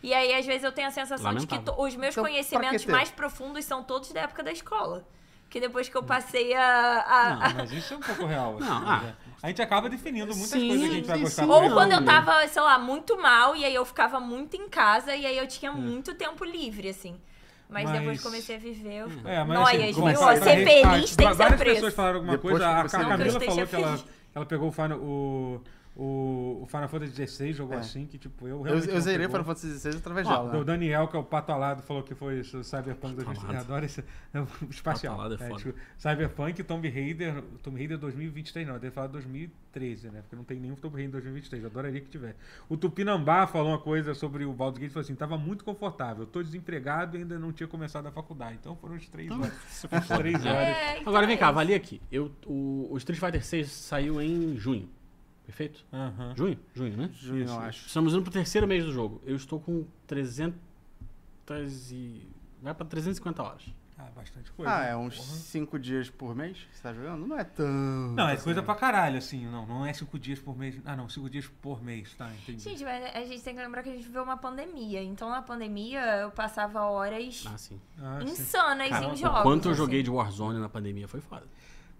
E aí, às vezes, eu tenho a sensação de que
Lamentável.
to- os meus
Então, pra que
conhecimentos
ter?
mais profundos são todos da época da escola. Que depois
Hum.
que eu passei a- a- a,
Não, mas isso é um pouco real. Assim,
Não, ah.
né? A gente acaba definindo muitas
Sim,
coisas que a gente vai
sim,
gostar
sim.
mais
Ou
Não,
quando eu
né?
tava, sei lá, muito mal, e aí eu ficava muito em casa, e aí eu tinha muito tempo livre, assim. Mas,
É. Mas-
depois que comecei a viver, eu fico...
É, mas
Noias,
assim,
viu?
começar
Ó,
a
ser
fazer-
feliz tem que ser
Várias
preço.
pessoas falaram alguma
Depois
coisa. A
que você-
Ca-
Não,
Camila
que eu
falou
esteja
que ela,
feliz.
que ela pegou o, final, o, O, o Final Fantasy XVI jogou
É.
assim, que tipo, eu
Eu,
realmente.
eu
não
zerei
pegou.
Final Fantasy XVI através
Ó,
de aula.
O Daniel, que é o pato alado, falou que foi isso, Cyberpunk 2020.
alado.
Eu adoro esse. [LAUGHS] É um espacial.
Pato alado é foda.
tipo, Cyberpunk, Tomb Raider. Tomb Raider 2023, não. Eu devo falar 2013, né? Porque não tem nenhum Tomb Raider 2023. Eu adoraria que tivesse. O Tupinambá falou uma coisa sobre o Baldur's Gate. Falou assim: tava muito confortável. Tô desempregado e ainda não tinha começado a faculdade. Então foram uns três horas. Uns três horas.
É, então
Agora vem
é
cá,
isso.
avalia aqui. Eu, o, o Street Fighter 6 saiu em junho. Perfeito?
Aham.
Junho? Junho, né?
Junho,
Isso.
eu acho.
Estamos indo pro terceiro mês do jogo. Eu estou com 300 e... Vai pra 350 horas.
Ah, bastante coisa.
Ah, é uns
Porra.
5 dias por mês que você tá jogando? Não é tão.
Não, é
né?
coisa pra caralho, assim. Não, não é cinco dias por mês. Ah, não, cinco dias por mês, tá? Entendi.
Gente, mas a gente tem que lembrar que a gente viveu uma pandemia. Então, na pandemia, eu passava horas
Ah, sim.
Ah, sim.
insanas
Cara,
em
o
jogos.
quanto eu
assim.
joguei de Warzone na pandemia foi foda.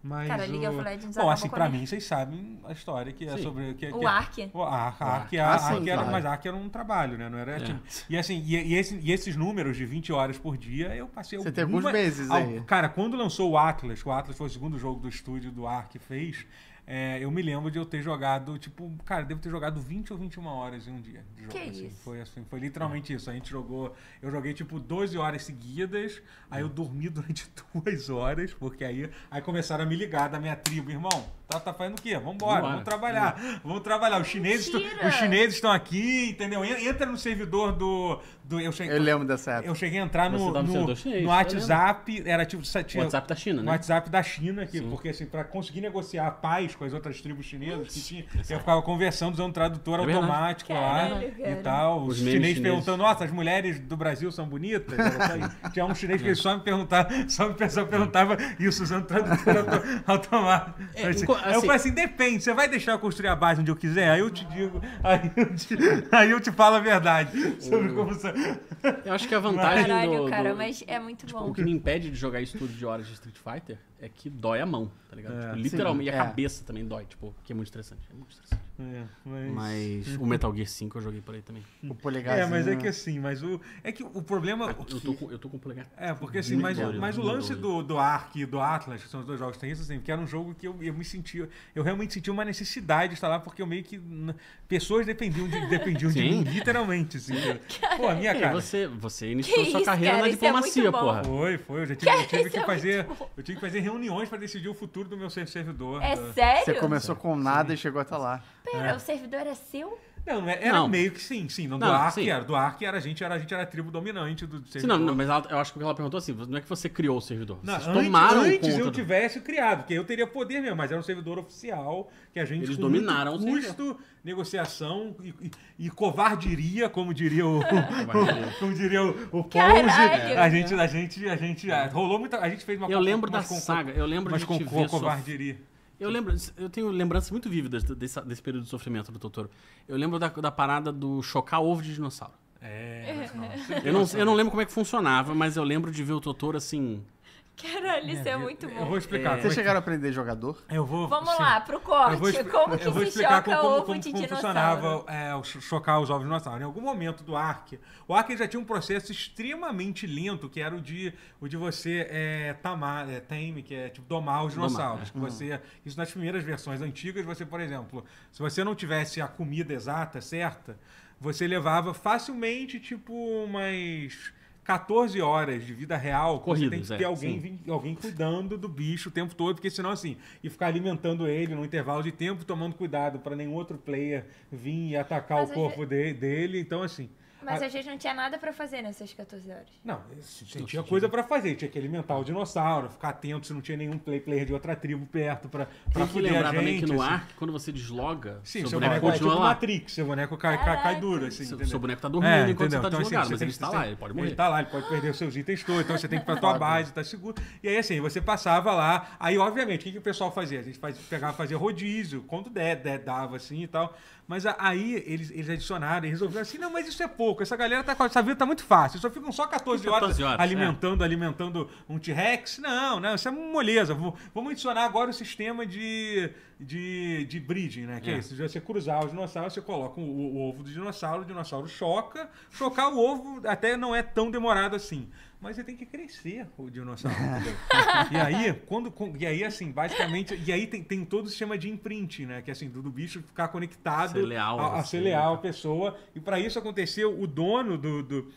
Mas
Cara,
o...
League of Legends
Bom,
acabou
assim,
com a
pra
minha-
mim, vocês sabem a história que é
Sim.
sobre... Que,
O
que-
Ark.
O Ark, a Ark, é a
Ah,
Ark
sim,
era,
claro.
mas a Ark era um trabalho, né? Não era
É.
time. E assim, e, e esse- e esses números de 20 horas por dia, eu passei
Você tem
alguma-
alguns meses
al-
aí.
Cara, quando lançou o Atlas, que o Atlas foi o segundo jogo do estúdio do Ark fez, é, eu me lembro de eu ter jogado, tipo, cara, devo ter jogado 20 ou 21 horas em um dia. De jogo,
Que
assim.
isso?
Foi assim, foi literalmente isso. A gente jogou, eu joguei tipo 12 horas seguidas, aí eu dormi [LAUGHS] durante duas horas, porque aí, aí começaram a me ligar da minha tribo, irmão, tá, tá fazendo o quê? Vambora,
Vambora.
vamos trabalhar, vamos trabalhar. Os chineses, tão-
Mentira!
os chineses estão aqui, entendeu? En- Entra no servidor do... do eu cheguei,
Eu lembro dessa época.
eu cheguei a entrar
Você
no,
dá no
no,
servidor chinês,
no
tá
WhatsApp, era tipo... sa-
O
Tinha,
WhatsApp da China,
no
né?
WhatsApp da China, aqui,
Sim.
porque assim, pra conseguir negociar a paz com as outras tribos chinesas que tinha, eu ficava conversando usando um tradutor
É verdade.
automático lá
Caralho,
e
cara.
tal.
Os
Os,
memes
chineses
chineses.
perguntando, nossa, as mulheres do Brasil são bonitas? Era
[LAUGHS]
só- tinha um chinês que ele só me perguntava, só me só perguntava isso usando tradutor auto- automático.
É,
Assim,
enco-
aí eu
assim-
falei assim, depende, você vai deixar eu construir a base onde eu quiser? Aí eu te digo, aí eu te, [LAUGHS] aí eu te falo a verdade sobre como... você-
Eu acho que a vantagem
Caralho,
do,
cara,
do-
mas é muito
tipo,
bom.
O que me impede de jogar isso tudo de horas de Street Fighter é que dói a mão, tá ligado?
É.
Tipo, literalmente.
Sim,
e a
é.
cabeça também dói, tipo, que é muito estressante. É muito estressante.
É,
Mas o Metal Gear 5 eu joguei por aí também.
O polegarzinho.
É, mas é que assim, mas o. É que o problema.
Eu tô com, eu tô com o polegar.
É, porque assim, mas,
Doloroso,
mas o lance
doloroso.
do, do Ark e do Atlas, que são os dois jogos que tem isso, assim, que era um jogo que eu, eu me sentia. Eu realmente sentia uma necessidade de estar lá, porque eu meio que. n- Pessoas dependiam de, dependiam de
[LAUGHS] Sim. é
mim, literalmente.
[LAUGHS]
Assim, eu- pô, a minha
Ei,
cara.
você, você iniciou
Que
sua
isso,
carreira
cara,
na
isso é muito
diplomacia,
bom.
porra.
Foi, foi. Eu já tive, eu tive
Isso
que
é
fazer.
muito bom.
Eu tive que fazer reuniões para decidir o futuro do meu ser- servidor.
É
da-
sério?
Você começou com nada e chegou até lá.
Pera, o servidor é seu?
Não, não é- era
Não.
meio que sim, sim. Não, do
Não,
Ark
sim.
era. Do Ark era a gente, era a gente era a tribo dominante do servidor.
Sim, não, não, mas ela- eu acho que o que ela perguntou assim, não é que você criou o servidor.
Não,
vocês
antes-
tomaram
antes,
conta
eu
do-
tivesse criado, porque eu teria poder mesmo, mas era um servidor oficial que a gente
Eles
com
dominaram
muito
o servidor.
custo, negociação e, e- e covardiria, como diria
[LAUGHS]
o como diria o, o Ponzi,
Caralho! né?
a gente a gente a gente ah, rolou muita, a gente fez uma
Eu lembro da
umas concor-
saga, eu lembro
umas
de te
concor-
ver sofrer.
covardiria.
Eu lembro, eu tenho lembranças muito vívidas desse, desse período de sofrimento do Totoro. Eu lembro da, da parada do chocar ovo de dinossauro.
É,
[LAUGHS] Eu não, eu não lembro como é que funcionava, mas eu lembro de ver o Totoro assim.
Caralho, isso é
eu-
muito
Eu
bom.
vou explicar. como é
Vocês
que-
chegaram a aprender jogador?
Eu vou
Vamos
sim.
lá, pro corte.
Eu vou expli-
como
eu vou
que se
explicar
choca
como,
ovo
como, como,
de
como
dinossauro?
funcionava é, o cho- chocar os ovos de dinossauro. Em algum momento do Ark, o Ark já tinha um processo extremamente lento, que era o de, o de você é, tamar, é, tame, que é tipo domar os
Domar, Uhum.
dinossauros. que você, isso nas primeiras versões antigas, você, por exemplo, se você não tivesse a comida exata, certa, você levava facilmente, tipo, umas 14 horas de vida real. que você tem
Corridas,
que
é,
ter alguém
sim.
vim- alguém cuidando do bicho o tempo todo, porque senão assim, e ficar alimentando ele no intervalo de tempo, tomando cuidado pra nenhum outro player vir e atacar
Mas
o
às
corpo de- dele, então assim.
Mas
a-
a gente não tinha nada pra fazer nessas 14 horas.
não, assim, tinha coisa pra fazer, tinha que alimentar o dinossauro, ficar atento se não tinha nenhum play player de outra tribo perto pra pra
Tem que
fuder a
lembrar também
gente.
que no
assim.
ar, quando você desloga,
Sim,
seu
seu
boneco
boneco é tipo
continua lá.
Matrix, seu boneco cai, cai, cai
Caraca.
duro, assim,
Seu,
entendeu?
seu boneco tá dormindo
É,
enquanto você
Então,
tá
assim,
deslogado,
você
mas
tem
ele
que-
está
você
lá,
tem-
ele pode
Ele
morrer.
tá lá, ele pode perder os seus itens todos, então você tem que ir
[LAUGHS]
pra tua base, tá seguro. E aí, assim, você passava lá. Aí, obviamente, o que, que o pessoal fazia? A gente faz, pegava fazer rodízio, quando der, der, dava, assim e tal. Mas a- aí eles, eles adicionaram e resolveram assim: não, mas isso é pouco, essa galera tá com essa vida tá muito fácil, só ficam só 14 horas,
14 horas, é.
alimentando, alimentando um T-Rex. Não, não, isso é moleza. V- Vamos adicionar agora o sistema de, de, de breeding, né? Que é.
É.
isso, de você cruzar os dinossauros, você coloca o, o ovo do dinossauro, o dinossauro choca, chocar o ovo até não é tão demorado assim. Mas você tem que crescer o dinossauro. entendeu? e aí, quando. com- E aí, assim, basicamente. E aí tem, tem todo o sistema de imprint, né? Que é assim, do, do bicho ficar conectado.
Ser leal a
a, a
você,
ser leal à pessoa. E para isso acontecer, o dono do. do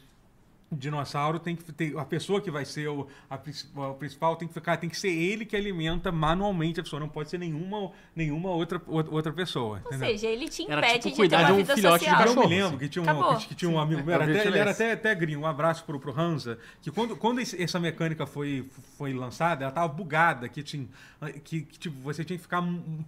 dinossauro tem que ter a pessoa que vai ser o a, princi- a principal tem que ficar tem que ser ele que alimenta manualmente a pessoa não pode ser nenhuma nenhuma outra outra pessoa
Ou
entendeu?
seja, ele te
Era
impede
tipo
de
cuidar
ter
de
uma
um
vida
filhote de
social.
cachorro.
Eu me lembro que tinha um,
Acabou.
que, que tinha um amigo meu,
eu
era
vi
até,
esse
ele era
lance.
até, até gringo. Um abraço pro, pro Hansa. Que quando, quando esse- essa mecânica foi, foi lançada, ela tava bugada. Que, tinha, que, que, tipo, você tinha que ficar. um- um-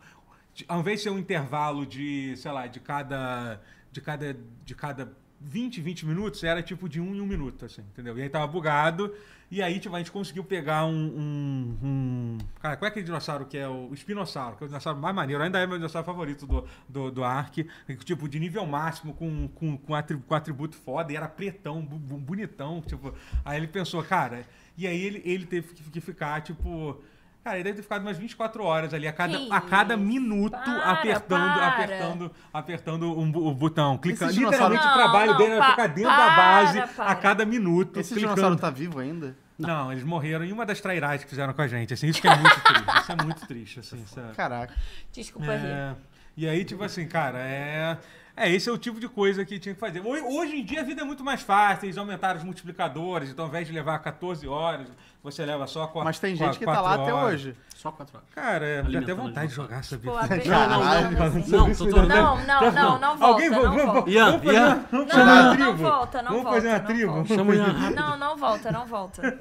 Ao invés de ser um intervalo de, sei lá, de cada. De cada. De cada 20, 20 minutos, era tipo de um em um minuto, assim, entendeu? E aí tava bugado. E aí, tipo, a gente conseguiu pegar um. um- um- Cara, qual é aquele dinossauro que é o o espinossauro? Que é o dinossauro mais maneiro. Ainda é meu dinossauro favorito do, do, do Ark. Tipo, de nível máximo, com, com, com, atri- com atributo foda. E era pretão, bu- bu- bonitão. Tipo, aí ele pensou, cara. E aí ele, ele teve que que ficar, tipo. Cara, ele deve ter ficado umas 24 horas ali, a cada,
Que
a cada
isso?
minuto
Para,
apertando,
para.
apertando, apertando um bu- o botão, clicando.
Esse
Literalmente o
dinossauro-
trabalho
Não,
dele era
não,
ficar
pa-
dentro da
para,
base a
para.
cada minuto.
Esse
clicando.
dinossauro tá vivo ainda?
Não, eles morreram em uma das trairagens que fizeram com a gente. Assim, isso que é muito triste. Isso é muito triste, assim, sabe?
Caraca.
Desculpa, rir.
É, e aí, tipo assim, cara, é. É, esse é o tipo de coisa que tinha que fazer. Ho- Hoje em dia a vida é muito mais fácil, eles aumentaram os multiplicadores, então ao invés de levar 14 horas, você leva só 4
Mas tem gente que tá lá até hoje.
Só quatro horas.
Cara, é, dá até
Alimentando
vontade de
os
jogar, sabia?
Pô, a pessoa-
Caralho.
Tipo, não, não,
Não, tô
me dá-
tornando-
não, não, não, não volta,
[LAUGHS] Alguém
não
vamos,
volta.
vamos,
Ian,
vamos fazer
Ian.
uma- vamos
Não,
fazer uma
não,
tribo.
não volta, não
Vamos fazer uma
volta, não
tribo.
volta.
Chama o Ian rápido.
Não, não volta, não volta.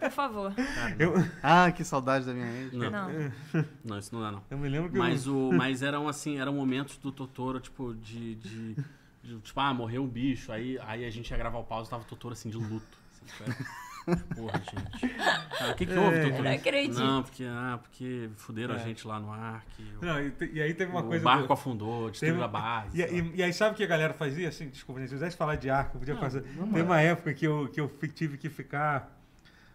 Por favor.
Eu,
Ah, que saudade da minha ex.
Não.
Não.
Não, isso não dá, não.
eu me lembro que
Mas,
eu...
o, mas eram assim, eram momentos do Totoro, tipo, de. de- de, tipo, ah, morreu um bicho. Aí, aí a gente ia gravar o pause e tava o Totoro assim de luto. assim, tipo, era- [LAUGHS] Porra, gente. Cara, o que, que
É,
houve, Totoro?
Não acredito.
Não, porque, ah, porque fuderam a gente lá no Ark. o-
Não, e, te- e aí teve uma
o
É. coisa...
barco
do-
afundou, destruiu a base.
E,
sei lá.
e- e aí sabe o que a galera fazia? Assim, desculpa, gente, se eu quisesse falar de arco, eu podia fazer. Tem uma época que eu, que eu fi- tive que ficar.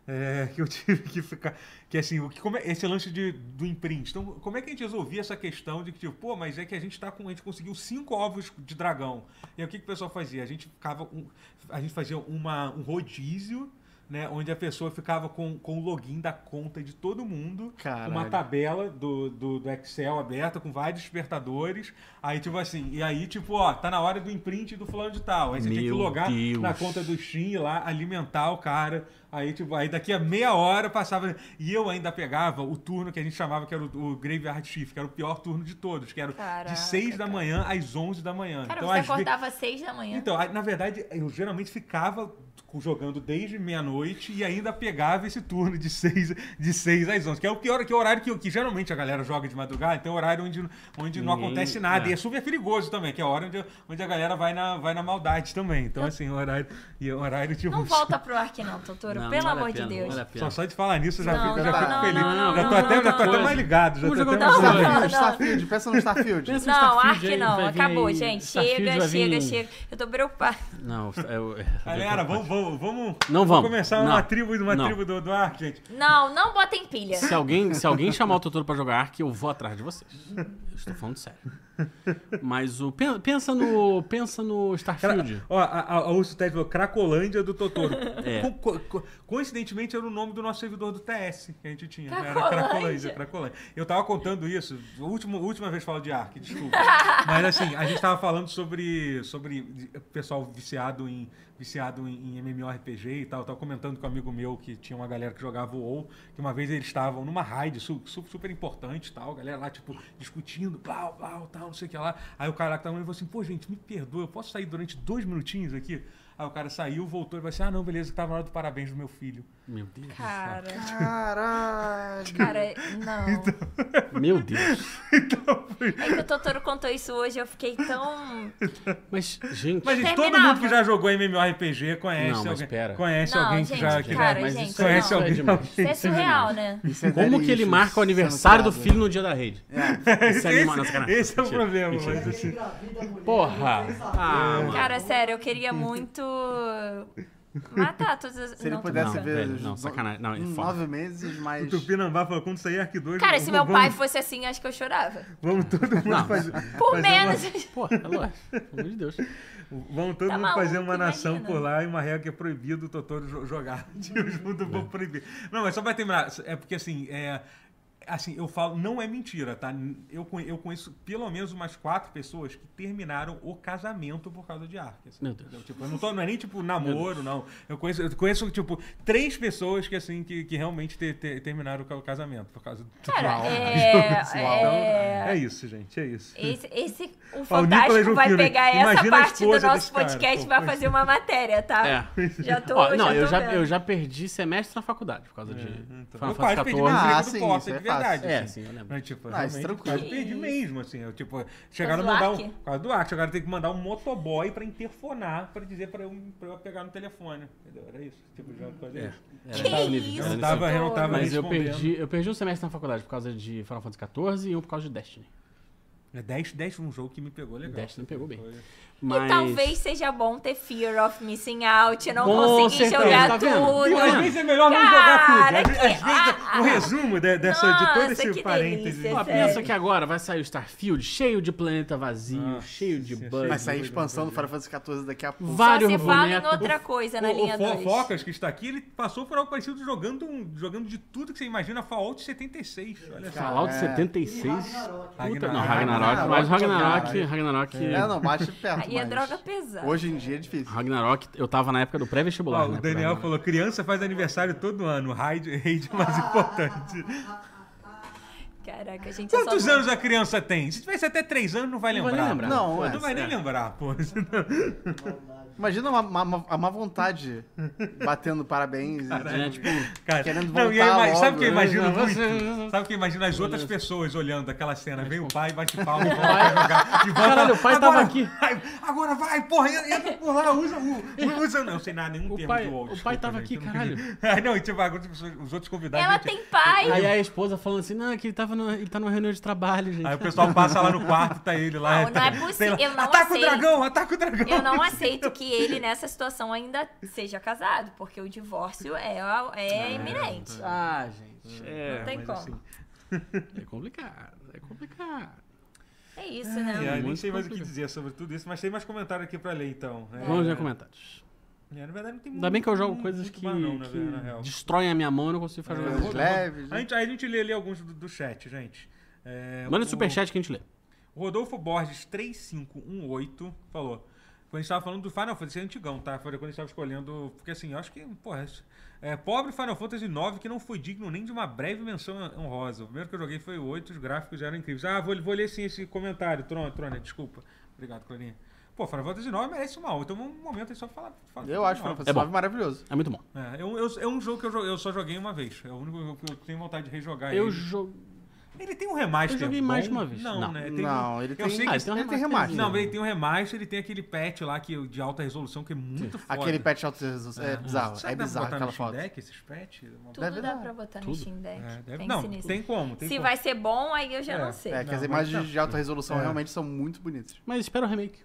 é, [LAUGHS] que eu tive que ficar. Que assim, o que, como é, esse lance de, do imprint. Então, como é que a gente resolvia essa questão de que, tipo, pô, mas é que a gente tá com. A gente conseguiu cinco ovos de dragão. E aí, o que, que o pessoal fazia? A gente ficava. um- a gente fazia uma, um rodízio. Né, onde a pessoa ficava com, com o login da conta de todo mundo, uma
Caralho.
tabela do, do, do Excel aberta com vários despertadores. Aí, tipo assim, e aí, tipo, ó, tá na hora do imprint do fulano de tal. Aí você tem que
Meu
logar
Deus.
na conta do Shin lá, alimentar o cara. Aí, tipo, aí daqui a meia hora passava. E eu ainda pegava o turno que a gente chamava que era o, o Graveyard Shift, que era o pior turno de todos, que era
Caraca,
de 6 da
cara.
manhã às 11 da manhã.
Cara,
então,
você
às ve-
acordava às seis da manhã.
então, aí, na verdade, eu geralmente ficava co- jogando desde meia-noite e ainda pegava esse turno de 6 de seis às 11, que é o pior, que é o horário que, eu- que geralmente a galera joga de madrugada, então é o horário onde, onde não
Ninguém-
acontece nada.
é.
E é super perigoso também, que é a hora onde, onde a galera vai na, vai na maldade também. Então, assim, o horário. E é um horário tipo.
Não volta pro Ark não, Totoro.
Não, não
Pelo
vale a
amor de
pena,
Deus.
Não vale a
Só,
pena.
só de falar nisso, eu já,
Não,
fico- já
não,
fico
não,
feliz.
não, não,
já tô até,
não,
já tô até
não.
mais ligado. Já
Vamos
tô até
jogar
mais
outra
ligado.
coisa.
Starfield, Starfield, peça no Starfield.
Pensa no
Não,
Starfield
Ark
aí,
não.
vai vir
Acabou,
aí-
gente.
Starfield
Chega,
vai
chega,
vir-
chega. Eu tô preocupada.
Não, eu- é, eu-
Galera, vamos, vamos, vamos,
Não vamos.
começar
Não.
uma tribo, uma
Não.
tribo do, do Ark, gente.
Não, não botem pilha.
Se alguém, se alguém chamar o Totoro pra jogar Ark, eu vou atrás de vocês. Eu estou falando sério. Mas o. pen- Pensa no. Pensa no
Cra-
Starfield.
Ó, a, a, a Urso Tete falou, Cracolândia do Totoro.
É.
Co- co- co- coincidentemente era o nome do nosso servidor do TS que a gente tinha. né? Era
Cracolândia.
Cracolândia, Cracolândia. Eu tava contando isso, último, última vez que falo de Ark, desculpa. Mas assim, a gente tava falando sobre, sobre pessoal viciado em viciado em, em MMORPG e tal. Eu tava comentando com um amigo meu que tinha uma galera que jogava o WoW, que uma vez eles estavam numa raid su- su- super importante e tal, a galera lá, tipo, discutindo, plau, plau, tal, não sei o que lá. Aí o cara lá que tava lá, ele falou assim, pô, gente, me perdoa, eu posso sair durante dois minutinhos aqui? Aí o cara saiu, voltou e falou assim, ah, não, beleza, que tava na hora do parabéns do meu filho. [LAUGHS]
Meu Deus. do céu.
Cara,
Caralho.
cara, não.
Então. Meu Deus.
Então,
É que o Totoro contou isso hoje, eu fiquei tão.
Mas, gente.
Mas, gente, todo
Terminava.
mundo que já jogou MMORPG conhece
Não, mas
alguém,
pera.
conhece
Não,
alguém
gente,
que já... Que
cara,
já
mas
gente,
isso, é-
conhece
isso é
alguém.
demais.
Isso é surreal, né?
Isso é
Como
velhice
que ele marca o
sendo
aniversário do
criado.
filho no dia da rede? Isso é animal, não, sacanagem.
Esse é o
Mentira,
problema,
mentira.
mas assim...
Ele engravida a mulher,
Porra.
ele fez a-
Ah, mano.
Cara, sério, eu queria muito Matar todas as.
Se ele
não, tô
pudesse
brincando.
ver
velho,
os
não,
no-
sacanagem, não, é
em
foda.
nove meses,
O
mas...
Tupinambá falou, quando sair Ark 2...
Cara,
vamos-
se meu
vamos-
pai fosse assim, acho que eu chorava.
Vamos todo mundo
Não.
fazer...
Por
fazer uma-
menos.
Pô, é lógico. Pelo amor de Deus.
Vamos todo
Tá
mundo fazer uma
maluco,
nação
imagina. Uhum.
por lá e uma regra que é proibido o Totoro jo- jogar. [LAUGHS] Os mundo
É.
vão proibir. Não, mas só pra terminar. É porque assim, é. Assim, eu falo, não é mentira, tá? Eu, conhe- eu conheço pelo menos umas quatro pessoas que terminaram o casamento por causa de Ark. assim,
Meu Deus.
entendeu? Tipo, eu não, tô, não é nem tipo namoro, não. Eu conheço, eu conheço, tipo, três pessoas que, assim, que, que realmente te- te- terminaram o ca- o casamento por causa [LAUGHS] do.
Cara,
Uau.
é.
Então,
é...
é isso, gente, é isso.
[LAUGHS] Esse, esse, o
Ó, o Nicolas
Fantástico vai
Rufino,
pegar essa
imagina a
parte do
esposa
nosso
desse cara,
podcast e
pô,
vai
pois
fazer uma matéria, tá?
É.
Já tô.
Ó, não,
já tô
eu, já,
vendo.
eu já perdi semestre na faculdade por causa de
Então,
Final
eu quase
Fantasy
perdi meu emprego
Ah,
XIV.
do
sim,
Porta,
isso
de
é fácil.
verdade.
É,
assim.
sim, eu lembro.
Mas, tipo,
Ah,
realmente,
isso tranquilo.
quase perdi mesmo, assim. Eu, tipo, chegaram a
Por
mandar
causa do
um.
Ark?
Por causa do Ark, chegaram a ter que mandar um motoboy pra interfonar pra dizer pra eu, pra eu pegar no telefone. Entendeu? Era isso. Tipo, já quase
É.
isso.
Era
Que
nesse nível,
isso,
era
Eu não
nesse
tava, eu não tava
Mas eu
respondendo.
perdi, eu perdi um semestre na faculdade por causa de Final Fantasy XIV e um por causa de Destiny.
É 10, 10 foi um jogo que me pegou legal.
Destiny pegou bem.
Foi-
Mas...
E talvez seja bom ter fear of missing out, não
Com
conseguir
certeza,
jogar
tá vendo?
Viu? Às
tudo.
vezes é melhor não jogar tudo.
Cara,
Às vezes,
que-
às vezes,
ah,
o resumo de, dessa, de todo
nossa,
esse
que
parênteses.
delícia.
Ó,
sério.
pensa que agora vai sair o Starfield cheio de planeta vazio,
Nossa, é
cheio de
sim,
bugs.
sim.
Vai sair a expansão do Final Fantasy XIV daqui a pouco.
Só
Vários
se fala em
bonecos.
outra coisa Tá na
O, o
linha 2.
Fofocas, que está aqui, ele passou por algo parecido jogando, um- jogando de tudo que você imagina Fallout 76. Olha só.
Fallout
É.
76.
E Ragnarok.
Puta,
Ragnarok.
não, Ragnarok. é Mas Ragnarok,
Caralho.
Ragnarok,
É, não, bate perto.
Aí é
mas
droga pesada.
Hoje em dia é
Ah,
difícil.
Ragnarok, eu tava na época do
Ó,
pré-vestibular. né,
o
pro
Daniel
Ragnarok.
falou: criança faz aniversário todo ano, raid raid é
Ah.
mais importante.
Caraca, a gente é só
Quantos
burro.
anos a criança tem? Se tivesse até 3 anos, não vai
Não
lembrar.
vai nem lembrar.
Não,
Pô,
é.
não vai nem
é.
lembrar, pô. [LAUGHS]
Maldade.
Imagina uma- uma- uma- a má vontade batendo parabéns.
É, tipo,
Cara,
Querendo
não, e eu
voltar
ima- Sabe o
logo,
que eu
né?
imagino
Não,
muito?
você-
Sabe o que eu imagino as outras pessoas olhando aquela cena? Vem o pai, bate palma, volta
pai-
a jogar. E volta,
Caralho, o pai
agora
tava aqui."
vai, agora vai, porra, entra por lá, usa o. Usa, não, sei nada, nenhum
É. O
termo
pai-
do
o
old.
pai
desculpa,
tava
gente,
aqui,
eu não queria. Ah, Não, e tipo, agora as pessoas- os outros convidados.
Ela
gente,
tem pai.
aí a esposa falando assim, não, é que ele, tava no, ele tá numa reunião de trabalho, gente.
Aí o pessoal passa lá no quarto, tá ele lá.
Não, não é
Sei
possível,
lá,
eu não
ataca
aceito.
o dragão, ataca o dragão.
Eu não aceito que ele, nessa situação, ainda seja casado, porque o divórcio é, é iminente.
Ah, gente, é...
Não tem
mas
como.
assim,
É complicado, é complicado.
É isso,
É,
né?
eu nem
muito
sei mais o que
complicado.
dizer sobre tudo isso, mas tem mais comentário aqui pra ler, então. É,
Vamos ver comentários.
é, na verdade, não tem
Ainda bem que eu jogo coisas
muito
que,
mais não, na
que
verdade, na real.
destroem a minha mão e não consigo fazer
É,
nada.
eu vou-
Coisas leves.
A
né?
gente, aí a gente lê ali alguns do, do chat, gente. É,
Manda
o-
superchat que a gente lê.
Rodolfo Borges 3518 falou. Quando a gente tava falando do Final Fantasy antigão, tá? Foi quando a gente tava escolhendo. Porque assim, eu acho que, porra, isso- é, pobre Final Fantasy IX que não foi digno nem de uma breve menção honrosa. O primeiro que eu joguei foi o 8, os gráficos eram incríveis. Ah, vou, vou ler sim esse comentário, Tron, Trônia, desculpa. Obrigado, Clorinha. Pô, Final Fantasy IX merece uma aula. Então um momento aí só pra falar. falar
Eu acho Final
Fantasy
Fantasy
É bom.
IX maravilhoso.
É muito bom.
IX. É, eu- eu- é um jogo que eu, jo- eu só joguei uma vez. É o único jogo que eu tenho vontade de rejogar.
Eu
ele.
jogo.
Ele tem um remaster.
Eu joguei
bom?
mais de uma vez.
Não,
Não.
né? Tem um-
Não, ele tem, então
Eu sei que
Ah,
esse-
tem um
ele tem
remaster.
remaster.
Não, ele tem um remaster, ele tem aquele patch lá que, de alta resolução que é muito foda.
Aquele patch alto é, é bizarro.
Será
É
que dá pra
bizarro
botar no
aquela
Steam
foto.
Deck, esses patch? É Uma-
Tudo
Deve
dá
dar.
pra botar no
Tudo.
Steam Deck.
É, deve-
Pense
Não,
nisso.
tem como. Tem
Se
como.
vai ser bom, aí eu já
É,
não sei.
É, que as
Não,
imagens
mas-
de alta resolução
É.
realmente são muito bonitas.
Mas espera o remake.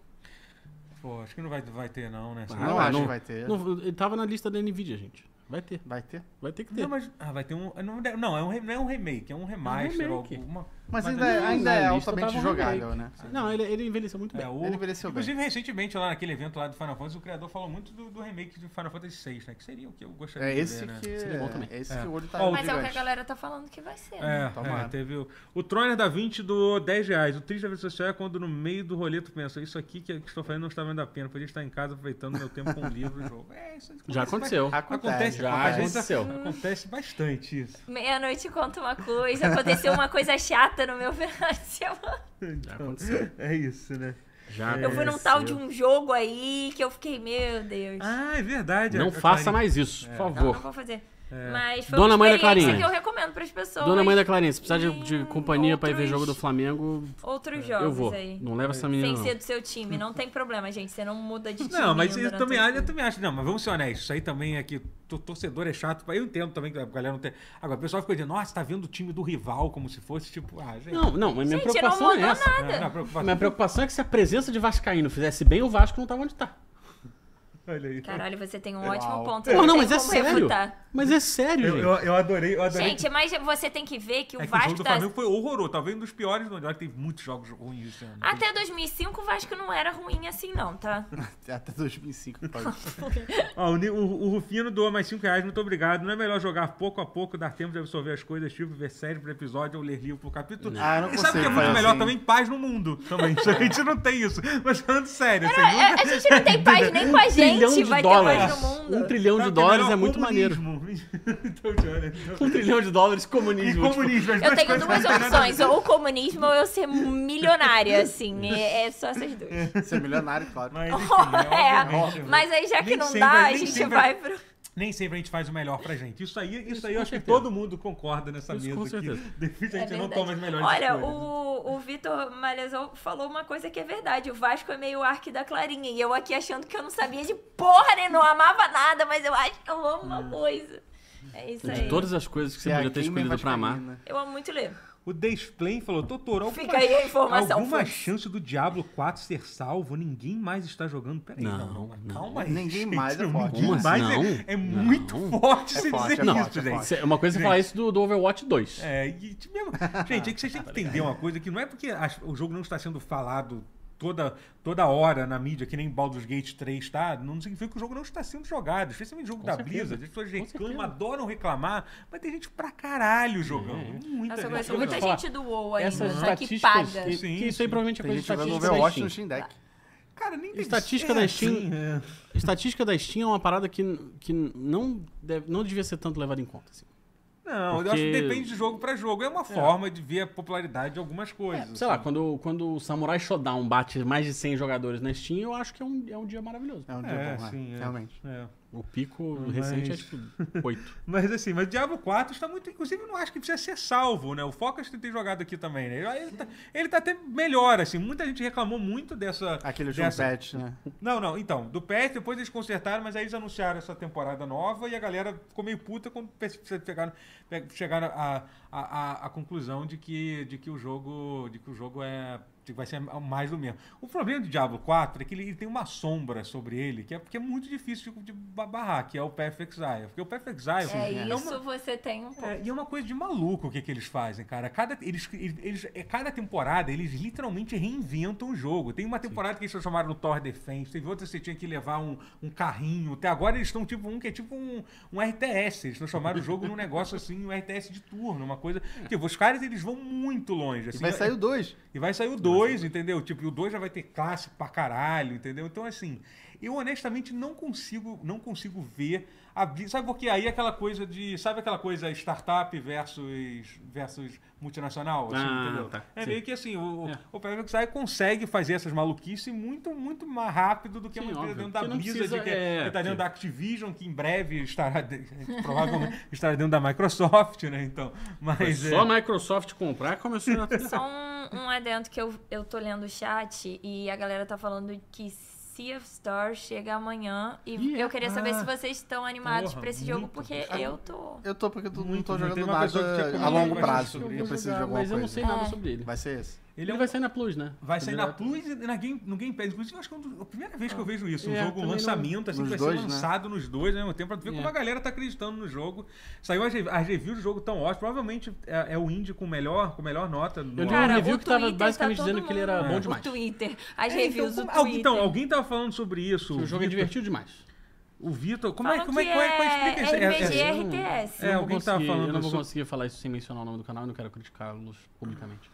Pô, acho que não vai, vai ter, não, né?
Ah,
Não,
não
vai,
acho
não-
que vai ter.
Não, ele tava na lista da Nvidia, gente. Vai ter.
Vai ter.
Vai ter que ter.
não, mas. Ah, vai ter um. Não, não, é um, re- não é um remake, é um remaster.
remake.
alguma-
Mas,
Mas
ainda,
ele- né,
é- ainda
na
é
lista
tá
altamente
tava um
jogável,
remake.
né?
Não, ele, ele envelheceu muito
É,
bem.
o-
Ele envelheceu bem.
Inclusive, recentemente, lá naquele evento lá do Final Fantasy, o criador falou muito do, do remake de Final Fantasy VI, né? Que seria o que eu gostaria
É
de
esse
ver, né?
que.
Seria bom também.
É esse
É.
que o olho tá
Ó, o
Mas é o que a
gigante.
galera tá falando que vai ser. né?
É,
Tomara.
é, teve o, o Troner da 20 do 10 reais. O triste da vida social é quando no meio do rolê tu pensa, isso aqui que, que estou fazendo não está valendo a pena. Podia estar em casa aproveitando meu tempo com um livro e jogo. [LAUGHS] É, isso
Já aconteceu.
Ah,
Acontece,
Já
acontece,
aconteceu.
acontece bastante isso.
Meia-noite conta uma coisa, aconteceu uma coisa chata no meu [LAUGHS] final de semana.
Já aconteceu.
[LAUGHS] É isso, né?
Já
Eu fui num tal de um jogo aí que eu fiquei, meu Deus.
Ah, é verdade.
Não
a- a
faça
Clarinha-
mais isso,
É.
por
não, não
favor.
vou fazer. Mas foi
Dona
uma
mãe da
experiência
Clarinha.
que eu Hum, recomendo pras pessoas.
Dona Mãe da Clarice, precisa de,
em
de companhia pra ir ver
outros-
jogo do Flamengo,
Outros
eu
jogos
vou.
aí.
Não leva essa menina,
Sem
não.
ser do seu time, não tem problema, gente. Você não muda de time.
Não, mas eu
durante
também,
o
acho-
jogo.
eu também acho. Não, mas vamos ser honestos. Isso aí também é que to- torcedor é chato. Eu entendo também que a galera não tem. Agora, o pessoal fica dizendo, nossa, tá vendo o time do rival como se fosse, tipo, ah, gente.
Não, não, mas minha
Gente,
preocupação
não
é
mudou
essa.
Não, não,
nada.
preocupação-
Minha preocupação é que se a presença de Vascaíno fizesse bem, o Vasco não tava onde tá.
Olha aí.
Caralho, você tem um ótimo ponto.
Pô,
tem
não, mas é
como
sério.
refutar.
Mas é sério,
Eu,
gente.
eu, eu adorei, eu adorei.
Gente, mas você tem que ver que o
é que o
Vasco
jogo do
tá-
Flamengo foi horroroso. Talvez um dos piores. Olha que tem muitos jogos ruins esse ano.
Até 2005 o Vasco não era ruim assim não,
[LAUGHS]
tá?
[LAUGHS] Até 2005, pode.
Ó, o, Ni- o, o Rufino doa mais 5 reais, muito obrigado. Não é melhor jogar pouco a pouco, dar tempo de absorver as coisas, tipo ver série por episódio ou ler livro por capítulo?
Ah, eu não
e sabe o que é
consigo
muito
fazer
melhor
assim.
também? Paz no mundo. Também.
[LAUGHS]
Isso a gente não tem isso. Mas falando sério, assim,
É,
nunca...
a gente não tem paz nem com a gente, vai ter paz no mundo.
Um trilhão de
Sabe o que
dólares
melhor?
é muito maneiro.
Comunismo. [LAUGHS] Então, olha, então-
Um trilhão de dólares
E
comunismo. tipo,
comunismo, as
Eu
duas
tenho
coisas não
duas
têm nada a ver.
opções, ou o comunismo ou eu ser milionária, assim. É, é só essas
[LAUGHS]
duas.
Ser milionário, claro.
Mas, enfim,
[LAUGHS]
é,
é,
obviamente.
mas aí já que
Nem
não
sempre-
dá, a
nem
gente
sempre- é
vai pro.
Nem sempre a gente faz o melhor pra gente. Isso aí, isso aí eu
com
acho que
certeza.
todo mundo concorda nessa
Isso com
mesa. Que
certeza.
definitivamente
É
a gente não
verdade.
toma as melhores
Olha,
escolhas.
o, o Vitor Malhazão falou uma coisa que é verdade. O Vasco é meio arque da Clarinha. E eu aqui achando que eu não sabia de porra, né? Não amava nada, mas eu acho que eu amo uma coisa. É isso aí.
De todas as coisas que você
É a
podia ter
gamer
escolhido pra amar.
vascaína.
Eu amo muito ler.
O Desplay falou, Totoro, alguma,
Fica aí a informação,
alguma
Fux.
chance do Diablo 4 ser salvo? Ninguém mais está jogando. Peraí, não, não,
Não,
não, calma aí.
Ninguém
gente,
mais é forte.
Ninguém
Como
mais
assim?
é, é
Não.
muito forte você
forte,
dizer
é
isso,
forte, é
gente.
forte.
Isso é Uma coisa é você falar isso do, do Overwatch 2.
É, e, tipo, mesmo- gente, é que vocês
[LAUGHS] Tá
têm que entender uma coisa, que não é porque as- o jogo não está sendo falado toda, toda hora na mídia, que nem Baldur's Gate 3 tá, não significa que o jogo não está sendo jogado. Especialmente jogo
Com
da
certeza.
Blizzard, as pessoas
Com
reclamam,
certeza. É,
adoram reclamar, mas tem gente pra caralho jogando. Muita
Nossa, eu
gente.
conheço muita
falar,
gente do WoW ainda,
Essas
só tá que
estatísticas.
paga.
que-
Sim,
que isso
sim.
aí provavelmente é
Tem
coisa
gente
né?
jogando
estatística da
Overwatch no
Steam.
Steam Deck.
Cara, nem tem
Estatística da Steam.
é.
Estatística da Steam é uma parada que, que não, deve, não devia ser tanto levada em conta. Assim.
Não, eu
Porque-
acho que depende de jogo pra jogo. É uma forma de ver a popularidade de algumas coisas.
É, Sei lá,
assim.
quando, quando o Samurai Shodown bate mais de 100 jogadores na Steam, eu acho que é um, é um dia maravilhoso.
É um dia
É,
bom, né?
sim, é.
realmente.
É.
O pico
Mas-
recente é tipo 8.
Mas assim, mas Diablo 4 está muito. Inclusive, eu não acho que precisa ser salvo, né? O Focas tem jogado aqui também, né? Ele- Ele tá, ele tá até melhor, assim. Muita gente reclamou muito dessa.
Aquele jogo
dessa...
patch, né?
Não, não, então. Do PES, depois eles consertaram, mas aí eles anunciaram essa temporada nova e a galera ficou meio puta quando pe- pegaram, pe- chegaram à a, a, conclusão de que, de que o jogo. De que o jogo é. de que Vai ser mais do mesmo. O problema do Diablo 4 é que ele, ele tem uma sombra sobre ele, que é porque é muito difícil de, de barrar, que é o Path Exile. Porque o Path Exile
É
é uma-
isso, você tem um pouco.
é, e é uma coisa de maluco o que, que eles fazem, cara. Cada, eles, eles, é, cada temporada eles literalmente reinventam o jogo. Tem uma temporada que eles transformaram no Thor Defense, teve outra que você tinha que levar um, um carrinho. Até agora eles estão tipo um que é tipo um, um RTS. Eles transformaram o jogo num negócio assim, um RTS de turno, uma coisa. Tipo, os caras eles vão muito longe.
É. E
Assim,
vai sair o 2.
e vai sair o 2, entendeu? Tipo, e o 2 já vai ter clássico pra caralho, entendeu? Então, assim, eu honestamente não consigo, não consigo ver a Blizzard. Sabe por quê? Aí é aquela coisa de. Sabe aquela coisa startup versus, versus multinacional? Assim,
Ah,
entendeu?
tá.
É
Sim.
meio que assim, o,
É.
o Private Sai consegue fazer essas maluquices muito, muito mais rápido do que uma
Sim,
empresa
óbvio.
dentro da
Porque não
Blizzard,
precisa-
que, é,
é,
que tá dentro
sim.
da Activision, que em breve estará. de- [LAUGHS] provavelmente estará dentro da Microsoft, né? Então. Mas.
Só
é-
a Microsoft comprar começou [LAUGHS] a
Só um, um adendo que eu, eu tô lendo o chat e a galera tá falando que Sea of Stars chega amanhã. E
Ih,
eu queria saber
ah,
se vocês estão animados
porra,
pra esse
muito.
jogo, porque eu tô.
Eu tô porque eu tô- não
Muito,
tô
muito. Tem
jogando
uma pessoa que tinha
nada a
comentado
longo
bastante
prazo.
sobre
Eu
isso.
preciso de alguma
Mas eu não
coisa.
sei nada
É.
sobre ele.
Vai ser esse.
Ele
Ele
é um-
vai sair na Plus, né?
Vai sair na
Direto.
Plus e na Game, no Game Pass. Inclusive, eu acho que é um dos- a primeira vez que eu vejo isso. Um
É,
jogo, um
também não-
lançamento, assim, que vai
Nos dois,
ser
né?
lançado nos dois ao mesmo tempo, pra tu ver
É.
como a galera tá acreditando no jogo. Saiu as, re- as reviews do jogo tão ótimo. Provavelmente é, é o indie com melhor, com melhor nota. no
Eu li um-
ano.
uma review
o
que tava
Twitter tá
basicamente
todo
dizendo que ele era
mundo-
bom demais.
O Twitter, as
É, então,
reviews
como-
do
al-
Twitter.
então, alguém tava falando sobre isso.
O jogo é
Vitor-
divertido demais.
O Vitor. Como é
Falam
como é
que
qual é, qual é a
é
explicação? É- é-
RPG.
Eu não-
RTS.
É,
eu não vou
alguém tava
conseguir-
falando
Eu não vou
sobre-
conseguir falar isso sem mencionar o nome do canal, eu não quero criticá-los publicamente.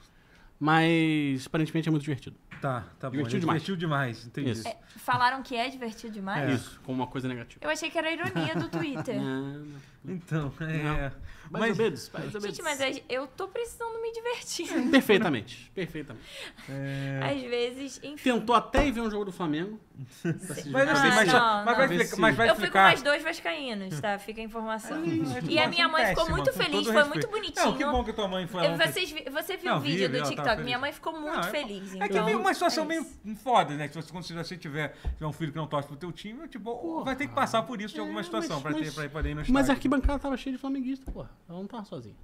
Mas aparentemente é muito divertido.
Tá, tá bom.
Divertido
ele
demais.
Divertiu demais, entendi.
Isso.
É, falaram que é divertido demais?
Isso, como uma coisa negativa.
Eu achei que era a ironia do
[LAUGHS]
Twitter.
É. Então, é.
Mais
Mas,
ou menos, mais ou menos.
Gente, mas é eu tô precisando me divertir.
Perfeitamente, perfeitamente.
É.
Às vezes, enfim.
Tentou até ir ver um jogo do Flamengo.
mas, assim, mas,
Ah, não,
mas vai
não.
explicar. Mas vai
eu fico com
explicar.
mais dois vascaínos, tá? Fica a informação. E
Nossa,
a minha mãe ficou
péssima,
muito
com todo
feliz, foi
respeito.
muito
Não, que
bonitinho.
bom que tua mãe foi lá.
Eu- vocês vi- você viu
Não,
o vídeo
vi,
do
ela
TikTok?
tava feliz.
minha mãe ficou muito
Não, é-
feliz.
É que é
então,
meio uma situação
é
meio
isso.
foda, né? Se você, quando você tiver, tiver um filho que não torce pro teu time, tipo, vai ter que passar por isso em alguma
É,
situação
mas-
pra, ter,
mas-
pra poder ir no estádio.
Mas a arquibancada tava cheia de flamenguista, porra. Ela não tava sozinha.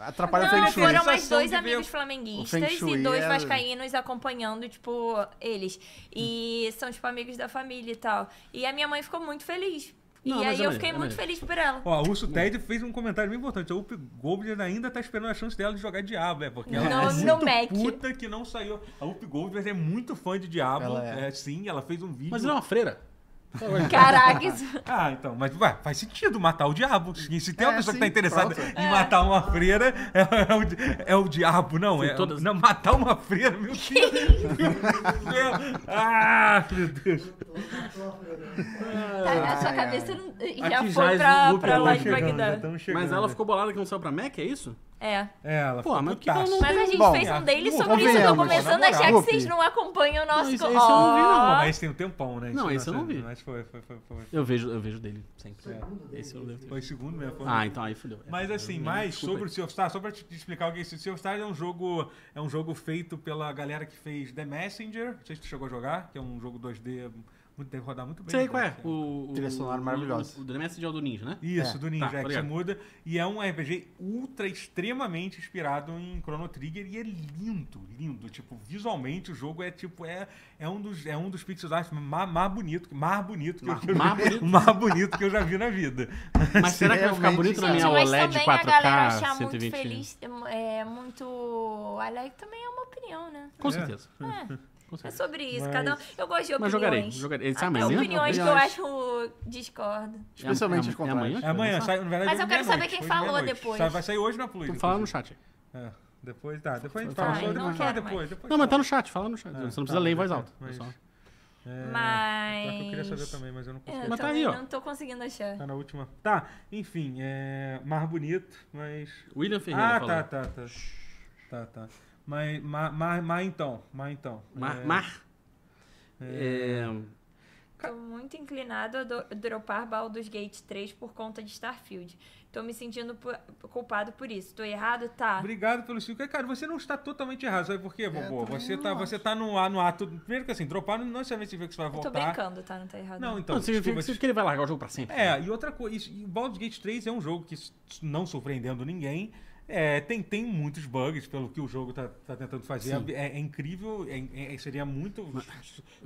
Atrapalha o
Não,
Feng Shui.
foram mais
Sensação
dois
de ver
amigos
o
flamenguistas
Feng Shui
e dois
é-
vascaínos acompanhando, tipo, tipo, eles. E são, tipo, amigos da família e tal. E a minha mãe ficou muito feliz.
Não,
e aí
mas é
eu
maneiro,
fiquei
é
muito
maneiro.
feliz por ela.
Ó, o Urso Ted fez um comentário bem importante. A Up Goldberg ainda tá esperando a chance dela de jogar Diablo, é porque ela
Não,
é
no
muito
Mac.
puta que não saiu. A Up Goldberg é muito fã de Diablo.
Ela é.
é, sim, ela fez um vídeo.
Mas ele é
[LAUGHS]
uma freira.
Caraca, isso...
Ah, então, mas ué, faz sentido matar o diabo. Se se tem uma
É,
pessoa
sim,
que tá interessada
pronto.
em matar uma freira, é, é o, di- é o diabo, não.
Foi
É,
todas-
não, matar uma freira, meu
[LAUGHS]
Deus. meu Deus. Ah, meu Deus.
né?
tá na sua
ai,
cabeça
ai.
não- e já
Aqui já
foi
é
pra,
Snoop
pra
Dogg
lá
Tamo
de
tá chegando, já
Bagdá.
tamo chegando.
Mas ela ficou bolada que não saiu pra Mac, é isso?
É.
É, ela
Pô, mas por que que ela não-
putaça.
Mas a gente
Bom,
fez um daily
pô,
sobre isso. Eu tô
convenhamos,
começando
na
a achar que
moral.
vocês não acompanham o nosso...
Não, isso-
co-
isso eu não vi, não.
Pô,
Ó.
mas esse tem um tempão, né?
Não, esse eu não
nossa,
vi.
Mas foi, foi, foi. Foi,
Eu vejo, eu vejo dele sempre.
É.
Esse eu lembro.
foi segundo mesmo. foi-
Ah, então aí fudeu. É,
Mas
eu
assim,
lembro.
mais
Desculpa
sobre o
aí.
Sea of Stars, só pra te te explicar o que é isso. O Sea of Stars é um jogo, é um jogo feito pela galera que fez The Messenger, não sei se tu chegou a jogar, que é um jogo 2D, muito, deve rodar muito bem.
Sei
né?
qual é. O, o,
Trilha sonora maravilhosa.
O, o Dream Acid é o do
[LAUGHS]
Ninja, né?
Isso,
É.
do Ninja,
Tá,
é que se
obrigado.
muda. E é um RPG ultra, extremamente inspirado em Chrono Trigger e é lindo, lindo. Tipo, visualmente o jogo é tipo, é, é, um, dos, é um dos pixel art mais, mais bonito, mais bonito que
Mas-
eu,
mas
[LAUGHS]
bonito.
mais bonito que eu já vi na vida.
Mas será que vai ficar
Realmente,
bonito na
Gente,
minha
mas
OLED
também a galera
4K
achar muito
120?
feliz, é muito... Alegre também é uma opinião, né?
Com
É.
certeza.
É,
Com
é
certeza.
sobre isso.
Mas-
Cada um... Eu gosto de opiniões.
Mas jogarei, jogarei. Esse é
Até
amanhã, né?
opiniões que eu
Opiniões.
acho discordo.
Especialmente
É- é-
os contrários.
é amanhã?
É amanhã, sai, na verdade,
Mas eu
hoje
quero saber
meia-noite,
quem
hoje
falou
meia-noite.
depois.
Sai- vai sair hoje na Plus.
Então fala no
inclusive.
chat.
É, depois, tá, depois a gente
Fala
fala
aí,
sobre,
não
depois fala
quero
depois, depois.
Não, mas tá
fala.
no chat, fala no chat. Você não
tá,
precisa ler em voz
mas-
alta. é
mas-
pessoal.
É,
Mas...
pior que eu queria saber também, mas eu não
É,
consegui.
eu
Mas tá
também
aí, ó.
não tô conseguindo achar.
Tá na última. Tá, enfim, é. Mais bonito, mas.
William Ferreira
Ah,
falou.
tá, tá, tá. Tá, tá. Mas, mas, mas, mas então, mas então.
Mar.
É,
Mar.
é,
É,
Tô muito inclinado a do- dropar Baldur's Gate 3 por conta de Starfield. Tô me sentindo pu- culpado por isso. Tô errado? Tá.
Obrigado pelo cinco. É, Cara, você não está totalmente errado. Sabe por quê, Bobo?
É, também
você
não
tá,
acho.
você tá no, a- no ato. Primeiro que assim, dropar não necessariamente significa que você vai
Eu tô
voltar.
brincando, tá? Não tá errado.
Não, então.
Não, significa
desculpa,
significa que ele vai largar o jogo pra sempre.
É, e outra coisa, isso- e o Baldur's Gate 3 é um jogo que, s- não surpreendendo ninguém, é, tem, tem muitos bugs pelo que o jogo tá, tá tentando fazer.
Sim.
É, é incrível, é- é- seria muito.
O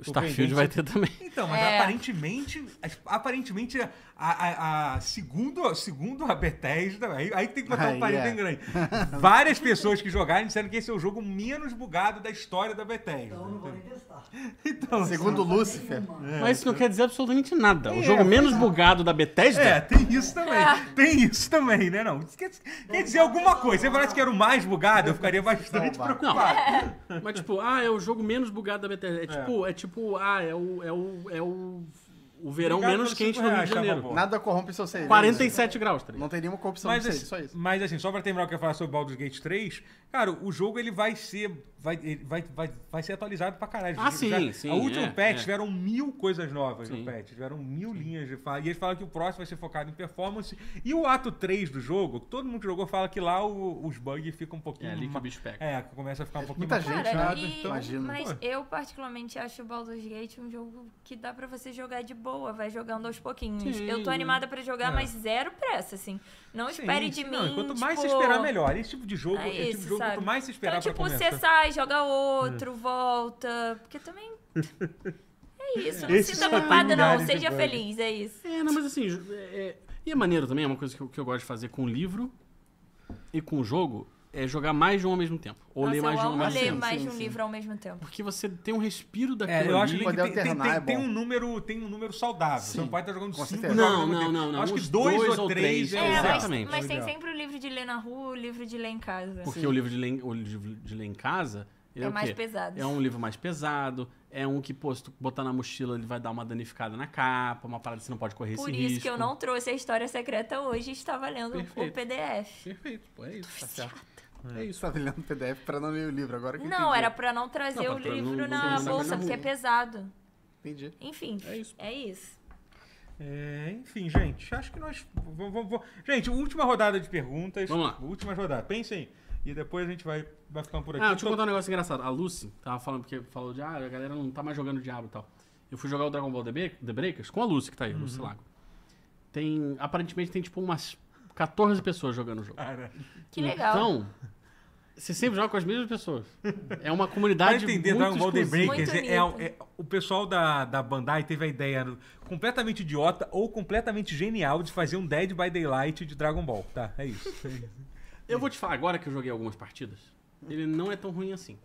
Starfield vai ter também.
Então, mas
É.
aparentemente, aparentemente, a, a- a- segundo, segundo a Bethesda, aí, aí tem que botar um
Aí,
parênteses
é.
grande.
[LAUGHS]
Várias pessoas que jogaram disseram que esse é o jogo menos bugado da história da Bethesda.
Então não vou nem testar.
Então,
Segundo Lúcifer.
Mas isso não quer dizer absolutamente nada. O
É,
jogo
pois
menos bugado da Bethesda
É, tem isso também. Tem isso também, né? Não, isso quer, quer dizer alguma coisa. Se eu falasse que era o mais bugado, eu ficaria bastante
Salvar.
preocupado.
[LAUGHS] Mas, tipo, ah, é o jogo menos bugado da Bethesda. É, tipo, é tipo, ah, é o. É o, é o, o verão
Obrigado
menos
pelos
quente
cinco
do Rio
reais,
de Janeiro.
Chababó.
Nada corrompe seu ser.
47 graus, tá ligado?
Não tem nenhuma corrupção
Mas,
no
assim,
ser, só isso.
mas assim, só pra terminar o que eu ia falar sobre Baldur's Gate 3, cara, o jogo ele vai ser. Vai, ele vai, vai, vai ser atualizado pra caralho.
Ah,
Já-
sim, sim,
A última
é,
patch
é.
tiveram mil coisas novas no
Sim.
patch, tiveram mil linhas de fala. E eles falam que o próximo vai ser focado em performance. E o ato 3 do jogo, todo mundo que jogou fala que lá o- os bugs ficam um pouquinho.
É ali que o
ma-
bicho pega.
É, começa a ficar um pouquinho
muita
mais
gente,
Cara,
né?
puxado,
e,
então-
imagino.
mas
Pô.
eu particularmente acho o Baldur's Gate um jogo que dá pra você jogar de boa, vai jogando aos pouquinhos.
Sim,
eu tô
né?
animada pra jogar,
É.
mas zero pressa, assim. Não
Sim,
espere de
sim,
mim.
não, e Quanto mais se
tipo,
esperar, melhor. Esse tipo de jogo,
é
esse tipo
isso,
de jogo, quanto
sabe?
mais se esperar
Então, tipo,
pra
você
começar. Hum.
sai, joga outro, volta. Porque
[LAUGHS]
também. É isso, não
Esse
se
só
sinta
tem
culpada, não.
milhares de
Seja
bugs.
feliz, é isso.
É, não, mas assim. ju- é- é- E é maneiro também, é uma coisa que eu, que eu gosto de fazer com livro e com jogo, é jogar mais de um ao mesmo tempo. Ou
Nossa,
ler mais
eu
de um ao
amo
mesmo
ler
tempo.
mais
Sim,
de um
sim.
livro ao mesmo tempo.
Porque você tem um respiro daquilo
É, eu acho que, tem,
ali.
Poder
tem-
alternar
tem-
é
tem
bom.
um número, tem um número saudável. Você não pode estar jogando cinco
certeza.
jogos ao
Não,
mesmo
não,
tempo.
não, não.
Acho que
Uns
dois,
dois
ou
ou
três.
três,
é
é,
o
É, mas,
certo.
Exatamente.
mas tem
Legal.
sempre o livro de ler na rua, o livro de ler em casa.
assim.
Porque o livro de ler, o livro de ler em casa. ele
É
o
mais
quê?
pesado.
É um livro mais pesado, é um que, pô, se tu botar na mochila, ele vai dar uma danificada na capa, uma parada que você não pode correr
Por
esse
isso
risco.
que eu não trouxe a história secreta hoje, estava lendo
Perfeito.
o PDF.
Perfeito, pô, é isso, tá certo. É
Você
isso.
tá lendo PDF pra não ler o livro agora que eu
Não,
entendi.
era pra não trazer
Não,
o
pra- pra
livro
não-
na
não-
bolsa,
não-
porque é pesado.
Entendi.
Enfim,
É isso.
é isso.
É, enfim, gente, acho que nós. vamos- vamos- vamos- Gente, última rodada de perguntas.
Vamos lá.
Última rodada. Pensem. E depois a gente vai, vai ficando por aqui. Então,
Ah, deixa eu contar um negócio engraçado. A Lucy tava falando, porque falou de, ah, a galera não tá mais jogando Diablo e tal. Eu fui jogar o Dragon Ball The, Break- The Breakers com a Lucy, que tá aí, Lucy Lago. Tem, aparentemente tem, tipo, umas 14 pessoas jogando o jogo.
Cara,
Que legal.
Então, Você sempre joga com as mesmas pessoas. É uma
Pra
comunidade
entender,
muito
Dragon Ball The
exclusiva.
Breakers
Muito
é, é-
unido.
é- o pessoal da, da Bandai teve a ideia completamente idiota ou completamente genial de fazer um Dead by Daylight de Dragon Ball. Tá, é [LAUGHS] isso.
Eu vou te falar agora que eu joguei algumas partidas. Ele não é tão ruim assim.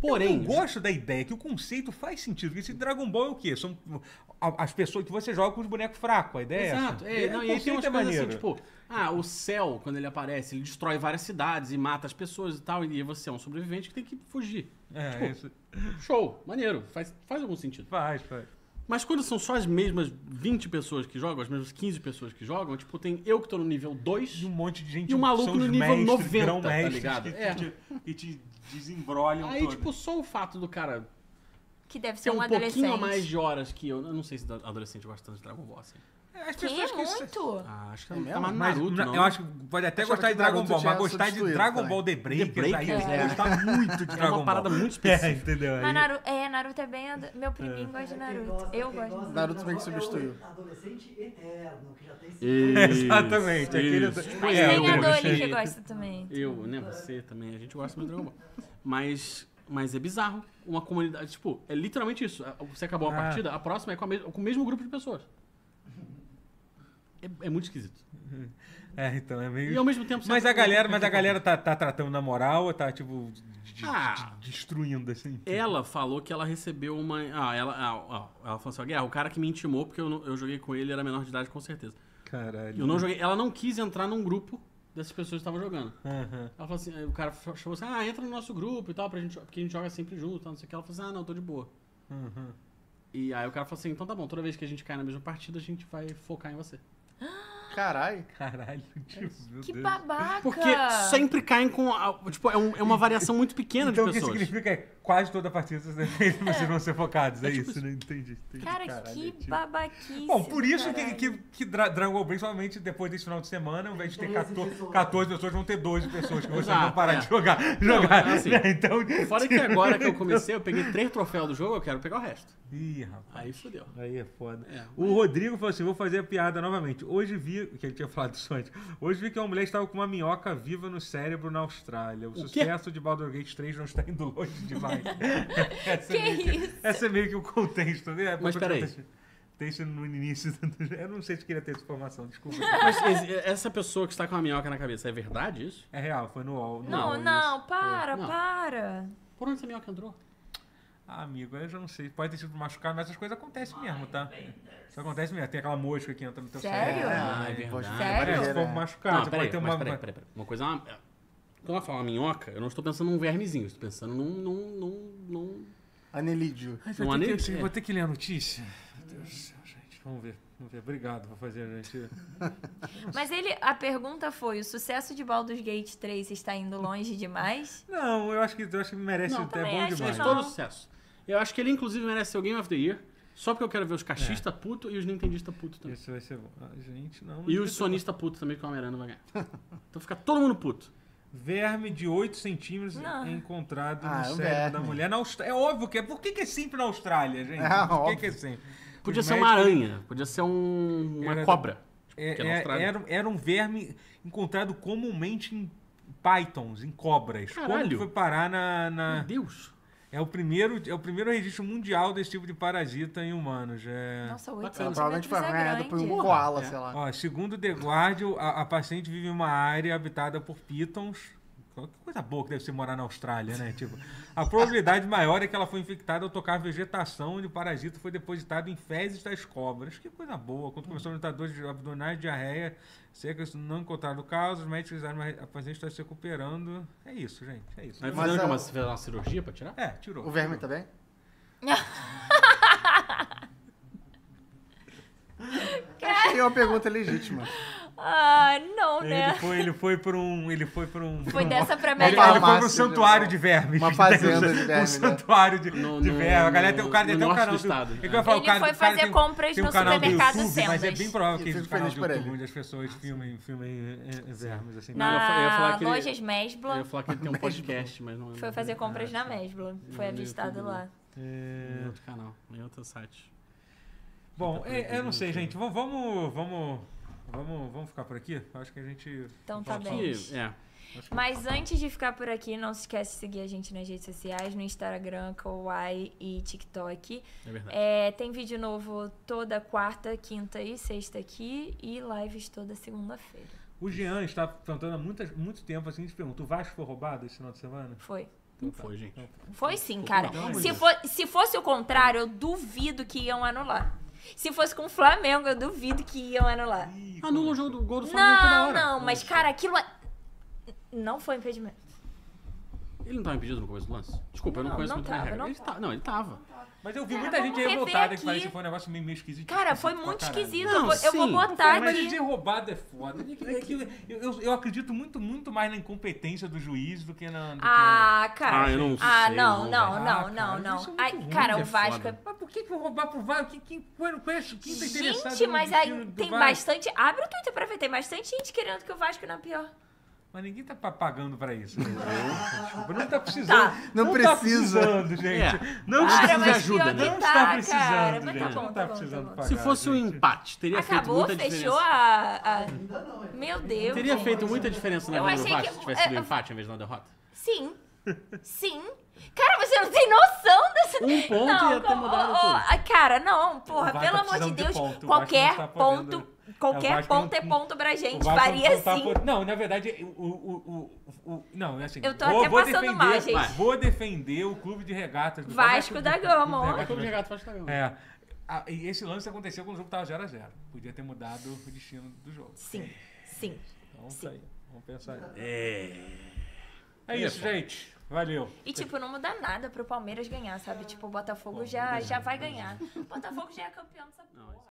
Porém,
Eu gosto da ideia que o conceito faz sentido. Porque esse Dragon Ball é o quê? São a- as pessoas que você joga com os bonecos fracos. A ideia
Exato.
é
É,
essa.
não,
o
e aí
conceito
tem umas
é
coisas assim,
maneiro.
tipo, ah, o céu, quando ele aparece, ele destrói várias cidades e mata as pessoas e tal, e você é um sobrevivente que tem que fugir.
É,
tipo,
isso.
Show, maneiro, faz, faz algum sentido.
Faz, faz.
Mas quando são só as mesmas 20 pessoas que jogam, as mesmas 15 pessoas que jogam, tipo, tem eu que tô no nível 2,
E um monte de gente
E o maluco
são os
no nível
mestres,
90, tá
grão-mestres
ligado?
Que, que,
É.
te- que te desembrolham
aí,
todo.
tipo, só o fato do cara
Que deve ser
ter um,
um,
pouquinho a
adolescente.
mais de horas que eu. Eu não sei se da- adolescente gosta tanto de Dragon Ball, assim.
As
Que
pessoas
é
que-
muito.
Ah, acho que
É
não tá
mesmo?
mais
Mas,
Naruto,
na-
não.
eu acho que pode até
Achava
gostar
que
de Dragon
Naruto
Ball, mas
tinha
gostar de
substituído
Dragon
também.
Ball The Breakers, aí
Breakers,
eu ia
é.
gostar muito de
É
Dragon
uma parada
Ball.
muito
É,
específica.
entendeu? Aí-
Mas Naru... É, Naruto é bem. ado- Meu priminho gosta de
É,
Quem
Naruto.
gosta-
eu gosto. de
quem gosta de
Naruto.
Naruto
Dragon
meio que
Ball é o
substituiu.
Adolescente eterno, que já tem
[LAUGHS] Exatamente, aquele-
Isso.
Mas
É,
tem
eu
a Dolly
gostei.
que gosta também.
Eu, né? Você também, a gente gosta muito de Dragon Ball. Mas, mas é bizarro. Uma comunidade, tipo, é literalmente isso. Você acabou a
Ah.
partida, a próxima é com, a mes- com o mesmo grupo de pessoas. É, é muito esquisito.
[LAUGHS] É, então é meio.
E ao mesmo tempo... você
Mas a
acaba-
galera, mas a galera tá, tá tratando na moral, tá tipo de- de-
Ah.
de- destruindo assim.
Ela falou que ela recebeu uma... Ah, ela, ah, ah, ela falou assim, ó, Guerra, o cara que me intimou, porque eu, não- eu joguei com ele, era menor de idade, com certeza.
Caralho.
Eu não joguei... Ela não quis entrar num grupo dessas pessoas que estavam jogando.
Aham.
Ela falou assim, aí o cara chamou assim, ah, entra no nosso grupo e tal, pra gente, porque a gente joga sempre junto, tal, não sei o que. Ela falou assim, ah, não, tô de boa.
Uhum.
E aí o cara falou assim, então tá bom, toda vez que a gente cai na mesma partida, a gente vai focar em você.
Caralho.
Caralho, [LAUGHS] tipo, meu
Que
Deus.
babaca!
Porque sempre caem com. a- tipo, é, um- é uma variação muito pequena
Então o
de
que
pessoas.
significa é quase toda a partida vocês [LAUGHS] vocês vão ser focados, é,
tipo
isso, né? Entendi. entendi.
Cara,
Caralho,
que
é tipo-
babaquice.
Bom, por isso que,
caralho.
que, que Dra- Dragon Ball, principalmente depois desse final de semana, ao invés de ter
Treze
14,
pessoas.
14 pessoas, vão ter 12 pessoas que vocês vão
Exato,
parar
é.
de jogar. jogar
assim,
né? [LAUGHS] Então.
Fora que agora que eu comecei, eu peguei três troféus do jogo, eu quero pegar o resto.
Ih, rapaz.
Aí fodeu.
Aí é foda.
É.
O Rodrigo falou assim: vou fazer a piada novamente. Hoje vi, que ele tinha [LAUGHS] falado isso antes, hoje vi que uma mulher estava com uma minhoca viva no cérebro na Austrália. O,
quê?
sucesso de Baldur's Gate 3 não está indo longe [LAUGHS] demais. essa,
Que
é meio
isso?
essa é meio que o contexto, né?
Mas peraí.
Tem isso no início. do- [LAUGHS] Eu não sei se queria ter essa informação, desculpa.
Mas es- essa pessoa que está com a minhoca na cabeça, é verdade isso?
É real, foi no UOL. no UOL
Não,
é isso.
não, para,
Não.
para.
Por onde essa minhoca entrou?
Ah, amigo, eu já não sei. Pode ter sido machucado, mas essas coisas acontecem mesmo, tá? Isso acontece mesmo. Tem aquela mosca que entra no teu
Sério?
cérebro.
Ah, é
pode
verdade.
Sério?
É, se
Maneiro,
for
né?
machucado,
Não,
você
peraí,
pode ter
mas
uma.
peraí, peraí, peraí. tipo, Uma coisa é uma. é- Quando eu falo uma minhoca, eu não estou pensando num vermezinho, eu estou pensando num. num, num, num-
Anelídeo.
Ai,
Não há
vou, ter
nem-
que,
é.
vou ter que ler a notícia. Meu Deus do céu, gente. Vamos ver. Vamos ver. Obrigado por fazer a gente.
Mas ele, a pergunta foi: o sucesso de Baldur's Gate 3 está indo longe demais?
Não, eu acho que, eu acho que merece.
Não,
é
também
bom
acho
demais.
Mas
Não.
todo sucesso. Eu acho que ele, inclusive, merece ser o Game of the Year. Só porque eu quero ver os cachistas puto e os nintendistas puto também.
Isso vai ser bom. Ah, gente, não. não
E
devia
os
ter-
sonistas puto também, que o Homem-Aranha não vai [LAUGHS] ganhar. Então fica todo mundo puto.
Verme de 8 centímetros
Não.
encontrado no
Ah, é um
cérebro da
verme.
mulher na Austrália. É óbvio que é. Por que, que é sempre na Austrália, gente?
Ah,
Por que,
óbvio.
que é sempre?
Podia
Os
ser uma
médicos-
aranha, podia ser um- uma
Era-
cobra.
É,
Porque na
é-
Austrália-
era, era um verme encontrado comumente em pythons, em cobras. Como
Caralho.
que foi parar na. na-
Meu Deus.
É, o primeiro, é o primeiro registro mundial desse tipo de parasita em humanos. É...
Nossa, 8
Bacana.
Ela
centímetros
provavelmente foi
é
arranhada
grande.
por um koala,
É.
sei lá.
Ó, segundo The Guardian, a, a paciente vive em uma área habitada por pitons. Que coisa boa que deve ser morar na Austrália, né? Tipo, a probabilidade maior é que ela foi infectada ao tocar vegetação onde o parasita foi depositado em fezes das cobras. Que coisa boa. Quando começou a notar dores abdominais, diarreia, secas, não encontraram casos, os médicos avisaram, mas a paciente está se recuperando. É isso, gente. É isso.
Aí
Mas
fizeram
a-
uma, fizeram uma cirurgia pra tirar?
É, tirou.
O verme tá
tirou.
[LAUGHS]
também? Achei uma pergunta legítima.
Ah, não,
Ele
né?
foi, ele foi por um. Ele foi por um.
Foi dessa pra
Ele, ele
melhor.
foi
farmácia,
pro santuário
né?
de vermes.
Uma
[LAUGHS]
fazenda
Tem um-
de vermes,
Um
né?
santuário de,
No-
de
no-
vermes. O cara tem, o cara tem até
no
um
norte
canal
do estado,
ele
é.
vai falar, o
Ele
cara,
foi
o cara
fazer
tem um-
compras
tem um
no
canal
supermercado
YouTube, Mas é
Cenas.
bem provável que
Eu
esse
fico
canal
feliz
do
por
YouTube
ele.
onde as pessoas filmem, filmem é, é, vermes. Assim.
Não, eu fa- eu ia falar
Na
que ele-
lojas
Eu ia
Mesbla.
falar que ele tem um podcast, mas não é.
Foi fazer compras na Mesbla. Foi
No
avistado
YouTube,
lá.
Em
É,
outro canal, em outro site.
Tá
Bom, é- eu não sei, gente. Vamos, vamos, vamos, vamos, vamos ficar por aqui? Acho que a gente...
Então tá
Vamos-
bem.
Que, é.
Mas antes de ficar por aqui, não se esquece de seguir a gente nas redes sociais, no Instagram, Kawaii e TikTok.
É verdade.
É, tem vídeo novo toda quarta, quinta e sexta aqui e lives toda segunda-feira.
O Jean está perguntando há muitas- muito tempo assim, se pergunta, o Vasco foi roubado esse final de semana?
Foi.
Não foi, gente.
Foi sim, cara.
Não, mas
se,
isso-
fo- se fosse o contrário, eu duvido que iam anular. Se fosse com o Flamengo, eu duvido que iam anular.
Anula o jogo do gol do Flamengo toda
Não,
hora.
não, mas cara, aquilo é- não foi impedimento.
Ele não tava impedido no começo do lance? Desculpa, eu não
Não,
conheço
não
muito
tava,
bem a regra.
não
Ele tá- Não, ele tava.
Mas eu vi
Cara,
muita gente
vamos
revoltada
rever
que parece
aqui.
que foi um negócio meio, meio esquisito.
Cara, foi
pra
muito
caralho.
esquisito.
Não,
eu vou- eu vou
sim.
botar
Mas
aqui.
dizer roubado é foda. É que- é que- eu, eu- eu acredito muito, muito mais na incompetência do juiz do que na. do que na-
Ah, cara.
Ah, eu não
Ah,
sei,
não, não,
não,
velho. Ah,
não,
cara,
não,
isso é
não.
muito
Ai,
ruim,
cara,
é
o Vasco é.
foda.
Mas por que, que vão roubar pro VAR? Quem, quem, quem, quem, quem tá interessado
Gente,
no
mas
destino
aí
do
tem
VAR?
bastante. Abre o Twitter pra ver, tem bastante gente querendo que o Vasco não é pior.
Mas ninguém tá pa- pagando pra isso. Desculpa, não tá precisando.
Tá.
Não
tá
precisa.
precisando, gente.
É.
Não
Cara,
precisa
mas-
de
ajuda,
pior
né?
que
Não
tá,
está precisando,
cara. Mas tá
gente.
bom,
Não tá
tá bom, tá
precisando
bom.
pagar.
Se fosse um
gente.
empate, teria feito
Acabou,
muita
fechou
diferença.
a, a-
Ainda não, é hein?
Meu Deus.
Teria
um-
feito muita diferença na
Eu
vida do
achei que-
Vasco se tivesse sido
é,
um empate em vez de uma derrota.
[LAUGHS] Sim. Sim. Cara, você não tem noção dessa.
Um ponto
não,
ia ter
como-
mudado
ó, ó,
tudo.
ah, Cara, não, porra,
O Vasco
pelo
tá
amor de
precisando de
Deus,
ponto, o Vasco
qualquer
não tá podendo.
ponto,
É, o
qualquer
Vasco não-
ponto é ponto pra
O
gente,
Vasco
varia
não tá
sim.
por- Não, na verdade, o. o, o, o, o- não, é assim.
Eu tô
vou,
até
vou
passando
defender,
mal, gente.
vai. Vou defender o clube de regatas do
Vasco da Gama, ó.
Clube de regatas
faz
do- É. Ah, e esse lance aconteceu quando o jogo tava 0x0. Podia ter mudado o destino do jogo.
Sim, sim.
Então, tá aí. Vamos pensar aí.
É.
É isso, gente. Valeu.
E tipo, não muda nada pro Palmeiras ganhar, sabe? Tipo, o Botafogo já, já vai ganhar. O Botafogo já é campeão dessa porra.